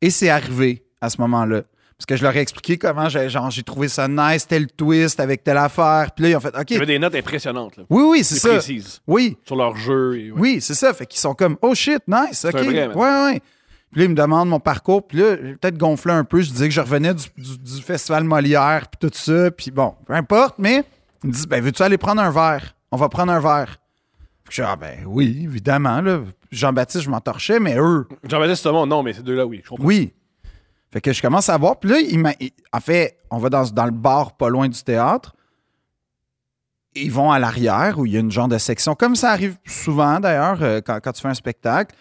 [SPEAKER 2] Et c'est arrivé à ce moment-là. Parce que je leur ai expliqué comment j'ai, genre, j'ai trouvé ça nice, tel twist avec telle affaire. Puis là, ils ont fait, OK.
[SPEAKER 1] Il y avait des notes impressionnantes, là.
[SPEAKER 2] Oui, oui, c'est
[SPEAKER 1] C'est
[SPEAKER 2] ça.
[SPEAKER 1] précises.
[SPEAKER 2] Oui,
[SPEAKER 1] Sur leur jeu. et- ouais.
[SPEAKER 2] oui, c'est ça. Fait qu'ils sont comme, oh shit, nice, OK.
[SPEAKER 1] un vrai,
[SPEAKER 2] ouais,
[SPEAKER 1] man.
[SPEAKER 2] ouais. Puis là, ils me demandent mon parcours. Puis là, j'ai peut-être gonflé un peu. Je disais que je revenais du, du- du festival Molière, puis tout ça. Puis bon, peu importe, mais ils me disent, ben, veux-tu aller prendre un verre? On va prendre un verre. Puis je dis, ah, ben oui, évidemment. Là. Jean-Baptiste, je m'en torchais, mais eux,
[SPEAKER 1] Jean-Baptiste Saumon, non, mais ces deux-là, oui. Je comprends.
[SPEAKER 2] oui. Fait que je commence à voir. Puis là, il m'a- il- en fait, on va dans, dans le bar pas loin du théâtre. Ils vont à l'arrière où il y a une genre de section, comme ça arrive souvent d'ailleurs euh, quand, quand tu fais un spectacle.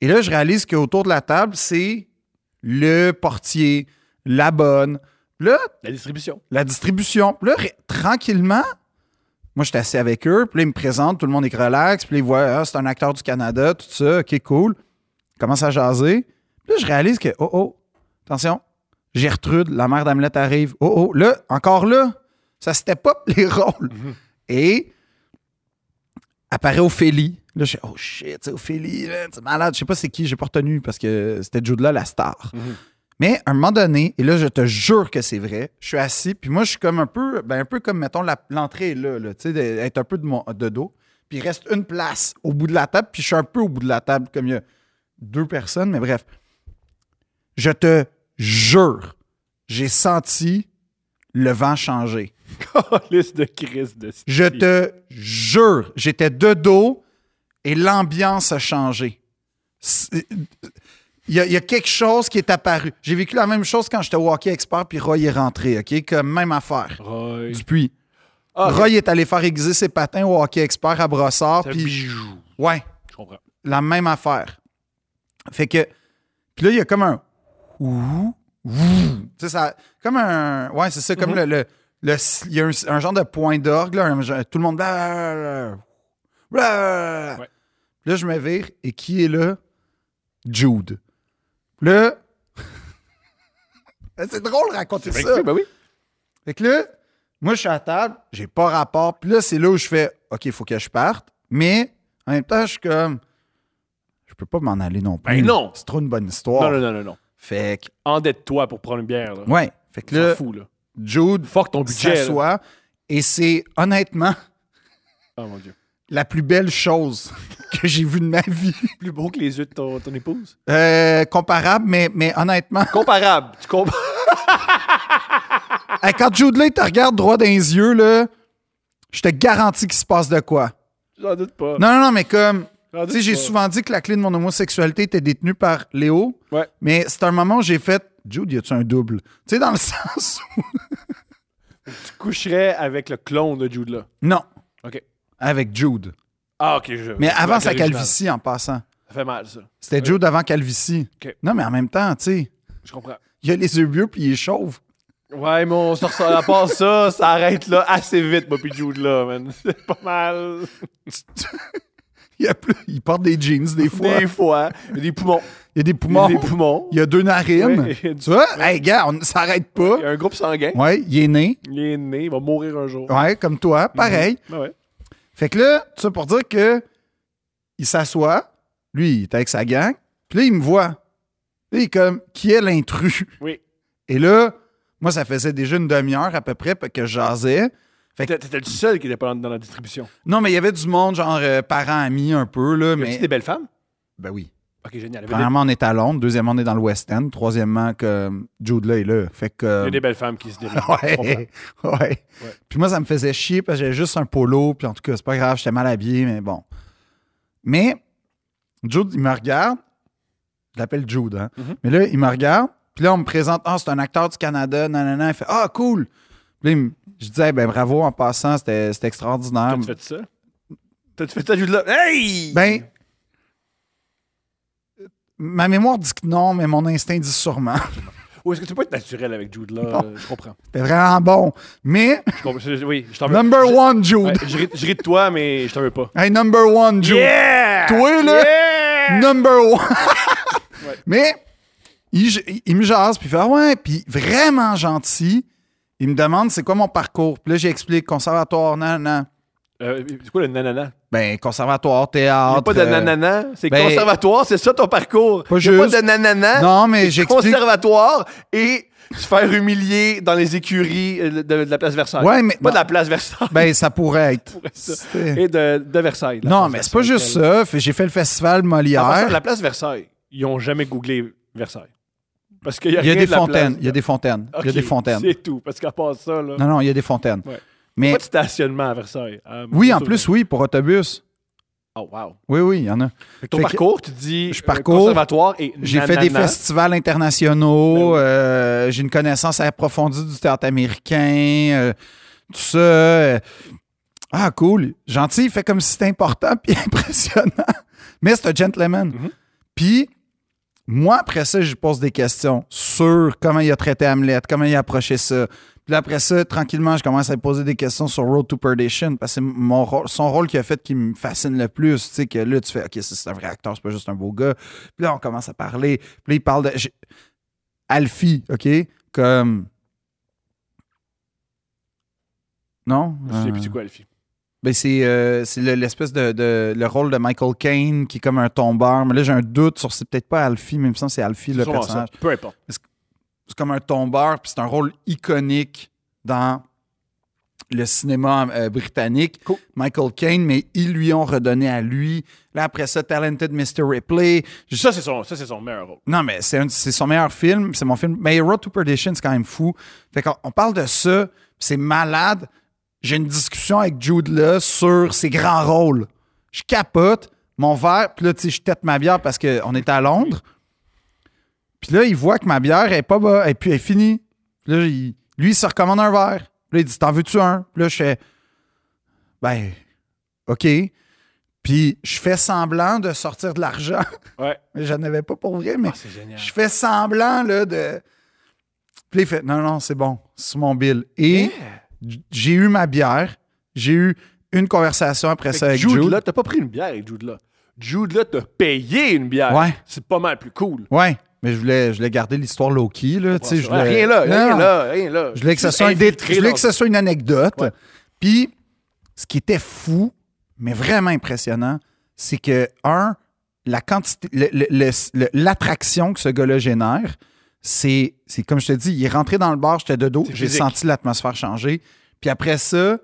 [SPEAKER 2] Et là, je réalise qu'autour de la table, c'est le portier, la bonne. Là,
[SPEAKER 1] La distribution.
[SPEAKER 2] la distribution. Puis là, ré- tranquillement, moi, j'étais assis avec eux. Puis là, ils me présentent, tout le monde est relax. Puis là, ils voient, ah, c'est un acteur du Canada, tout ça. OK, cool. Ils commencent à jaser. Puis là, je réalise que, oh, oh, attention, Gertrude, la mère d'Hamlet arrive. Oh, oh, là, encore là, ça step up les rôles. Et apparaît Ophélie. Là, je suis, oh shit, c'est Ophélie, là, c'est malade. Je sais pas c'est qui, j'ai pas retenu parce que c'était Jude là, la star. Mais à un moment donné, et là, je te jure que c'est vrai, je suis assis, puis moi, je suis comme un peu, ben, un peu comme, mettons, la- l'entrée est là, là tu sais, de- être un peu de, mon- de dos. Puis il reste une place au bout de la table, puis je suis un peu au bout de la table, comme il y a deux personnes, mais bref. Je te jure, j'ai senti le vent changer.
[SPEAKER 1] Liste de crise de style.
[SPEAKER 2] Je te jure, j'étais de dos et l'ambiance a changé. C'est- Il y, a- il y a quelque chose qui est apparu. J'ai vécu la même chose quand j'étais au hockey expert, puis Roy est rentré, OK? Comme même affaire.
[SPEAKER 1] Roy.
[SPEAKER 2] Dupuis.
[SPEAKER 1] Ah,
[SPEAKER 2] Roy est allé faire aiguiser ses patins au hockey expert à Brossard,
[SPEAKER 1] c'est un
[SPEAKER 2] puis...
[SPEAKER 1] bijou.
[SPEAKER 2] Ouais
[SPEAKER 1] Je comprends.
[SPEAKER 2] la même affaire. Fait que. Puis là, il y a comme un. ouh, ouh. Tu sais, ça. Comme un. Ouais, c'est ça, comme
[SPEAKER 1] Mm-hmm.
[SPEAKER 2] le- le. le s- Il y a un, un genre de point d'orgue, là, un genre- tout le monde. blablabla, blablabla.
[SPEAKER 1] Ouais.
[SPEAKER 2] Puis Là, je me vire, et qui est là? Jude. Là. c'est drôle de raconter
[SPEAKER 1] C'est
[SPEAKER 2] ça.
[SPEAKER 1] vrai que- ben oui.
[SPEAKER 2] Fait que là, moi, je suis à la table, j'ai pas rapport. Puis là, c'est là où je fais OK, il faut que je parte. Mais en même temps, je suis comme Je peux pas m'en aller non plus.
[SPEAKER 1] Ben non!
[SPEAKER 2] C'est trop une bonne
[SPEAKER 1] Non,
[SPEAKER 2] histoire.
[SPEAKER 1] non, non, non, non.
[SPEAKER 2] Fait que,
[SPEAKER 1] Endette-toi pour prendre une bière, là.
[SPEAKER 2] ouais. Fait que
[SPEAKER 1] T'en
[SPEAKER 2] là,
[SPEAKER 1] fous, là.
[SPEAKER 2] Jude
[SPEAKER 1] Fuck ton budget. là.
[SPEAKER 2] s'assoit. Et c'est honnêtement
[SPEAKER 1] Oh mon dieu.
[SPEAKER 2] la plus belle chose que j'ai vue de ma vie.
[SPEAKER 1] Plus beau que les yeux de ton, ton épouse.
[SPEAKER 2] Euh, comparable, mais, mais honnêtement,
[SPEAKER 1] Comparable. Tu compares.
[SPEAKER 2] hey, quand Jude là, il te regarde droit dans les yeux, là, je te garantis qu'il se passe de quoi.
[SPEAKER 1] J'en doute pas.
[SPEAKER 2] Non, non, non, mais comme.
[SPEAKER 1] Rendu
[SPEAKER 2] Tu sais, j'ai
[SPEAKER 1] pas.
[SPEAKER 2] souvent dit que la clé de mon homosexualité était détenue par Léo,
[SPEAKER 1] Ouais.
[SPEAKER 2] mais c'est un moment où j'ai fait Jude, y a-tu un double Tu sais, dans le sens où.
[SPEAKER 1] Tu coucherais avec le clone de Jude là.
[SPEAKER 2] Non,
[SPEAKER 1] OK.
[SPEAKER 2] avec Jude.
[SPEAKER 1] Ah, OK. Je,
[SPEAKER 2] Mais avant
[SPEAKER 1] avec
[SPEAKER 2] sa
[SPEAKER 1] l'original.
[SPEAKER 2] calvitie, en passant.
[SPEAKER 1] Ça fait mal, ça.
[SPEAKER 2] C'était Jude avant calvitie.
[SPEAKER 1] Ok.
[SPEAKER 2] Non, mais en même temps, tu sais,
[SPEAKER 1] Je comprends.
[SPEAKER 2] il a les yeux bleus puis il est chauve.
[SPEAKER 1] Ouais, mais on sort ça. À part ça, ça arrête là assez vite, moi, puis Jude là, man. C'est pas mal.
[SPEAKER 2] Il, a plus- il porte des jeans des fois.
[SPEAKER 1] Des fois, il y a des poumons.
[SPEAKER 2] Il y a des
[SPEAKER 1] Il y
[SPEAKER 2] poumons.
[SPEAKER 1] a des poumons.
[SPEAKER 2] Il y a deux narines.
[SPEAKER 1] Ouais, il y a du-
[SPEAKER 2] Tu vois? Hey, gars, on s'arrête pas.
[SPEAKER 1] Il y a un groupe sanguin.
[SPEAKER 2] Ouais, il est né.
[SPEAKER 1] Il est né, il va mourir un jour.
[SPEAKER 2] Ouais, comme toi, pareil.
[SPEAKER 1] Ah ouais.
[SPEAKER 2] Fait que là, ça pour dire que il s'assoit, lui, il est avec sa gang, puis là, il me voit. Là, il est comme, qui est l'intrus?
[SPEAKER 1] Oui.
[SPEAKER 2] Et là, moi, ça faisait déjà une demi-heure à peu près que je jasais. Fait que-
[SPEAKER 1] T'étais t'étais le seul qui était pas dans- dans la distribution.
[SPEAKER 2] non, mais il y avait du monde, genre euh, parents, amis, un peu, là,
[SPEAKER 1] Mais...
[SPEAKER 2] mais...
[SPEAKER 1] tu des belles femmes?
[SPEAKER 2] Ben oui.
[SPEAKER 1] Ok, génial. Il y avait des-
[SPEAKER 2] Premièrement, on est à Londres. Deuxièmement, on est dans le West End. Troisièmement, que Jude là est là. Fait que...
[SPEAKER 1] il y
[SPEAKER 2] euh,
[SPEAKER 1] a des belles femmes qui se dirigent. Je comprends.
[SPEAKER 2] Ouais, ouais. Puis moi, ça me faisait chier parce que j'avais juste un polo. Puis en tout cas, c'est pas grave, j'étais mal habillé, mais bon. Mais Jude, il me regarde. Je l'appelle Jude, hein.
[SPEAKER 1] Mhm.
[SPEAKER 2] Mais là, il me regarde. Puis là, on me présente. Ah, c'est un acteur du Canada. Nanana. Il fait Ah, cool. Puis là, il me- je disais, ben bravo en passant, c'était c'était extraordinaire.
[SPEAKER 1] Toi, tu fais ça? Toi, tu fais ça, Jude là? Hey! hein.
[SPEAKER 2] Ben. Ma mémoire dit que non, mais mon instinct dit sûrement.
[SPEAKER 1] Ou est-ce que tu peux être naturel avec Jude là?
[SPEAKER 2] Non.
[SPEAKER 1] euh, Je comprends.
[SPEAKER 2] C'était vraiment bon. Mais,
[SPEAKER 1] Je comprends. Je- je- Oui, je t'en veux.
[SPEAKER 2] number
[SPEAKER 1] Ah, ben, je-
[SPEAKER 2] one, Jude.
[SPEAKER 1] Ouais, je, ris, je ris de toi, mais je t'en veux pas.
[SPEAKER 2] Hey, number one, Jude.
[SPEAKER 1] Yeah!
[SPEAKER 2] Toi, là, number one. Mais il, il- il me jase, puis il fait Ah ouais, puis vraiment gentil. Il me demande c'est quoi mon parcours. Puis là, j'explique conservatoire, nan, nan.
[SPEAKER 1] Euh, c'est quoi le nanana?
[SPEAKER 2] Ben, conservatoire,
[SPEAKER 1] Il
[SPEAKER 2] théâtre.
[SPEAKER 1] n'y a pas de
[SPEAKER 2] euh,
[SPEAKER 1] nanana. C'est
[SPEAKER 2] ben-
[SPEAKER 1] conservatoire, c'est ça ton parcours.
[SPEAKER 2] Pas
[SPEAKER 1] Il n'y a
[SPEAKER 2] juste.
[SPEAKER 1] pas de nanana.
[SPEAKER 2] Non, mais j'explique.
[SPEAKER 1] Conservatoire et se faire humilier dans les écuries euh, de, de la place Versailles.
[SPEAKER 2] Ouais, mais-
[SPEAKER 1] Pas de
[SPEAKER 2] non.
[SPEAKER 1] la place Versailles.
[SPEAKER 2] Ben, ça pourrait être.
[SPEAKER 1] ça.
[SPEAKER 2] C'était-
[SPEAKER 1] et de, de Versailles. la
[SPEAKER 2] Non,
[SPEAKER 1] place
[SPEAKER 2] mais c'est pas
[SPEAKER 1] Versailles,
[SPEAKER 2] juste
[SPEAKER 1] elle.
[SPEAKER 2] ça. Fait- J'ai fait le festival
[SPEAKER 1] En passant,
[SPEAKER 2] Molière.
[SPEAKER 1] Ah, La place Versailles, ils n'ont jamais googlé Versailles. Parce qu'il y a,
[SPEAKER 2] Il y a
[SPEAKER 1] rien
[SPEAKER 2] des
[SPEAKER 1] de la
[SPEAKER 2] fontaines.
[SPEAKER 1] place.
[SPEAKER 2] Il y a des fontaines. Il y a
[SPEAKER 1] Ok,
[SPEAKER 2] des fontaines.
[SPEAKER 1] C'est tout, parce qu'à part ça, là,
[SPEAKER 2] Non, non, il y a des fontaines.
[SPEAKER 1] Ouais.
[SPEAKER 2] Mais
[SPEAKER 1] pas de stationnement à Versailles. à
[SPEAKER 2] oui, en
[SPEAKER 1] Montsouris.
[SPEAKER 2] plus, oui, pour autobus.
[SPEAKER 1] Oh, wow.
[SPEAKER 2] Oui, oui, il y en a.
[SPEAKER 1] Fait que ton
[SPEAKER 2] Fait que-
[SPEAKER 1] parcours, tu dis
[SPEAKER 2] Je
[SPEAKER 1] euh,
[SPEAKER 2] parcours.
[SPEAKER 1] conservatoire et
[SPEAKER 2] J'ai fait des
[SPEAKER 1] nanana.
[SPEAKER 2] festivals internationaux,
[SPEAKER 1] Ben oui.
[SPEAKER 2] euh, j'ai une connaissance approfondie du théâtre américain, euh, tout ça. euh. Ah, cool. Gentil, il fait comme si c'était important puis impressionnant. Mais c'est un gentleman.
[SPEAKER 1] Mhm.
[SPEAKER 2] Puis, moi, après ça, je lui pose des questions sur comment il a traité Hamlet, comment il a approché ça. Puis là, après ça, tranquillement, je commence à lui poser des questions sur Road to Perdition parce que c'est mon rôle- son rôle qui a fait qui me fascine le plus. Tu sais, que là, tu fais OK, ça, c'est un vrai acteur, c'est pas juste un beau gars. Puis là, on commence à parler. Puis là, il parle de. j'ai- Alfie, OK? Comme. Non?
[SPEAKER 1] Je sais
[SPEAKER 2] Euh,
[SPEAKER 1] plus c'est quoi, Alfie.
[SPEAKER 2] ben, c'est euh, c'est le- l'espèce de, de- le rôle de Michael Caine qui est comme un tombeur. Mais là, j'ai un doute sur c'est peut-être pas Alfie, mais il me semble que c'est Alfie le
[SPEAKER 1] C'est sûrement ça.
[SPEAKER 2] personnage.
[SPEAKER 1] Peu importe.
[SPEAKER 2] C'est comme un tombeur, puis c'est un rôle iconique dans le cinéma euh, britannique.
[SPEAKER 1] Cool.
[SPEAKER 2] Michael Caine, mais ils lui ont redonné à lui. Là, après ça, Talented Mr. Ripley. Je-
[SPEAKER 1] Ça, c'est son, ça, c'est son meilleur rôle.
[SPEAKER 2] non, mais c'est un- c'est son meilleur film, c'est mon film. Mais Road to Perdition, c'est quand même fou. Fait qu'on on parle de ça, puis c'est malade. J'ai une discussion avec Jude là sur ses grands rôles. Je capote mon verre, puis là, tu sais, je tête ma bière parce qu'on est à Londres. Puis là, il voit que ma bière est pas bas, et puis elle est finie. Puis là, il- lui, il se recommande un verre. Puis là, il dit T'en veux-tu un Puis là, je fais Ben, OK. Puis je fais semblant de sortir de l'argent.
[SPEAKER 1] Ouais.
[SPEAKER 2] Mais J'en avais pas pour vrai, mais
[SPEAKER 1] Ah, c'est génial.
[SPEAKER 2] je fais semblant là, de. Puis là, il fait Non, non, c'est bon, c'est mon bill. Et j- j'ai eu ma bière, j'ai eu une conversation après
[SPEAKER 1] Fait
[SPEAKER 2] ça
[SPEAKER 1] que
[SPEAKER 2] avec
[SPEAKER 1] Jude,
[SPEAKER 2] Jude.
[SPEAKER 1] là, t'as pas pris une bière avec Jude là. Jude là, t'as payé une bière.
[SPEAKER 2] Ouais.
[SPEAKER 1] C'est pas mal plus cool.
[SPEAKER 2] Ouais, mais je voulais, je voulais garder l'histoire low-key. Là, tu sais, je
[SPEAKER 1] Ouais,
[SPEAKER 2] voulais-
[SPEAKER 1] Rien là, rien
[SPEAKER 2] Non,
[SPEAKER 1] là, rien là.
[SPEAKER 2] Je voulais que, ça
[SPEAKER 1] Juste
[SPEAKER 2] soit, un dé-
[SPEAKER 1] infiltré
[SPEAKER 2] je voulais
[SPEAKER 1] dans-
[SPEAKER 2] que ça soit une anecdote.
[SPEAKER 1] Ouais.
[SPEAKER 2] Puis, ce qui était fou, mais vraiment impressionnant, c'est que, un, la quantité, le- le- le- le- l'attraction que ce gars-là génère, c'est, c'est comme je te dis, il est rentré dans le bar, j'étais de dos,
[SPEAKER 1] C'est
[SPEAKER 2] j'ai
[SPEAKER 1] physique.
[SPEAKER 2] senti l'atmosphère changer. Puis après ça,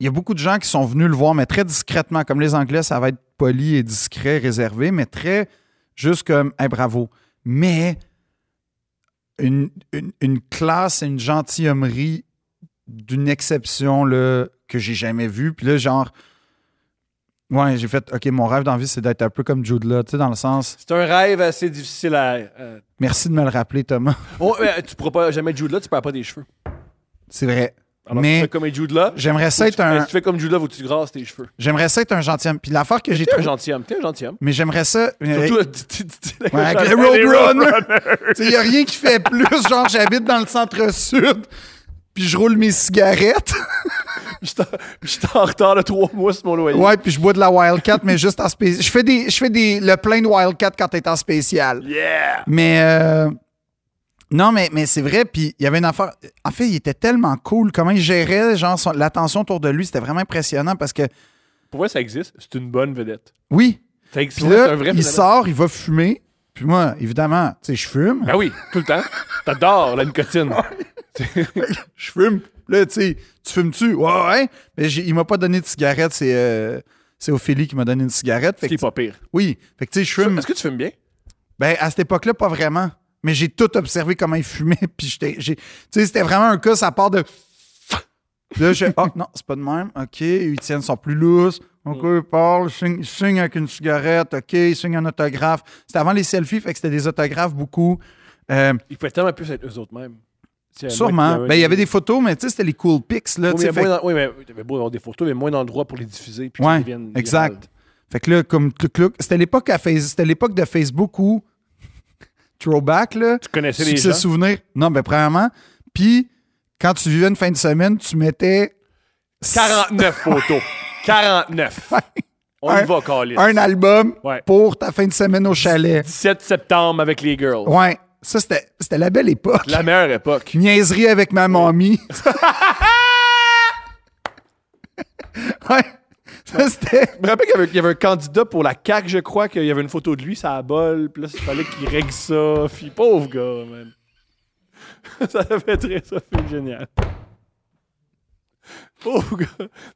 [SPEAKER 2] il y a beaucoup de gens qui sont venus le voir, mais très discrètement. Comme les Anglais, ça va être poli et discret, réservé, mais très juste comme, hey, bravo. Mais une, une- une classe et une gentilhommerie d'une exception là, que j'ai jamais vue. Puis là, genre, ouais, j'ai fait, OK, mon rêve d'envie, c'est d'être un peu comme Jude là, tu sais, dans le sens,
[SPEAKER 1] C'est un rêve assez difficile à. euh,
[SPEAKER 2] merci de me le rappeler, Thomas.
[SPEAKER 1] Oh, mais tu pourras pas jamais Jude là, tu perds pas des cheveux.
[SPEAKER 2] C'est vrai.
[SPEAKER 1] Alors,
[SPEAKER 2] Mais-
[SPEAKER 1] tu fais comme Jude là.
[SPEAKER 2] J'aimerais ça être un,
[SPEAKER 1] Tu fais comme Jude là, où tu grasses tes cheveux.
[SPEAKER 2] j'aimerais ça être un gentilhomme. Puis l'affaire que j'ai
[SPEAKER 1] T'es un
[SPEAKER 2] trouvée-
[SPEAKER 1] gentilhomme, t'es un gentilhomme.
[SPEAKER 2] mais j'aimerais ça. euh,
[SPEAKER 1] Surtout
[SPEAKER 2] Ouais,
[SPEAKER 1] le- tu- tu- tu- les
[SPEAKER 2] avec le Roadrunner. Il n'y a rien qui fait plus. Genre, j'habite dans le centre-sud, puis je roule mes cigarettes.
[SPEAKER 1] J'étais j'étais en retard de trois mois sur mon loyer.
[SPEAKER 2] Ouais, puis je bois de la Wildcat, mais juste en spécial. Je fais des, je fais des, le plein de Wildcat quand t'es en spécial.
[SPEAKER 1] Yeah!
[SPEAKER 2] Mais euh, non, mais, mais c'est vrai. Puis il y avait une affaire. En fait, il était tellement cool. Comment il gérait genre son- l'attention autour de lui, c'était vraiment impressionnant parce que
[SPEAKER 1] Pour vrai, ça existe. C'est une bonne vedette.
[SPEAKER 2] oui.
[SPEAKER 1] Ça existe.
[SPEAKER 2] Puis
[SPEAKER 1] pour vrai, c'est
[SPEAKER 2] là,
[SPEAKER 1] un vrai
[SPEAKER 2] il
[SPEAKER 1] phénomène.
[SPEAKER 2] sort, il va fumer. Puis moi, évidemment, tu sais, je fume.
[SPEAKER 1] Ben oui, tout le temps. T'adores la nicotine.
[SPEAKER 2] je fume. Là, tu sais, tu fumes-tu? Ouais, ouais. Mais j'ai- il m'a pas donné de cigarette. C'est euh, c'est Ophélie qui m'a donné une cigarette. Fait
[SPEAKER 1] Ce qui
[SPEAKER 2] que,
[SPEAKER 1] est pas pire.
[SPEAKER 2] oui. Fait que, tu sais, je fume.
[SPEAKER 1] Est-ce que tu fumes bien?
[SPEAKER 2] Ben, à cette époque-là, pas vraiment. Mais j'ai tout observé comment il fumait. Puis j'étais. j'ai- Tu sais, c'était vraiment un cas, ça part de. Là, je. Oh, non, c'est pas de même. OK. Ils tiennent, sont plus lousses. OK,
[SPEAKER 1] Mm.
[SPEAKER 2] il parle, il signe, il signe avec une cigarette. OK, il signe un autographe. C'était avant les selfies, fait que c'était des autographes beaucoup. Euh,
[SPEAKER 1] Ils pouvaient tellement plus être eux autres mêmes. C'est
[SPEAKER 2] sûrement.
[SPEAKER 1] moi qui-
[SPEAKER 2] Ben, il y avait des photos, mais tu sais, c'était les cool pics, là.
[SPEAKER 1] Oui,
[SPEAKER 2] tu
[SPEAKER 1] mais
[SPEAKER 2] sais,
[SPEAKER 1] il y a
[SPEAKER 2] fait-
[SPEAKER 1] moins d'en- oui, mais il y avait beau avoir des photos, mais moins d'endroits pour les diffuser. Puis
[SPEAKER 2] Ouais,
[SPEAKER 1] qu'ils deviennent
[SPEAKER 2] exact.
[SPEAKER 1] virales.
[SPEAKER 2] Fait que là, comme clouc clouc, c'était l'époque à Face- c'était l'époque de Facebook où throwback, là.
[SPEAKER 1] Tu connaissais les
[SPEAKER 2] Succès
[SPEAKER 1] gens.
[SPEAKER 2] souvenir. Non, ben premièrement. Puis, quand tu vivais une fin de semaine, tu mettais
[SPEAKER 1] 49 photos. 49. On y
[SPEAKER 2] Un-
[SPEAKER 1] va, Calis.
[SPEAKER 2] un album
[SPEAKER 1] Ouais.
[SPEAKER 2] pour ta fin de semaine au chalet.
[SPEAKER 1] 17 septembre avec les girls.
[SPEAKER 2] Ouais. Ça, c'était c'était la belle époque.
[SPEAKER 1] La meilleure époque.
[SPEAKER 2] Niaiserie avec ma mamie. ouais. Ça, c'était.
[SPEAKER 1] Je me rappelle qu'il y avait- il y avait un candidat pour la CAQ, je crois, qu'il y avait une photo de lui, ça a bol, puis là, il fallait qu'il règle ça. Puis pauvre gars, man. ça a fait très ça, fait génial. Pauvre gars.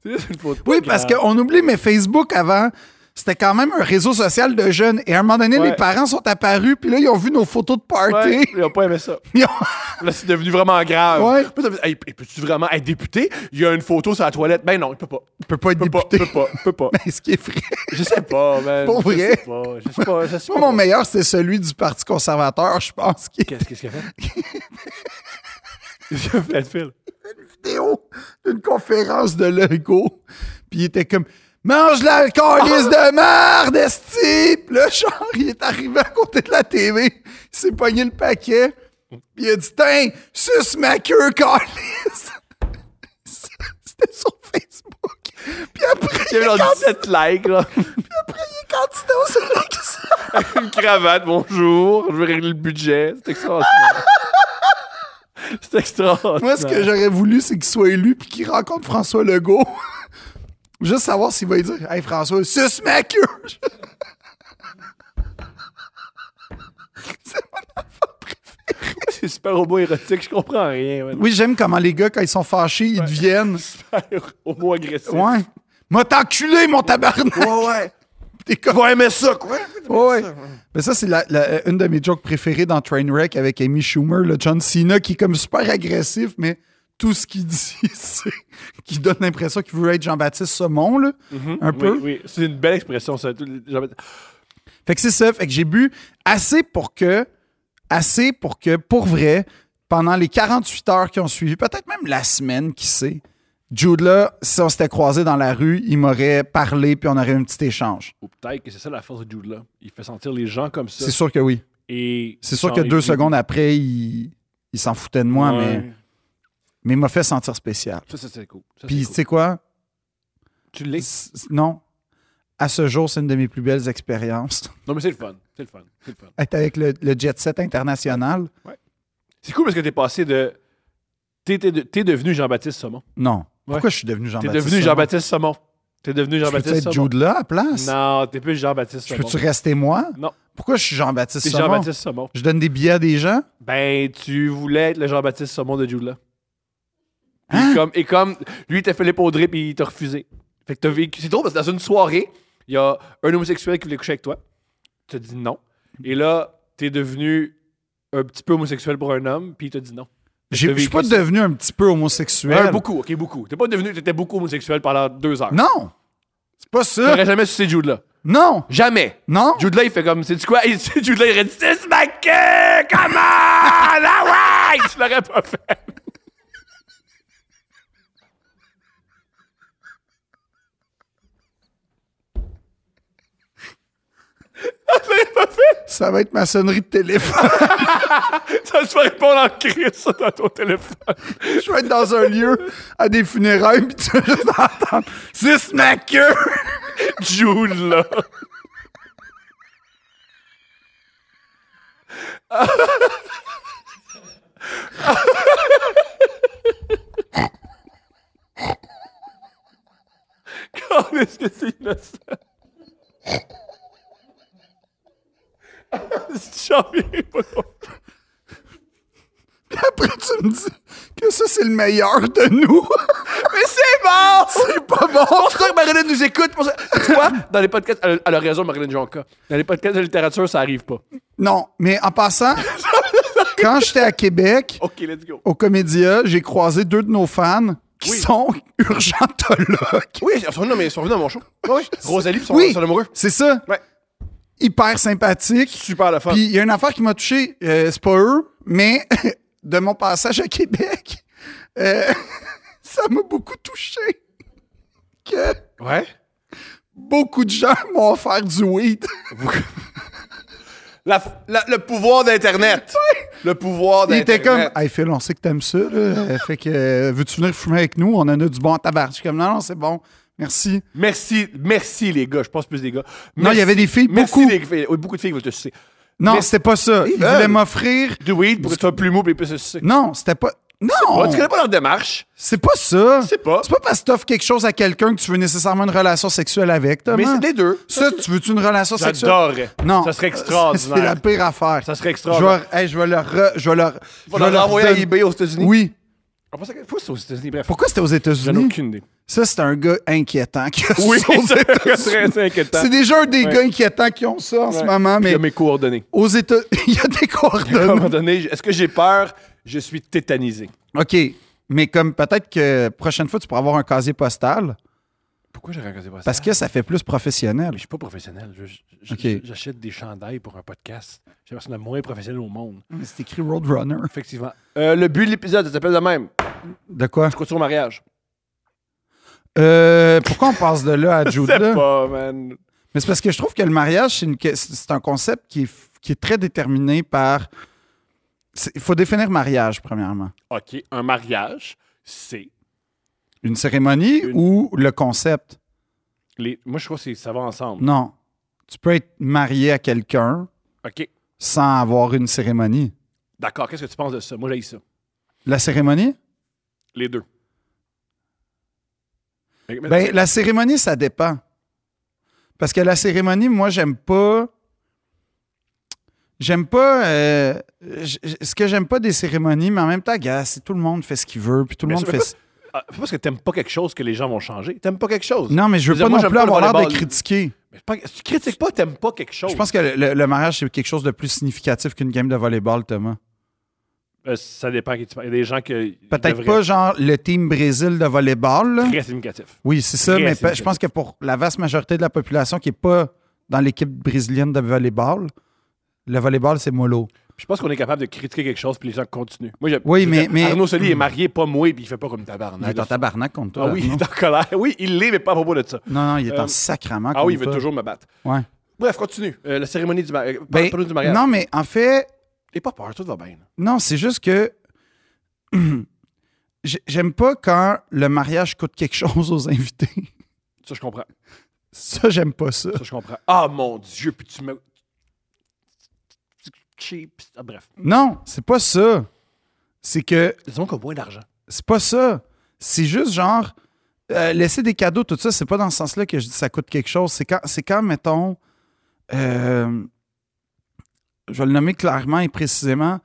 [SPEAKER 1] C'est juste une photo.
[SPEAKER 2] Oui, parce
[SPEAKER 1] grave.
[SPEAKER 2] qu'on oublie, mais Facebook avant, c'était quand même un réseau social de jeunes. Et à un moment donné,
[SPEAKER 1] Ouais.
[SPEAKER 2] les parents sont apparus, puis là, ils ont vu nos photos de party.
[SPEAKER 1] Ouais, ils ont pas aimé ça.
[SPEAKER 2] Ils ont-
[SPEAKER 1] Là, c'est devenu vraiment grave.
[SPEAKER 2] Ouais.
[SPEAKER 1] Puis ça fait, Hey, peux-tu vraiment être député? Il y a une photo sur la toilette. Ben non, il peut pas.
[SPEAKER 2] On peut pas être
[SPEAKER 1] Il peut pas, peut
[SPEAKER 2] député.
[SPEAKER 1] pas, peut pas.
[SPEAKER 2] Mais ce qui est vrai.
[SPEAKER 1] Je sais pas, man.
[SPEAKER 2] Pour
[SPEAKER 1] Je
[SPEAKER 2] vrai?
[SPEAKER 1] sais pas. Je sais pas. Je sais
[SPEAKER 2] Moi,
[SPEAKER 1] pas.
[SPEAKER 2] mon meilleur, c'était celui du Parti conservateur, je pense, qui est
[SPEAKER 1] Qu'est-ce qu'est-ce qu'il a fait? Qu'est-ce qu'il a fait, Phil?
[SPEAKER 2] une vidéo d'une conférence de Lego. Puis il était comme Mange la calice de merde, esti! Puis là, genre, il est arrivé à côté de la TV, il s'est pogné le paquet, puis il a dit Tiens, suce ma queue, calice! C'était sur Facebook. Puis après,
[SPEAKER 1] Il y
[SPEAKER 2] il
[SPEAKER 1] avait
[SPEAKER 2] est
[SPEAKER 1] genre
[SPEAKER 2] candi-
[SPEAKER 1] 17 likes, là.
[SPEAKER 2] après, il est candidat aux élections.
[SPEAKER 1] une cravate, bonjour, je vais régler le budget. C'est extraordinaire. C'est extraordinaire.
[SPEAKER 2] Moi, ce que j'aurais voulu, c'est qu'il soit élu puis qu'il rencontre François Legault. Juste savoir s'il va lui dire Hey François, suce ma queue!
[SPEAKER 1] C'est super homo érotique, je comprends rien. man.
[SPEAKER 2] Oui, j'aime comment les gars, quand ils sont fâchés, ils deviennent.
[SPEAKER 1] Super homo agressif.
[SPEAKER 2] Ouais. M'a t'enculé, mon tabarnak! Ouais, ouais. T'es comme.
[SPEAKER 1] Pas aimer ça, quoi.
[SPEAKER 2] Ouais, ouais. Mais ça, c'est la- la- une de mes jokes préférées dans Trainwreck avec Amy Schumer, le John Cena, qui est comme super agressif, mais tout ce qu'il dit, c'est qu'il donne l'impression qu'il veut être Jean-Baptiste Saumon, là, un
[SPEAKER 1] Oui,
[SPEAKER 2] peu.
[SPEAKER 1] oui. C'est une belle expression, ça. Tout le- j'en-
[SPEAKER 2] Fait que c'est ça. Fait que j'ai bu assez pour que, assez pour que, pour vrai, pendant les 48 heures qui ont suivi, peut-être même la semaine, qui sait, Jude là, si on s'était croisé dans la rue, il m'aurait parlé puis on aurait eu un petit échange.
[SPEAKER 1] Ou peut-être que c'est ça la force de Jude là. Il fait sentir les gens comme ça.
[SPEAKER 2] C'est sûr que oui.
[SPEAKER 1] Et
[SPEAKER 2] C'est sûr que deux secondes après, il, il s'en foutait de moi, mais, mais il m'a fait sentir spécial.
[SPEAKER 1] Ça, ça, c'est cool. Ça,
[SPEAKER 2] Puis
[SPEAKER 1] c'est
[SPEAKER 2] tu
[SPEAKER 1] cool.
[SPEAKER 2] sais quoi?
[SPEAKER 1] Tu l'es.
[SPEAKER 2] C- Non. À ce jour, c'est une de mes plus belles expériences.
[SPEAKER 1] Non, mais c'est le fun. C'est le fun. C'est le fun.
[SPEAKER 2] Être avec le, le jet set international?
[SPEAKER 1] C'est cool parce que t'es passé de. T'es t'es de- t'es devenu Jean-Baptiste Saumon.
[SPEAKER 2] Non. Pourquoi je suis devenu
[SPEAKER 1] T'es
[SPEAKER 2] Jean-Baptiste?
[SPEAKER 1] devenu
[SPEAKER 2] Saumon?
[SPEAKER 1] Jean-Baptiste Saumon. T'es devenu
[SPEAKER 2] Je peux-tu
[SPEAKER 1] Jean-Baptiste
[SPEAKER 2] être
[SPEAKER 1] Saumon.
[SPEAKER 2] Jude là à la place?
[SPEAKER 1] Non, t'es plus Jean-Baptiste
[SPEAKER 2] Je
[SPEAKER 1] Saumon.
[SPEAKER 2] peux-tu rester moi?
[SPEAKER 1] Non.
[SPEAKER 2] Pourquoi je suis Jean-Baptiste
[SPEAKER 1] T'es
[SPEAKER 2] Saumon?
[SPEAKER 1] Jean-Baptiste Saumon.
[SPEAKER 2] Je donne des billets à des gens?
[SPEAKER 1] Ben, tu voulais être le Jean-Baptiste Saumon de Jude Law. Puis
[SPEAKER 2] Hein?
[SPEAKER 1] comme, et comme lui, il t'a fait l'épaudré puis il t'a refusé. Fait que t'as vécu. C'est drôle parce que dans une soirée, il y a un homosexuel qui voulait coucher avec toi. Tu as dit non. Et là, t'es devenu un petit peu homosexuel pour un homme, puis il t'a dit non.
[SPEAKER 2] J'ai-
[SPEAKER 1] t'as
[SPEAKER 2] Je suis
[SPEAKER 1] vécu
[SPEAKER 2] pas
[SPEAKER 1] ça.
[SPEAKER 2] devenu un petit peu homosexuel.
[SPEAKER 1] Un, Ben, beaucoup, ok, beaucoup. T'es pas devenu, t'étais beaucoup homosexuel pendant deux heures.
[SPEAKER 2] Non! C'est pas ça!
[SPEAKER 1] T'aurais jamais sucé Jude là.
[SPEAKER 2] Non!
[SPEAKER 1] Jamais.
[SPEAKER 2] Non!
[SPEAKER 1] Jude Law, il fait comme, c'est quoi? Il- Jude Law, il aurait dit, c'est ma queue! Come on! Ah ouais! Tu l'aurais pas fait.
[SPEAKER 2] Ça va être ma sonnerie de téléphone.
[SPEAKER 1] Ça te fait répondre en crise, ça, dans ton téléphone.
[SPEAKER 2] je vais être dans un lieu à des funérailles pis tu vas juste entendre « Suce ma queue!
[SPEAKER 1] Jude, là. Quand est-ce que c'est innocent? J'en viens pas. »
[SPEAKER 2] Après, tu me dis que ça, c'est le meilleur de nous.
[SPEAKER 1] Mais c'est bon!
[SPEAKER 2] c'est pas bon!
[SPEAKER 1] C'est pour ça que Marilyn nous écoute. c'est pour ça- Tu vois, dans les podcasts, elle, elle a raison, Marilyn Jonca. Dans les podcasts de littérature, ça arrive pas.
[SPEAKER 2] Non, mais en passant, quand j'étais à Québec,
[SPEAKER 1] OK, let's go.
[SPEAKER 2] au Comédia, j'ai croisé deux de nos fans qui
[SPEAKER 1] Oui.
[SPEAKER 2] sont urgentologues.
[SPEAKER 1] Oui, ils sont venus, mais ils sont venus dans mon show. Ah Oui, Rosalie, puis son,
[SPEAKER 2] Oui.
[SPEAKER 1] son amoureux.
[SPEAKER 2] C'est ça.
[SPEAKER 1] Ouais.
[SPEAKER 2] Hyper sympathique.
[SPEAKER 1] Super la femme.
[SPEAKER 2] Puis il y a une affaire qui m'a touché, euh, c'est pas eux, mais de mon passage à Québec, euh, ça m'a beaucoup touché que
[SPEAKER 1] Ouais.
[SPEAKER 2] beaucoup de gens m'ont offert du weed.
[SPEAKER 3] La- la- le pouvoir d'Internet. Le pouvoir
[SPEAKER 2] Il était
[SPEAKER 3] d'Internet.
[SPEAKER 2] comme, hey Phil, on sait que t'aimes ça, là. Euh, Fait que, euh, veux-tu venir fumer avec nous? On en a du bon tabac. Je suis comme, non, non, c'est bon. Merci.
[SPEAKER 1] Merci, merci les gars. Je pense plus des gars.
[SPEAKER 2] Non, il y avait des filles,
[SPEAKER 1] Merci
[SPEAKER 2] beaucoup.
[SPEAKER 1] les filles. Oui, beaucoup de filles qui veulent te sucer.
[SPEAKER 2] Non,
[SPEAKER 1] Mais-
[SPEAKER 2] c'était pas ça. Il voulait
[SPEAKER 1] veulent.
[SPEAKER 2] m'offrir.
[SPEAKER 1] Du weed pour que tu sois plus mou et puisse se sucer.
[SPEAKER 2] Non, c'était pas.
[SPEAKER 3] Oh,
[SPEAKER 2] Non!
[SPEAKER 3] tu connais pas leur démarche?
[SPEAKER 2] C'est pas ça.
[SPEAKER 1] sais pas.
[SPEAKER 2] C'est pas parce que t'offres quelque chose à quelqu'un que tu veux nécessairement une relation sexuelle avec, Thomas.
[SPEAKER 1] Mais c'est les deux.
[SPEAKER 2] Ça, tu veux-tu une relation sexuelle?
[SPEAKER 1] J'adorerais.
[SPEAKER 2] Non.
[SPEAKER 1] Ça serait
[SPEAKER 2] C'est la
[SPEAKER 1] extraordinaire.
[SPEAKER 2] pire affaire.
[SPEAKER 1] Ça serait extraordinaire.
[SPEAKER 2] Je vais, hey, je vais leur. re- je vais leur.
[SPEAKER 3] Faut
[SPEAKER 2] je vais
[SPEAKER 3] leur envoyer à
[SPEAKER 2] donner-
[SPEAKER 3] eBay aux États-Unis.
[SPEAKER 2] Oui.
[SPEAKER 1] On pense à quelle fois c'est aux États-Unis. Bref,
[SPEAKER 2] Pourquoi c'était aux
[SPEAKER 1] j'en ai
[SPEAKER 2] États-Unis?
[SPEAKER 1] aucune idée.
[SPEAKER 2] Ça, c'est un gars inquiétant qui a
[SPEAKER 1] Oui,
[SPEAKER 2] ça aux
[SPEAKER 1] c'est
[SPEAKER 2] États-Unis.
[SPEAKER 1] très inquiétant.
[SPEAKER 2] C'est déjà un des
[SPEAKER 1] Ouais.
[SPEAKER 2] gars inquiétants qui ont ça en ce
[SPEAKER 1] Ouais.
[SPEAKER 2] moment,
[SPEAKER 1] Puis il y
[SPEAKER 2] mais
[SPEAKER 1] a mes coordonnées.
[SPEAKER 2] aux États. Il y a des
[SPEAKER 1] À un
[SPEAKER 2] coordonnées.
[SPEAKER 1] moment donné, j- est-ce que j'ai peur? Je suis tétanisé.
[SPEAKER 2] OK. Mais comme peut-être que prochaine fois, tu pourras avoir un casier postal
[SPEAKER 1] Pourquoi j'ai regardé pas ça?
[SPEAKER 2] parce que ça fait plus professionnel.
[SPEAKER 1] Mais je suis pas professionnel. Je- je-
[SPEAKER 2] Ok.
[SPEAKER 1] je- J'achète des chandails pour un podcast. Je suis la personne la moins professionnelle au monde.
[SPEAKER 2] C'est écrit Roadrunner.
[SPEAKER 1] Effectivement. Euh, le but de l'épisode, ça s'appelle le même.
[SPEAKER 2] De quoi?
[SPEAKER 1] Je au mariage.
[SPEAKER 2] Euh, pourquoi on passe de là à Jude?
[SPEAKER 1] C'est
[SPEAKER 2] là?
[SPEAKER 1] pas, man.
[SPEAKER 2] Mais c'est parce que je trouve que le mariage, c'est, une que- c'est un concept qui est, f- qui est très déterminé par. c'est- Il faut définir mariage, premièrement.
[SPEAKER 1] OK, un mariage, c'est.
[SPEAKER 2] Une cérémonie
[SPEAKER 1] Une-
[SPEAKER 2] ou le concept?
[SPEAKER 1] Les... Moi, je crois que c'est- ça va ensemble.
[SPEAKER 2] Non. Tu peux être marié à quelqu'un
[SPEAKER 1] OK,
[SPEAKER 2] sans avoir une cérémonie.
[SPEAKER 1] d'accord. Qu'est-ce que tu penses de ça? Moi, j'ai ça.
[SPEAKER 2] La cérémonie?
[SPEAKER 1] Les deux. Mais- mais-
[SPEAKER 2] Ben, la cérémonie, ça dépend. Parce que la cérémonie, moi, j'aime pas. J'aime pas. euh, j- j- ce que j'aime pas des cérémonies, mais en même temps, gars, si tout le monde fait ce qu'il veut, puis tout
[SPEAKER 1] Mais
[SPEAKER 2] le monde
[SPEAKER 1] c'est
[SPEAKER 2] fait.
[SPEAKER 1] pas- Ah, c'est parce que t'aimes pas quelque chose que les gens vont changer. T'aimes pas quelque chose.
[SPEAKER 2] Non, mais je veux
[SPEAKER 1] Je veux
[SPEAKER 2] pas
[SPEAKER 1] dire, moi,
[SPEAKER 2] non
[SPEAKER 1] j'aime
[SPEAKER 2] plus
[SPEAKER 1] pas le
[SPEAKER 2] avoir l'air de
[SPEAKER 1] volleyball. Oh.
[SPEAKER 2] critiquer.
[SPEAKER 1] Mais c'est pas- Si tu critiques pas, t'aimes pas quelque chose.
[SPEAKER 2] Je pense que le, le mariage, c'est quelque chose de plus significatif qu'une game de volleyball, Thomas.
[SPEAKER 1] Euh, ça dépend. à qui tu parles. Il y a des gens que.
[SPEAKER 2] Peut-être pas genre le team Brésil de volleyball. là.
[SPEAKER 1] Très significatif.
[SPEAKER 2] Oui, c'est ça,
[SPEAKER 1] Très
[SPEAKER 2] mais pe- je
[SPEAKER 1] significatif.
[SPEAKER 2] pense que pour la vaste majorité de la population qui n'est pas dans l'équipe brésilienne de volleyball, le volleyball, c'est mollo.
[SPEAKER 1] Je pense qu'on est capable de critiquer quelque chose puis les gens continuent. Moi, j'ai-
[SPEAKER 2] Oui,
[SPEAKER 1] j'ai-
[SPEAKER 2] mais- mais- Hmm.
[SPEAKER 1] Arnaud Soli est marié, pas moi, puis il fait pas comme
[SPEAKER 2] Il
[SPEAKER 1] tabarnak.
[SPEAKER 2] est en tabarnak contre toi.
[SPEAKER 1] Ah oui, il
[SPEAKER 2] non?
[SPEAKER 1] est en colère. Oui, il l'est, mais pas à propos de ça.
[SPEAKER 2] Non, non, il est
[SPEAKER 1] Euh,
[SPEAKER 2] en sacrament contre
[SPEAKER 1] Ah oui, il veut
[SPEAKER 2] toi.
[SPEAKER 1] toujours me battre.
[SPEAKER 2] Ouais.
[SPEAKER 1] Bref, continue. Euh, la cérémonie du mariage.
[SPEAKER 2] Ben,
[SPEAKER 1] Parle-nous du mariage.
[SPEAKER 2] Non, mais en fait,
[SPEAKER 1] Et pas peur, tout va bien.
[SPEAKER 2] non, c'est juste que j'ai- j'aime pas quand le mariage coûte quelque chose aux invités.
[SPEAKER 1] Ça, je comprends.
[SPEAKER 2] Ça, j'aime pas ça.
[SPEAKER 1] Ça, je comprends. Ah mon Dieu, puis tu me. Cheap. Ah, bref.
[SPEAKER 2] Non, c'est pas ça. C'est que
[SPEAKER 1] Disons qu'on a moins d'argent.
[SPEAKER 2] c'est pas ça. C'est juste genre euh, laisser des cadeaux, tout ça, c'est pas dans ce sens-là que je dis que ça coûte quelque chose. C'est quand, c'est quand mettons, euh, je vais le nommer clairement et précisément,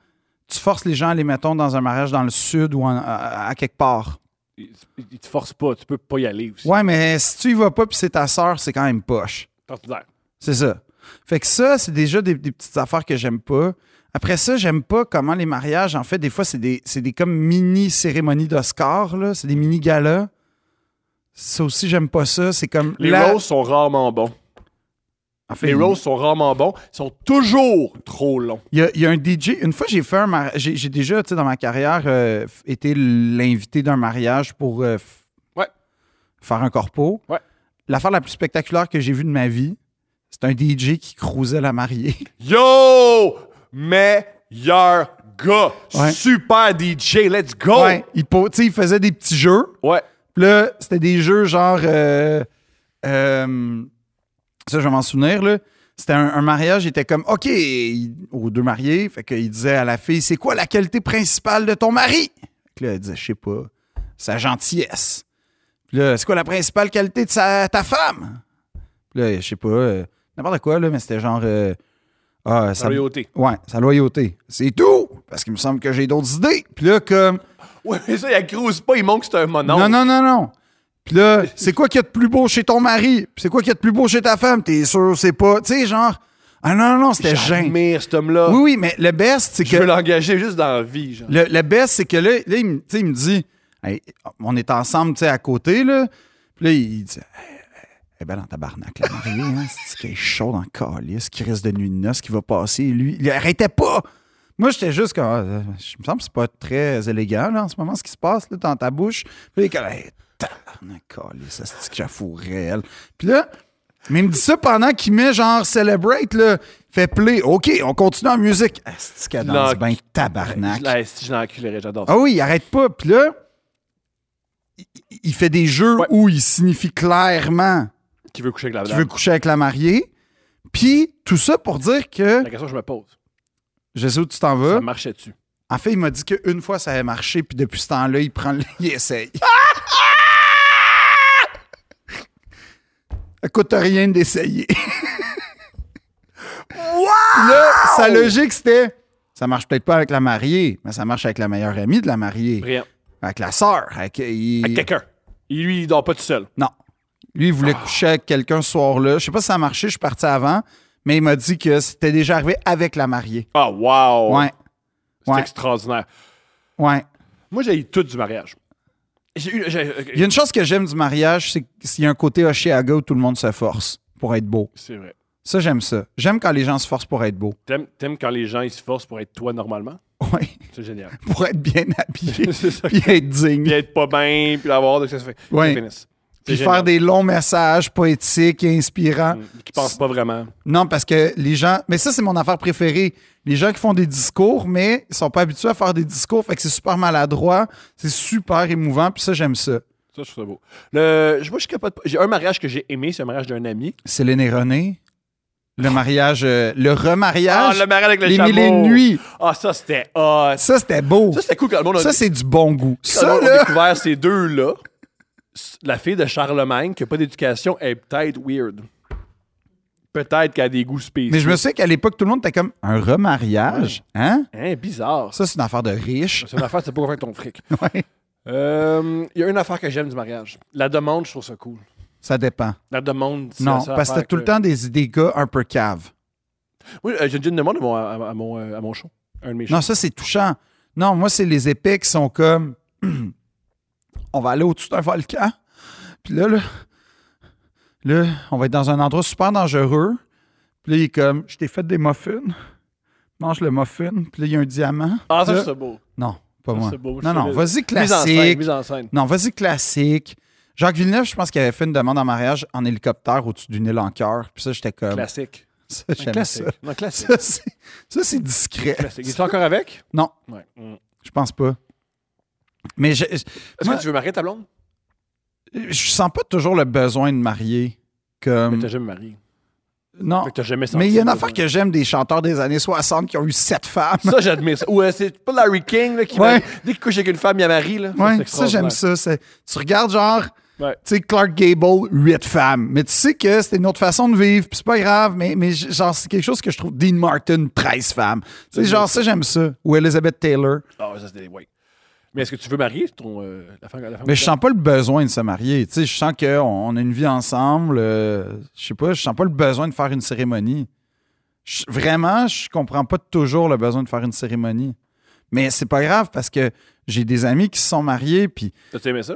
[SPEAKER 2] tu forces les gens à les mettons dans un mariage dans le sud ou en- à, à quelque part.
[SPEAKER 1] Ils il te forcent pas, tu peux pas y aller aussi.
[SPEAKER 2] Ouais, mais si tu y vas pas puis c'est ta sœur, c'est quand même poche.
[SPEAKER 1] Tant pis d'air.
[SPEAKER 2] C'est ça. Fait que ça, c'est déjà des, des petites affaires que j'aime pas. Après ça, j'aime pas comment les mariages, en fait, des fois, c'est des, c'est des comme mini-cérémonies d'Oscar, là. C'est des mini-galas. Ça aussi, j'aime pas ça. C'est comme.
[SPEAKER 1] Les
[SPEAKER 2] la-
[SPEAKER 1] roses sont rarement bons.
[SPEAKER 2] En fait,
[SPEAKER 1] Les roses sont rarement bons. Ils sont toujours trop longs.
[SPEAKER 2] Il y, a, il y a un DJ. Une fois, j'ai fait un mari- J'ai, j'ai déjà, tu sais, dans ma carrière, euh, f- été l'invité d'un mariage pour euh, f-
[SPEAKER 1] Ouais.
[SPEAKER 2] faire un corpo.
[SPEAKER 1] Ouais.
[SPEAKER 2] L'affaire la plus spectaculaire que j'ai vue de ma vie, c'est un DJ qui cruisait la mariée.
[SPEAKER 1] Yo! Meilleur gars!
[SPEAKER 2] Ouais.
[SPEAKER 1] Super DJ! Let's go!
[SPEAKER 2] Ouais. Il, po- tu sais, il faisait des petits jeux.
[SPEAKER 1] Ouais.
[SPEAKER 2] Puis là, c'était des jeux genre. euh, euh, ça, je vais m'en souvenir, là. C'était un, un mariage, il était comme OK, il- aux deux mariés. Fait qu'il disait à la fille C'est quoi la qualité principale de ton mari Fait que là, elle disait Je sais pas, sa gentillesse. Puis là, c'est quoi la principale qualité de sa, ta femme Puis là, je sais pas, euh, n'importe quoi, là, mais c'était genre. euh, ah,
[SPEAKER 1] Ça...
[SPEAKER 2] sa,
[SPEAKER 1] Loyauté.
[SPEAKER 2] ouais, sa loyauté. C'est tout, parce qu'il me semble que j'ai d'autres idées. Puis là, comme.
[SPEAKER 1] Ouais, mais ça, il accrouse pas, il montre que c'est un mononcle.
[SPEAKER 2] Non, non, non, non. Puis là, c'est quoi qu'il y a de plus beau chez ton mari? Puis c'est quoi qu'il y a de plus beau chez ta femme? T'es sûr, c'est pas. Tu sais, genre. Ah non, non, non, c'était gêne.
[SPEAKER 1] J'admire cet homme-là.
[SPEAKER 2] Oui, oui, mais le best, c'est
[SPEAKER 1] Je veux
[SPEAKER 2] que.
[SPEAKER 1] l'engager juste dans la vie, genre.
[SPEAKER 2] Le, le best, c'est que là, là, il, me- tu sais, il me dit. Hey, on est ensemble, tu sais, à côté, là. Puis là, il dit. Eh ben, dans tabarnak, la mariée, hein, c'est qu'elle est chaude en calice, qui reste de nuit de noces, qui va passer. Lui, il arrêtait pas. Moi, j'étais juste comme. ah, euh, je me semble que c'est pas très élégant, là, en ce moment, ce qui se passe, là, dans ta bouche. Puis là, il est comme. Hey, tabarnak, calice, c'est que j'affourais, elle. Puis là, Mais il me dit ça pendant qu'il met genre Celebrate, là. Fait play. OK, on continue en musique. Asti qu'elle danse
[SPEAKER 1] Non.
[SPEAKER 2] bien tabarnak.
[SPEAKER 1] Là, si je l'enculerais, j'adore ça.
[SPEAKER 2] Ah oui, il arrête pas. Puis là, il- il fait des jeux
[SPEAKER 1] Ouais.
[SPEAKER 2] où il signifie clairement
[SPEAKER 1] Qui veut coucher avec la
[SPEAKER 2] qu'il
[SPEAKER 1] dame?
[SPEAKER 2] veut coucher avec la mariée. Puis tout ça pour dire que
[SPEAKER 1] La question que je me pose,
[SPEAKER 2] je sais où tu t'en vas.
[SPEAKER 1] ça marchait-tu?
[SPEAKER 2] En fait, il m'a dit qu'une fois ça avait marché, puis depuis ce temps-là, il prend le... il essaye. ça coûte rien d'essayer. Là, sa logique, c'était ça marche peut-être pas avec la mariée, mais ça marche avec la meilleure amie de la mariée.
[SPEAKER 1] Rien.
[SPEAKER 2] Avec la sœur. Avec, il-
[SPEAKER 1] Avec quelqu'un. Il, lui, il dort pas tout seul.
[SPEAKER 2] Non. Lui, il voulait coucher avec quelqu'un ce soir-là. Je sais pas si ça a marché, je suis parti avant, mais il m'a dit que c'était déjà arrivé avec la mariée.
[SPEAKER 1] Ah, wow!
[SPEAKER 2] Ouais,
[SPEAKER 1] C'est
[SPEAKER 2] ouais.
[SPEAKER 1] extraordinaire.
[SPEAKER 2] ouais.
[SPEAKER 1] Moi, j'ai eu tout du mariage. J'ai eu. j'ai- ok,
[SPEAKER 2] Il y a une chose que j'aime du mariage, c'est qu'il y a un côté Oshiaga où tout le monde se force pour être beau.
[SPEAKER 1] C'est vrai.
[SPEAKER 2] Ça, j'aime ça. J'aime quand les gens se forcent pour être beau.
[SPEAKER 1] T'aimes t'aimes quand les gens ils se forcent pour être toi normalement?
[SPEAKER 2] Oui,
[SPEAKER 1] C'est génial.
[SPEAKER 2] pour être bien habillé,
[SPEAKER 1] c'est ça.
[SPEAKER 2] puis être
[SPEAKER 1] Puis
[SPEAKER 2] digne.
[SPEAKER 1] être pas bien, puis avoir de ça se fait.
[SPEAKER 2] Ouais.
[SPEAKER 1] ça finisse.
[SPEAKER 2] Puis
[SPEAKER 1] C'est
[SPEAKER 2] faire
[SPEAKER 1] génial.
[SPEAKER 2] des longs messages poétiques et inspirants.
[SPEAKER 1] Mm, Qui pensent pas vraiment.
[SPEAKER 2] Non, parce que les gens. Mais ça, c'est mon affaire préférée. Les gens qui font des discours, mais ils sont pas habitués à faire des discours. Fait que c'est super maladroit, c'est super émouvant, puis ça, j'aime ça.
[SPEAKER 1] Ça, je trouve ça beau. Le, je- moi, je capote pas. J'ai un mariage que j'ai aimé, c'est le mariage d'un ami.
[SPEAKER 2] Céline et René, le mariage, euh, le remariage,
[SPEAKER 1] Oh. Ah, mariage avec
[SPEAKER 2] les mille et une nuits.
[SPEAKER 1] Ah, ça, c'était hot.
[SPEAKER 2] Ça, c'était beau.
[SPEAKER 1] Ça, c'était cool quand le monde a
[SPEAKER 2] Ça, c'est du bon goût.
[SPEAKER 1] quand le
[SPEAKER 2] Ça,
[SPEAKER 1] monde a
[SPEAKER 2] là.
[SPEAKER 1] découvert ces deux-là. La fille de Charlemagne, qui n'a pas d'éducation, est peut-être weird. Peut-être qu'elle a des goûts spéciaux.
[SPEAKER 2] Mais je me souviens qu'à l'époque, tout le monde était comme un remariage. Hein?
[SPEAKER 1] Hein, bizarre.
[SPEAKER 2] Ça, c'est une affaire de riche.
[SPEAKER 1] C'est une affaire, c'est pas faire ton fric.
[SPEAKER 2] Ouais.
[SPEAKER 1] Euh, Il y a une affaire que j'aime du mariage. La demande, je trouve ça cool.
[SPEAKER 2] Ça dépend.
[SPEAKER 1] La demande, c'est
[SPEAKER 2] Non,
[SPEAKER 1] la seule
[SPEAKER 2] parce que t'as
[SPEAKER 1] affaire
[SPEAKER 2] tout le temps des idées gars un peu cave.
[SPEAKER 1] Oui, euh, j'ai déjà une demande à mon, à, à mon, euh, à mon show. Un de mes
[SPEAKER 2] Non,
[SPEAKER 1] shows.
[SPEAKER 2] ça, c'est touchant. Non, moi, c'est les épées qui sont comme. on va aller au-dessus d'un volcan. Puis là, là, là, on va être dans un endroit super dangereux. Puis là, il est comme Je t'ai fait des muffins. Mange le muffin. Puis là, il y a un diamant.
[SPEAKER 1] Ah, ça,
[SPEAKER 2] Là-
[SPEAKER 1] je trouve ça beau.
[SPEAKER 2] Non, pas
[SPEAKER 1] Ça,
[SPEAKER 2] moi.
[SPEAKER 1] c'est beau. Je
[SPEAKER 2] Non,
[SPEAKER 1] trouve
[SPEAKER 2] non,
[SPEAKER 1] le-
[SPEAKER 2] vas-y,
[SPEAKER 1] Mise en scène.
[SPEAKER 2] classique.
[SPEAKER 1] Mise en scène.
[SPEAKER 2] Non, vas-y, classique. Jacques Villeneuve, je pense qu'il avait fait une demande en mariage en hélicoptère au-dessus d'une île en cœur. Puis ça, j'étais comme.
[SPEAKER 1] Classique.
[SPEAKER 2] Ça,
[SPEAKER 1] Un
[SPEAKER 2] j'aime ça.
[SPEAKER 1] classique. Non, classique.
[SPEAKER 2] Ça, c'est- ça, c'est discret.
[SPEAKER 1] classique. Es-tu encore avec?
[SPEAKER 2] Non,
[SPEAKER 1] Ouais. Mm.
[SPEAKER 2] je pense pas. Mais je,
[SPEAKER 1] Est-ce
[SPEAKER 2] Moi-
[SPEAKER 1] que tu veux marier ta blonde?
[SPEAKER 2] je sens pas toujours le besoin de marier.
[SPEAKER 1] Mais
[SPEAKER 2] Comme.
[SPEAKER 1] t'as jamais marié.
[SPEAKER 2] Non.
[SPEAKER 1] Fait que t'as jamais senti.
[SPEAKER 2] Mm. Mais il y a une
[SPEAKER 1] le
[SPEAKER 2] affaire
[SPEAKER 1] besoin.
[SPEAKER 2] que j'aime des chanteurs des années 60 qui ont eu sept femmes.
[SPEAKER 1] Ça, j'admire ça. Ouais, c'est pas Larry King là, qui
[SPEAKER 2] Ouais.
[SPEAKER 1] marie- Dès qu'il couche avec une femme, il la marie. Là.
[SPEAKER 2] Ouais,
[SPEAKER 1] c'est
[SPEAKER 2] ça, j'aime
[SPEAKER 1] extraordinaire.
[SPEAKER 2] ça. C'est- Tu regardes genre,
[SPEAKER 1] Ouais.
[SPEAKER 2] tu sais, Clark Gable, huit femmes. Mais tu sais que c'est une autre façon de vivre, puis c'est pas grave, mais, mais j- genre, c'est quelque chose que je trouve Dean Martin, 13 femmes. Tu sais, genre, ça, j'aime ça. Ou Elizabeth Taylor.
[SPEAKER 1] Ah, ça, c'était des ouais. Mais est-ce que tu veux marier ton, euh, la femme? La femme
[SPEAKER 2] Mais je
[SPEAKER 1] que t'aimes?
[SPEAKER 2] sens pas le besoin de se marier. Tu sais, je sens qu'on on a une vie ensemble. euh, je sais pas, je sens pas le besoin de faire une cérémonie. Je- vraiment, je comprends pas toujours le besoin de faire une cérémonie. Mais c'est pas grave parce que j'ai des amis qui se sont mariés, puis
[SPEAKER 1] T'as-tu aimé ça?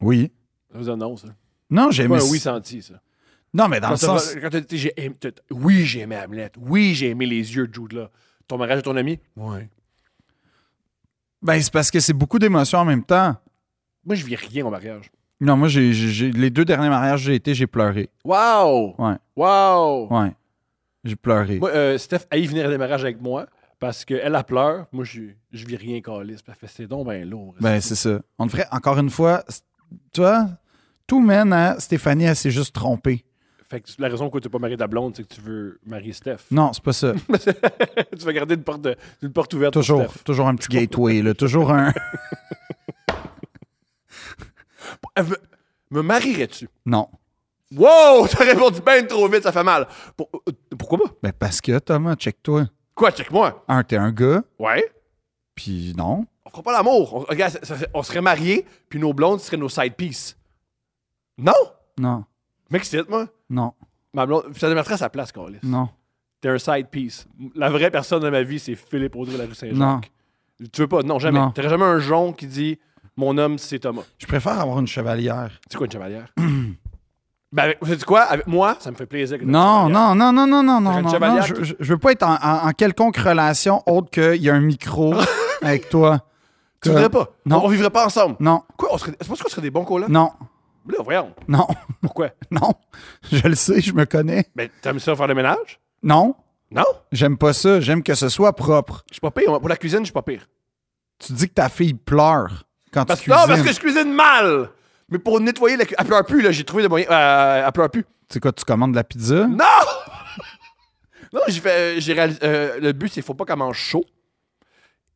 [SPEAKER 2] oui.
[SPEAKER 1] Ça faisait un non, ça.
[SPEAKER 2] Non, j'ai
[SPEAKER 1] C'est pas
[SPEAKER 2] aimé
[SPEAKER 1] un
[SPEAKER 2] ça.
[SPEAKER 1] oui senti, ça.
[SPEAKER 2] Non, mais dans
[SPEAKER 1] Quand
[SPEAKER 2] le
[SPEAKER 1] t'as-
[SPEAKER 2] sens.
[SPEAKER 1] quand t'as dit j'ai aimé- t'as- oui, j'ai aimé Hamlet. Oui, j'ai aimé les yeux de Jude là. Ton mariage de ton ami? Ouais.
[SPEAKER 2] Ben, c'est parce que c'est beaucoup d'émotions en même temps.
[SPEAKER 1] Moi, je vis rien au mariage.
[SPEAKER 2] Non, moi, j'ai, j'ai- j'ai- les deux derniers mariages que j'ai été, j'ai pleuré.
[SPEAKER 1] Wow!
[SPEAKER 2] Ouais.
[SPEAKER 1] Wow!
[SPEAKER 2] Ouais. J'ai pleuré.
[SPEAKER 1] Moi, euh, Steph a venir à des mariages avec moi parce qu'elle a pleure. Moi, je, je vis rien calice. Puis elle fait, c'est donc ben lourd.
[SPEAKER 2] Ben, c'est ça. On devrait, encore une fois, c- tu vois, tout mène à Stéphanie, elle s'est juste trompée.
[SPEAKER 1] Fait que la raison pourquoi tu n'as pas marié ta blonde, c'est que tu veux marier Steph.
[SPEAKER 2] Non, c'est pas ça.
[SPEAKER 1] tu vas garder une porte, de- une porte ouverte
[SPEAKER 2] Mm. toujours,
[SPEAKER 1] pour Steph.
[SPEAKER 2] toujours un petit gateway, là. Toujours un.
[SPEAKER 1] Elle veut- Me marierais-tu?
[SPEAKER 2] Non.
[SPEAKER 1] Wow! T'as répondu bien trop vite, ça fait mal. Pour- euh, pourquoi pas?
[SPEAKER 2] Ben, parce que, Thomas, check-toi.
[SPEAKER 1] Quoi, check-moi?
[SPEAKER 2] Un, t'es un gars,
[SPEAKER 1] Ouais.
[SPEAKER 2] puis non.
[SPEAKER 1] On fera pas l'amour. On, regarde, ça- ça- on serait mariés, puis nos blondes seraient nos side pieces. Non!
[SPEAKER 2] Non.
[SPEAKER 1] M'excite, moi.
[SPEAKER 2] Non.
[SPEAKER 1] Ma blonde, ça mettrait à sa place, calice.
[SPEAKER 2] Non.
[SPEAKER 1] T'es un side piece. La vraie personne de ma vie, c'est Philippe Audrey de la rue Saint-Jacques. Tu veux pas? Non, jamais.
[SPEAKER 2] Non.
[SPEAKER 1] T'aurais jamais un jonc qui dit Mon homme, c'est Thomas.
[SPEAKER 2] Je préfère avoir une chevalière.
[SPEAKER 1] C'est quoi une chevalière? ben, avec, sais quoi? Avec moi, ça me fait plaisir. que t'aies une
[SPEAKER 2] Non,
[SPEAKER 1] chevalière.
[SPEAKER 2] non, non, non, non, non, non,
[SPEAKER 1] une
[SPEAKER 2] non,
[SPEAKER 1] chevalière
[SPEAKER 2] non, Je, je- je veux pas être en, en- en quelconque relation autre qu'il y a un micro avec toi.
[SPEAKER 1] Tu voudrais pas?
[SPEAKER 2] Euh, Non.
[SPEAKER 1] On, on vivrait pas ensemble.
[SPEAKER 2] Non,
[SPEAKER 1] Quoi? On serait- C'est parce qu'on serait des bons collants?
[SPEAKER 2] non,
[SPEAKER 1] Là, voyons.
[SPEAKER 2] non.
[SPEAKER 1] Pourquoi?
[SPEAKER 2] Non, je le sais, je me connais.
[SPEAKER 1] Ben, t'aimes ça faire le ménage?
[SPEAKER 2] Non,
[SPEAKER 1] Non?
[SPEAKER 2] j'aime pas ça. J'aime que ce soit propre.
[SPEAKER 1] Je suis pas pire. Pour la cuisine, je suis pas pire.
[SPEAKER 2] Tu dis que ta fille pleure quand
[SPEAKER 1] Parce,
[SPEAKER 2] tu
[SPEAKER 1] non,
[SPEAKER 2] cuisines.
[SPEAKER 1] parce que je cuisine mal! Mais pour nettoyer la cuisine. Elle pleure plus, là, j'ai trouvé des moyens. Euh, elle pleure plus.
[SPEAKER 2] C'est quoi, tu commandes de la pizza?
[SPEAKER 1] Non! non, j'ai fait. euh, j'ai réalisé- euh, le but, c'est faut pas qu'elle mange chaud.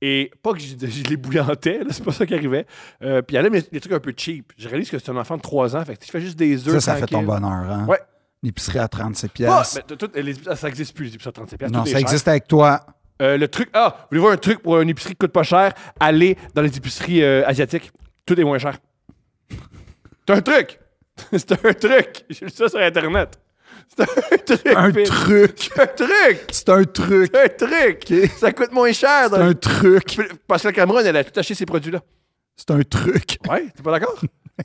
[SPEAKER 1] Et pas que je, je les bouillantais, là, c'est pas ça qui arrivait. Euh, puis elle aime les, les trucs un peu cheap. Je réalise que c'est un enfant de 3 ans. Fait que si tu fais juste des œufs.
[SPEAKER 2] Ça, ça fait ton
[SPEAKER 1] tranquilles-
[SPEAKER 2] bonheur, hein?
[SPEAKER 1] Ouais.
[SPEAKER 2] L'épicerie à 37
[SPEAKER 1] Pas-
[SPEAKER 2] pièces.
[SPEAKER 1] mais t- tout- les- ça existe plus, les épiceries à 35 piastres,
[SPEAKER 2] non,
[SPEAKER 1] tout est
[SPEAKER 2] ça
[SPEAKER 1] cher.
[SPEAKER 2] existe avec toi.
[SPEAKER 1] Euh, le truc, ah, vous voulez voir un truc pour une épicerie qui coûte pas cher? Allez dans les épiceries euh, asiatiques. Tout est moins cher. C'est un truc! C'est un truc! J'ai lu ça sur Internet. C'est un truc!
[SPEAKER 2] Un
[SPEAKER 1] Phil.
[SPEAKER 2] truc!
[SPEAKER 1] C'est un truc!
[SPEAKER 2] C'est un truc!
[SPEAKER 1] C'est un truc! Ça coûte moins cher.
[SPEAKER 2] C'est
[SPEAKER 1] dans-
[SPEAKER 2] un truc!
[SPEAKER 1] Pascal Cameron, elle a tout acheté ces produits-là.
[SPEAKER 2] C'est un truc!
[SPEAKER 1] Ouais, t'es pas d'accord?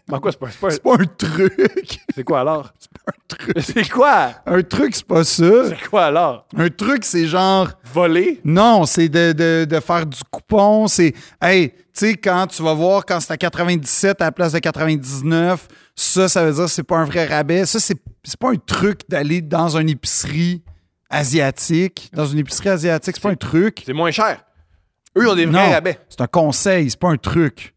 [SPEAKER 1] Mais quoi, c'est pas, c'est pas-
[SPEAKER 2] C'est pas un truc!
[SPEAKER 1] c'est quoi alors?
[SPEAKER 2] Un truc!
[SPEAKER 1] C'est quoi?
[SPEAKER 2] Un truc, c'est pas ça!
[SPEAKER 1] C'est quoi alors?
[SPEAKER 2] Un truc, c'est genre.
[SPEAKER 1] Voler?
[SPEAKER 2] Non, c'est de, de- de faire du coupon. C'est, hey, tu sais, quand tu vas voir, quand c'est à 97 à la place de 99, ça, ça veut dire que c'est pas un vrai rabais. Ça, c'est, c'est pas un truc d'aller dans une épicerie asiatique. Dans une épicerie asiatique, c'est pas un truc.
[SPEAKER 1] C'est moins cher. Eux, ils ont des vrais
[SPEAKER 2] Non,
[SPEAKER 1] rabais.
[SPEAKER 2] c'est un conseil, c'est pas un truc.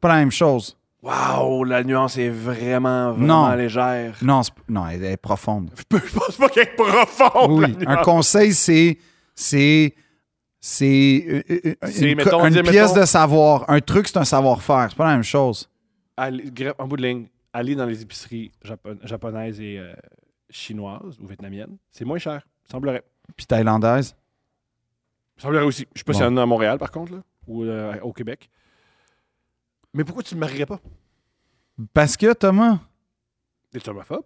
[SPEAKER 2] Pas la même chose.
[SPEAKER 1] Waouh, la nuance est vraiment,
[SPEAKER 2] Non.
[SPEAKER 1] vraiment légère.
[SPEAKER 2] Non, c'est- non elle est profonde.
[SPEAKER 1] Je pense pas qu'elle est profonde.
[SPEAKER 2] Oui,
[SPEAKER 1] la
[SPEAKER 2] un
[SPEAKER 1] nuance.
[SPEAKER 2] conseil, c'est. C'est. C'est euh, euh, euh,
[SPEAKER 1] C'est,
[SPEAKER 2] une,
[SPEAKER 1] mettons,
[SPEAKER 2] co- une
[SPEAKER 1] dire,
[SPEAKER 2] pièce
[SPEAKER 1] mettons-
[SPEAKER 2] de savoir. Un truc, c'est un savoir-faire. C'est pas la même chose.
[SPEAKER 1] Allez, gra- en bout de ligne, aller dans les épiceries japon- japonaises et euh, chinoises ou vietnamiennes, c'est moins cher, semblerait.
[SPEAKER 2] Puis thaïlandaise.
[SPEAKER 1] Semblerait aussi. Je sais pas
[SPEAKER 2] Bon.
[SPEAKER 1] si y en a à Montréal, par contre, là, ou euh, au Québec. Mais pourquoi tu ne marierais pas?
[SPEAKER 2] Parce que, Thomas.
[SPEAKER 1] T'es homophobe?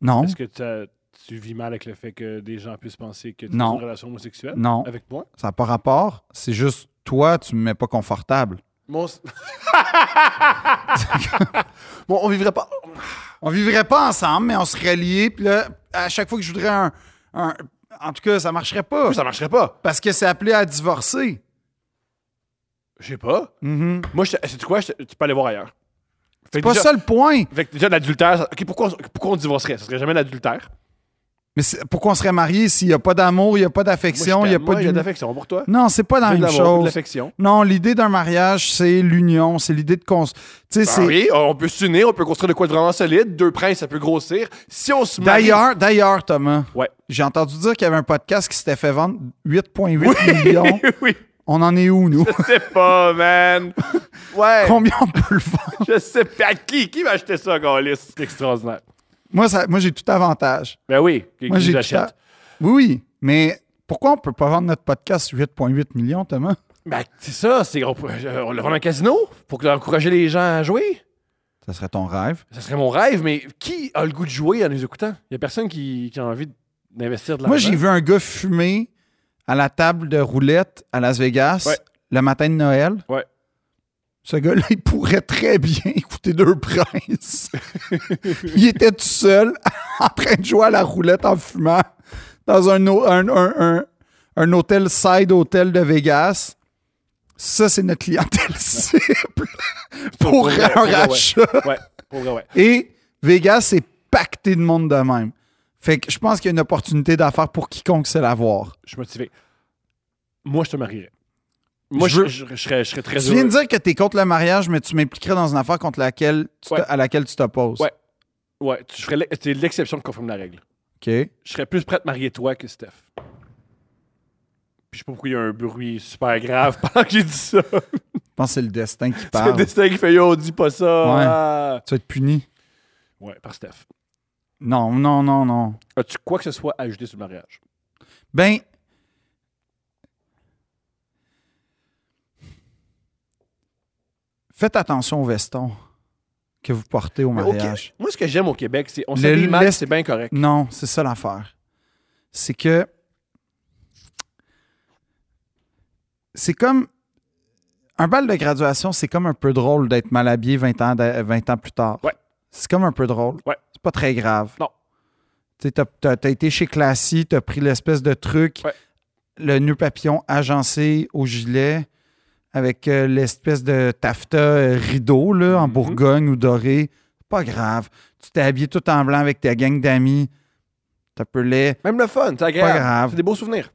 [SPEAKER 2] Non.
[SPEAKER 1] Est-ce que t'as- tu vis mal avec le fait que des gens puissent penser que tu as
[SPEAKER 2] Non.
[SPEAKER 1] une relation homosexuelle
[SPEAKER 2] Non.
[SPEAKER 1] avec moi?
[SPEAKER 2] Ça n'a pas rapport. C'est juste toi, tu me mets pas confortable.
[SPEAKER 1] Mon... bon, on vivrait pas.
[SPEAKER 2] On vivrait pas ensemble, mais on serait liés. Puis là, à chaque fois que je voudrais un. un- en tout cas, ça marcherait pas.
[SPEAKER 1] Ça marcherait pas.
[SPEAKER 2] Parce que c'est appelé à divorcer.
[SPEAKER 1] Je sais pas.
[SPEAKER 2] Mhm.
[SPEAKER 1] Moi, c'est quoi? Je- Tu peux aller voir ailleurs. Fait
[SPEAKER 2] C'est pas
[SPEAKER 1] déjà-
[SPEAKER 2] ça le point.
[SPEAKER 1] Fait que déjà, l'adultère, ça- OK, pourquoi, on- pourquoi on divorcerait? Ce serait jamais l'adultère.
[SPEAKER 2] Mais c'est- pourquoi on serait mariés s'il n'y a pas d'amour, il n'y a pas d'affection, il n'y a pas
[SPEAKER 1] de
[SPEAKER 2] de.
[SPEAKER 1] d'affection pour toi.
[SPEAKER 2] Non, c'est pas la
[SPEAKER 1] J'ai de
[SPEAKER 2] même
[SPEAKER 1] l'amour, de
[SPEAKER 2] chose.
[SPEAKER 1] l'affection.
[SPEAKER 2] Non, l'idée d'un mariage, c'est l'union, c'est l'idée de cons. Tu sais,
[SPEAKER 1] Ben
[SPEAKER 2] c'est.
[SPEAKER 1] oui, on peut s'unir, on peut construire de quoi de vraiment solide. Deux princes, ça peut grossir. Si on se marie...
[SPEAKER 2] D'ailleurs, d'ailleurs, Thomas,
[SPEAKER 1] Ouais.
[SPEAKER 2] j'ai entendu dire qu'il y avait un podcast qui s'était fait vendre 8,8 millions.
[SPEAKER 1] oui,
[SPEAKER 2] On en est où, nous?
[SPEAKER 1] je sais pas, man. Ouais,
[SPEAKER 2] Combien on peut le vendre?
[SPEAKER 1] je sais pas. À qui? Qui va acheter ça, Gaulis? C'est extraordinaire.
[SPEAKER 2] Moi, ça- moi j'ai tout avantage.
[SPEAKER 1] Ben oui, qui
[SPEAKER 2] Moi, j'ai
[SPEAKER 1] qui
[SPEAKER 2] tout
[SPEAKER 1] l'achète.
[SPEAKER 2] a- Oui, oui, mais pourquoi on peut pas vendre notre podcast 8,8 millions, Thomas?
[SPEAKER 1] Ben, c'est ça. c'est On, peut- euh, on le vend dans un casino pour encourager les gens à jouer.
[SPEAKER 2] Ça serait ton rêve.
[SPEAKER 1] Ça serait mon rêve, mais qui a le goût de jouer en nous écoutant? Il y a personne qui, qui a envie d'investir de l'argent.
[SPEAKER 2] Moi, j'ai vu un gars fumer à la table de roulette à Las Vegas
[SPEAKER 1] Ouais.
[SPEAKER 2] le matin de Noël.
[SPEAKER 1] Ouais.
[SPEAKER 2] Ce gars-là, il pourrait très bien écouter deux princes. il était tout seul en train de jouer à la roulette en fumant dans un, hô- un, un- un- un hôtel side hôtel de Vegas. Ça, c'est notre clientèle cible pour
[SPEAKER 1] vrai, pour vrai,
[SPEAKER 2] un
[SPEAKER 1] ouais.
[SPEAKER 2] rachat.
[SPEAKER 1] Ouais, pour vrai, ouais.
[SPEAKER 2] Et Vegas, c'est pacté de monde de même. Fait que je pense qu'il y a une opportunité d'affaires pour quiconque sait l'avoir.
[SPEAKER 1] Je suis motivé. Moi, je te marierais. Moi,
[SPEAKER 2] Je
[SPEAKER 1] je,
[SPEAKER 2] veux-
[SPEAKER 1] je- je serais, je serais très
[SPEAKER 2] Tu
[SPEAKER 1] heureux.
[SPEAKER 2] viens de dire que t'es contre le mariage, mais tu m'impliquerais dans une affaire contre laquelle tu te-
[SPEAKER 1] Ouais.
[SPEAKER 2] à laquelle tu t'opposes.
[SPEAKER 1] Ouais. Ouais, tu serais l'ex- t'es l'exception qui confirme la règle.
[SPEAKER 2] OK.
[SPEAKER 1] Je serais plus prêt à te marier toi que Steph. Puis je sais pas pourquoi il y a un bruit super grave pendant que j'ai dit ça.
[SPEAKER 2] Je pense que c'est le destin qui
[SPEAKER 1] C'est le
[SPEAKER 2] parle.
[SPEAKER 1] destin qui fait Yo, dis pas ça.
[SPEAKER 2] Ouais.
[SPEAKER 1] Ah.
[SPEAKER 2] Tu vas être puni.
[SPEAKER 1] Ouais, par Steph.
[SPEAKER 2] Non, non, non, non.
[SPEAKER 1] As-tu quoi que ce soit à ajouter sur le mariage?
[SPEAKER 2] Ben. Faites attention au veston que vous portez au
[SPEAKER 1] Mais au
[SPEAKER 2] mariage.
[SPEAKER 1] Qué- Moi, ce que j'aime au Québec, c'est on
[SPEAKER 2] Le-
[SPEAKER 1] s'habille mal,
[SPEAKER 2] laisse-
[SPEAKER 1] c'est bien correct.
[SPEAKER 2] Non, c'est ça l'affaire. C'est que. C'est comme. Un bal de graduation, c'est comme un peu drôle d'être mal habillé 20 ans, d'a- 20 ans plus tard.
[SPEAKER 1] Ouais.
[SPEAKER 2] C'est comme un peu drôle.
[SPEAKER 1] Ouais.
[SPEAKER 2] C'est pas très grave.
[SPEAKER 1] Non.
[SPEAKER 2] Tu sais, t'as- t'as t'as été chez Classy, t'as pris l'espèce de truc,
[SPEAKER 1] Ouais.
[SPEAKER 2] le nœud papillon agencé au gilet, avec euh, l'espèce de taffeta euh, rideau là, en
[SPEAKER 1] Mhm.
[SPEAKER 2] Bourgogne ou doré. Pas grave. Tu t'es habillé tout en blanc avec ta gang d'amis. T'as pelé.
[SPEAKER 1] Même le fun, c'est agréable.
[SPEAKER 2] grave.
[SPEAKER 1] C'est des beaux souvenirs.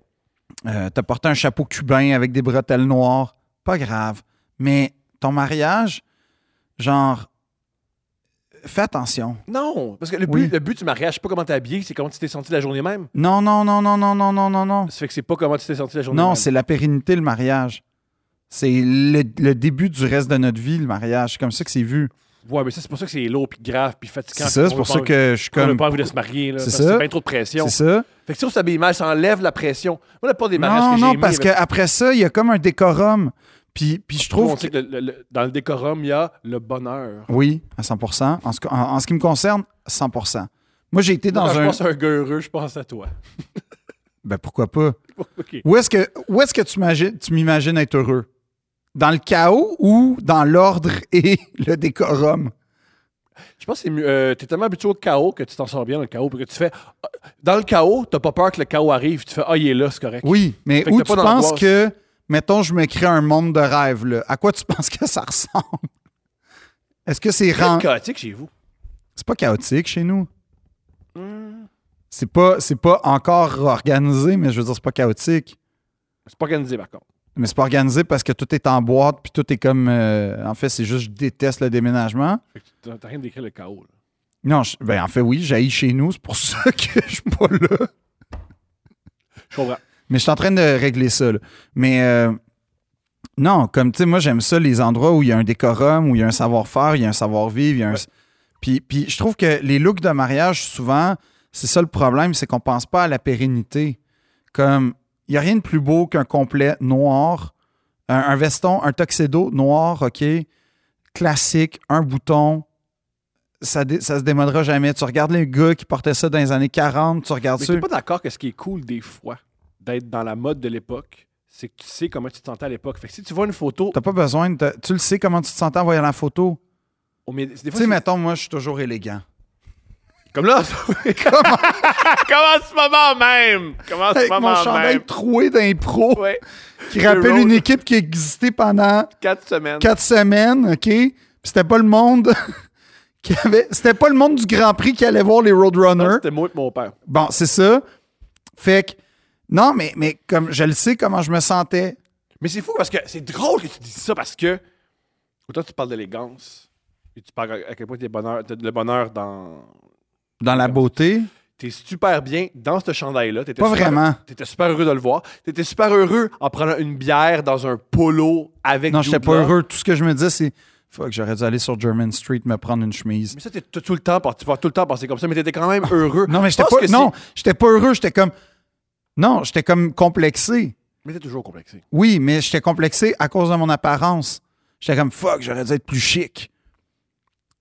[SPEAKER 2] Euh, T'as porté un chapeau cubain avec des bretelles noires. Pas grave. Mais ton mariage, genre, fais attention.
[SPEAKER 1] Non, parce que le but,
[SPEAKER 2] Oui.
[SPEAKER 1] le but du mariage, c'est pas comment t'es habillé, c'est comment tu t'es senti la journée même.
[SPEAKER 2] Non, non, non, non, non, non, non, non, non.
[SPEAKER 1] Ça fait que c'est pas comment tu t'es senti la journée même.
[SPEAKER 2] Non, c'est la pérennité, le mariage. C'est le, le début du reste de notre vie, le mariage. C'est comme ça que c'est vu.
[SPEAKER 1] Ouais, mais ça, c'est pour ça que c'est lourd, puis grave, puis fatigant.
[SPEAKER 2] C'est ça, c'est pour ça que je suis
[SPEAKER 1] Comme... On n'a
[SPEAKER 2] comme.
[SPEAKER 1] pas envie de se marier, là.
[SPEAKER 2] C'est
[SPEAKER 1] parce que
[SPEAKER 2] ça.
[SPEAKER 1] C'est bien trop de pression.
[SPEAKER 2] C'est ça?
[SPEAKER 1] Fait que si on s'habille mal, ça enlève la pression. Moi, la plupart des mariages
[SPEAKER 2] Non,
[SPEAKER 1] que j'ai
[SPEAKER 2] non,
[SPEAKER 1] aimés,
[SPEAKER 2] parce
[SPEAKER 1] avec-
[SPEAKER 2] qu'après ça, il y a comme un décorum. Puis, puis je
[SPEAKER 1] tout le monde
[SPEAKER 2] trouve
[SPEAKER 1] sait que le- le- le- dans le décorum, il y a le bonheur.
[SPEAKER 2] Oui, à 100 En ce, en- en ce qui me concerne, 100 Moi, j'ai été dans
[SPEAKER 1] Quand je
[SPEAKER 2] un.
[SPEAKER 1] pense à un gars heureux, je pense à toi.
[SPEAKER 2] Ben, pourquoi pas?
[SPEAKER 1] OK.
[SPEAKER 2] Où est-ce que, où est-ce que tu, imagines- tu m'imagines être heureux? Dans le chaos ou dans l'ordre et le décorum?
[SPEAKER 1] Je pense que c'est mieux. euh, t'es tellement habitué au chaos que tu t'en sors bien dans le chaos. Puis que tu fais. ah, Dans le chaos, t'as pas peur que le chaos arrive. Tu fais Ah, il est là, c'est correct.
[SPEAKER 2] Oui, mais
[SPEAKER 1] Fait que
[SPEAKER 2] où
[SPEAKER 1] t'as
[SPEAKER 2] tu
[SPEAKER 1] pas
[SPEAKER 2] penses
[SPEAKER 1] d'angoisse.
[SPEAKER 2] que, mettons, je me crée un monde de rêve, là. À quoi tu penses que ça ressemble? Est-ce que c'est
[SPEAKER 1] C'est
[SPEAKER 2] ran-
[SPEAKER 1] chaotique chez vous.
[SPEAKER 2] C'est pas chaotique chez nous? C'est pas, c'est pas encore organisé, mais je veux dire, c'est pas chaotique.
[SPEAKER 1] C'est pas organisé, par contre.
[SPEAKER 2] Mais c'est pas organisé parce que tout est en boîte, puis tout est comme. euh, en fait, c'est juste, je déteste le déménagement.
[SPEAKER 1] Fait que t'as t'as rien décrit le chaos. là.
[SPEAKER 2] Non, je- ben, en fait, oui, j'haïs chez nous, c'est pour ça que je suis pas là.
[SPEAKER 1] Je comprends.
[SPEAKER 2] Mais je suis en train de régler ça, là. Mais euh, non, comme tu sais, moi, j'aime ça, les endroits où il y a un décorum, où il y a un savoir-faire, il y a un savoir-vivre, il y a un.
[SPEAKER 1] Ouais.
[SPEAKER 2] Puis, puis je trouve que les looks de mariage, souvent, c'est ça le problème, c'est qu'on pense pas à la pérennité. Comme, il n'y a rien de plus beau qu'un complet noir, un, un veston, un tuxedo noir, OK, classique, un bouton. Ça, dé- ça se démodera jamais. Tu regardes les gars qui portaient ça dans les années 40, tu regardes
[SPEAKER 1] Mais
[SPEAKER 2] ça.
[SPEAKER 1] t'es pas d'accord que ce qui est cool des fois d'être dans la mode de l'époque, c'est que tu sais comment tu te sentais à l'époque. Fait que si tu vois une photo.
[SPEAKER 2] T'as pas besoin de. te- Tu le sais comment tu te sentais en voyant la photo.
[SPEAKER 1] Oh, mais des fois,
[SPEAKER 2] Tu sais,
[SPEAKER 1] c'est-
[SPEAKER 2] mettons, moi, je suis toujours élégant.
[SPEAKER 1] Comme là.
[SPEAKER 3] Comment ce moment même? Comment ce
[SPEAKER 2] Avec mon
[SPEAKER 3] moment
[SPEAKER 2] chandail
[SPEAKER 3] même?
[SPEAKER 2] troué d'impro
[SPEAKER 3] Ouais.
[SPEAKER 2] qui rappelle
[SPEAKER 1] road.
[SPEAKER 2] une équipe qui a existé pendant
[SPEAKER 3] Quatre semaines.
[SPEAKER 2] quatre semaines, OK? Puis c'était pas le monde qui avait. C'était pas le monde du Grand Prix qui allait voir les Roadrunners.
[SPEAKER 1] C'était moi et mon père.
[SPEAKER 2] Bon, c'est ça. Fait que. Non, mais, mais comme je le sais comment je me sentais.
[SPEAKER 1] Mais c'est fou parce que c'est drôle que tu dises ça parce que autant tu parles d'élégance et tu parles à quel point t'es bonheur, t'as le bonheur dans.
[SPEAKER 2] Dans la beauté.
[SPEAKER 1] T'es super bien dans ce chandail-là. T'étais
[SPEAKER 2] Pas
[SPEAKER 1] super-
[SPEAKER 2] vraiment.
[SPEAKER 1] T'étais super heureux de le voir. T'étais super heureux en prenant une bière dans un polo avec.
[SPEAKER 2] Non, j'étais
[SPEAKER 1] Jude
[SPEAKER 2] pas
[SPEAKER 1] Law.
[SPEAKER 2] heureux. Tout ce que je me disais, c'est. Fuck, j'aurais dû aller sur German Street me prendre une chemise.
[SPEAKER 1] Mais ça, t'es tout, tout le temps, par- tu vas tout le temps penser comme ça, mais t'étais quand même heureux.
[SPEAKER 2] Ah. Non, mais
[SPEAKER 1] Je
[SPEAKER 2] j'étais
[SPEAKER 1] pense
[SPEAKER 2] pas.
[SPEAKER 1] que
[SPEAKER 2] Non,
[SPEAKER 1] c'est-
[SPEAKER 2] j'étais pas heureux. J'étais comme. Non, j'étais comme complexé.
[SPEAKER 1] Mais t'es toujours complexé.
[SPEAKER 2] Oui, mais j'étais complexé à cause de mon apparence. J'étais comme fuck, j'aurais dû être plus chic.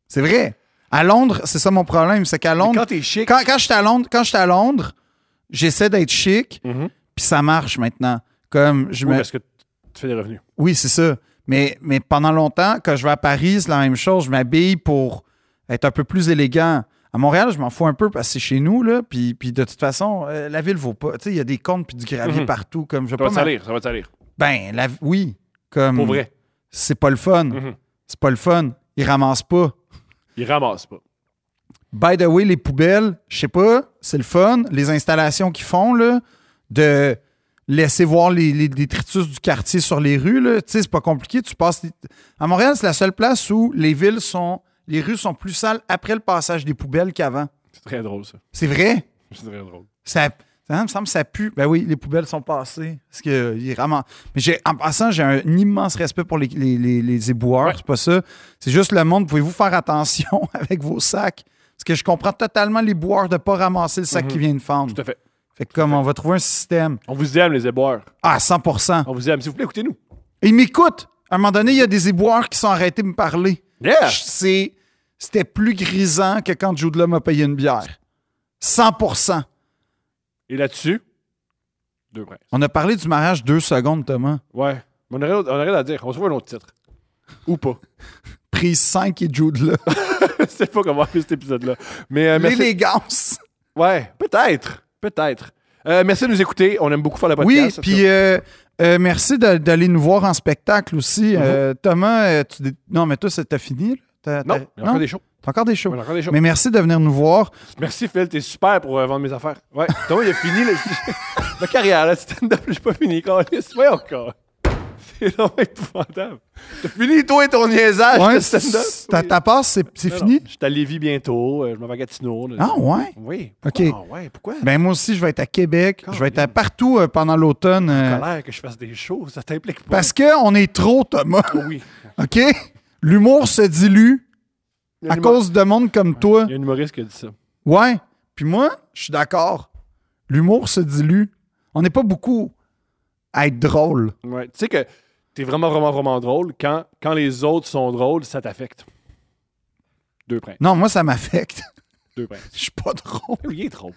[SPEAKER 2] C'est vrai. À Londres, c'est ça mon problème, c'est qu'à
[SPEAKER 1] Mais
[SPEAKER 2] Londres,
[SPEAKER 1] Quand t'es chic,
[SPEAKER 2] quand, quand j'étais à Londres, quand j'étais à Londres, j'essaie d'être chic,
[SPEAKER 1] Mhm.
[SPEAKER 2] puis ça marche maintenant. Comme je
[SPEAKER 1] oui,
[SPEAKER 2] me,
[SPEAKER 1] parce que tu fais des revenus.
[SPEAKER 2] oui, c'est ça. Mais, mais pendant longtemps, quand je vais à Paris, c'est la même chose. Je m'habille pour être un peu plus élégant. À Montréal, je m'en fous un peu parce que c'est chez nous, là. Puis, puis de toute façon, euh, la ville vaut pas. Tu sais, il y a des comptes puis du gravier
[SPEAKER 1] Mhm.
[SPEAKER 2] partout. Comme je vais
[SPEAKER 1] Ça va te
[SPEAKER 2] pas Hmm. m'a-
[SPEAKER 1] salir, ça va te salir.
[SPEAKER 2] Ben, la- oui. Comme,
[SPEAKER 1] Pour vrai.
[SPEAKER 2] C'est pas le fun.
[SPEAKER 1] Mhm.
[SPEAKER 2] C'est pas le fun. Ils ramassent pas.
[SPEAKER 1] Il ramasse pas.
[SPEAKER 2] By the way, les poubelles, je sais pas, c'est le fun. Les installations qu'ils font, là, de laisser voir les, les détritus du quartier sur les rues, là, tu sais, c'est pas compliqué. Tu passes. À Montréal, c'est la seule place où les villes sont. Les rues sont plus sales après le passage des poubelles qu'avant.
[SPEAKER 1] C'est très drôle, ça.
[SPEAKER 2] C'est vrai?
[SPEAKER 1] C'est très drôle.
[SPEAKER 2] Ça, ça me semble que ça pue. Ben oui, les poubelles sont passées. Parce que euh, ils ramassent. Mais j'ai, en passant, j'ai un immense respect pour les, les, les- les éboueurs.
[SPEAKER 1] Ouais.
[SPEAKER 2] C'est pas ça. C'est juste le monde. Pouvez-vous faire attention avec vos sacs? Parce que je comprends totalement les boueurs de ne pas ramasser le sac qui vient de fendre.
[SPEAKER 1] Mhm. Tout à fait.
[SPEAKER 2] Fait que comme on va trouver un système.
[SPEAKER 1] On vous aime, les éboires.
[SPEAKER 2] Ah, 100
[SPEAKER 1] On vous aime. S'il vous plaît, écoutez-nous.
[SPEAKER 2] Ils m'écoutent. À un moment donné, il y a des éboueurs qui sont arrêtés de me parler.
[SPEAKER 1] Yeah!
[SPEAKER 2] Je- c'est- c'était plus grisant que quand Jude Law m'a payé une bière. 100
[SPEAKER 1] Et là-dessus, deux princes.
[SPEAKER 2] On a parlé du mariage deux secondes, Thomas.
[SPEAKER 1] Ouais. Mais On aurait, on aurait à dire. On se voit un autre titre. Ou pas.
[SPEAKER 2] Prise 5 et Jude Law.
[SPEAKER 1] Je sais pas comment appeler cet épisode-là. Mais euh, merci.
[SPEAKER 2] L'élégance.
[SPEAKER 1] Ouais, peut-être. Peut-être. Euh, merci de nous écouter. On aime beaucoup faire le
[SPEAKER 2] Oui,
[SPEAKER 1] podcast.
[SPEAKER 2] puis euh, euh, merci d'a- d'aller nous voir en spectacle aussi. Euh, Thomas, euh, tu dé- non, mais toi, c'est- t'as fini? là? T'as-
[SPEAKER 1] Mm-hmm. Non,
[SPEAKER 2] t'as-
[SPEAKER 1] il y a encore des shows.
[SPEAKER 2] T'as encore des shows.
[SPEAKER 1] On a encore des shows.
[SPEAKER 2] Mais merci de venir nous voir.
[SPEAKER 1] Merci Phil, t'es super pour euh, vendre mes affaires. Ouais. Donc il a fini le- ma carrière, là, stand-up, j'ai pas fini. câlisse. Voyons, encore. C'est vraiment épouvantable. T'as fini, toi et ton niaisage
[SPEAKER 2] Ouais,
[SPEAKER 1] de stand-up.
[SPEAKER 2] c'est- ta, ta passe, c'est c'est
[SPEAKER 1] Non,
[SPEAKER 2] fini?
[SPEAKER 1] non, Je suis à Lévis bientôt, euh, je m'en vais à Gatineau. là.
[SPEAKER 2] Ah, ouais?
[SPEAKER 1] Oui.
[SPEAKER 2] Ok.
[SPEAKER 1] Pourquoi? Ah ouais, pourquoi?
[SPEAKER 2] Ben, moi aussi, je vais être à Québec. Je vais être à
[SPEAKER 1] Caroline.
[SPEAKER 2] partout euh, pendant l'automne. euh,
[SPEAKER 1] colère que je fasse des choses, ça t'implique pas.
[SPEAKER 2] parce qu'on est trop, Thomas.
[SPEAKER 1] oui.
[SPEAKER 2] OK? L'humour se dilue
[SPEAKER 1] Il y a
[SPEAKER 2] à
[SPEAKER 1] un humo-
[SPEAKER 2] cause de monde comme toi.
[SPEAKER 1] Il y a un humoriste qui a dit ça.
[SPEAKER 2] Ouais. Puis moi, je suis d'accord. L'humour se dilue. On n'est pas beaucoup à être drôle.
[SPEAKER 1] Ouais. Tu sais que t'es vraiment, vraiment, vraiment drôle. Quand, quand les autres sont drôles, ça t'affecte. Deux princes.
[SPEAKER 2] Non, moi, ça m'affecte.
[SPEAKER 1] Deux princes.
[SPEAKER 2] Je suis pas drôle.
[SPEAKER 1] Il est drôle.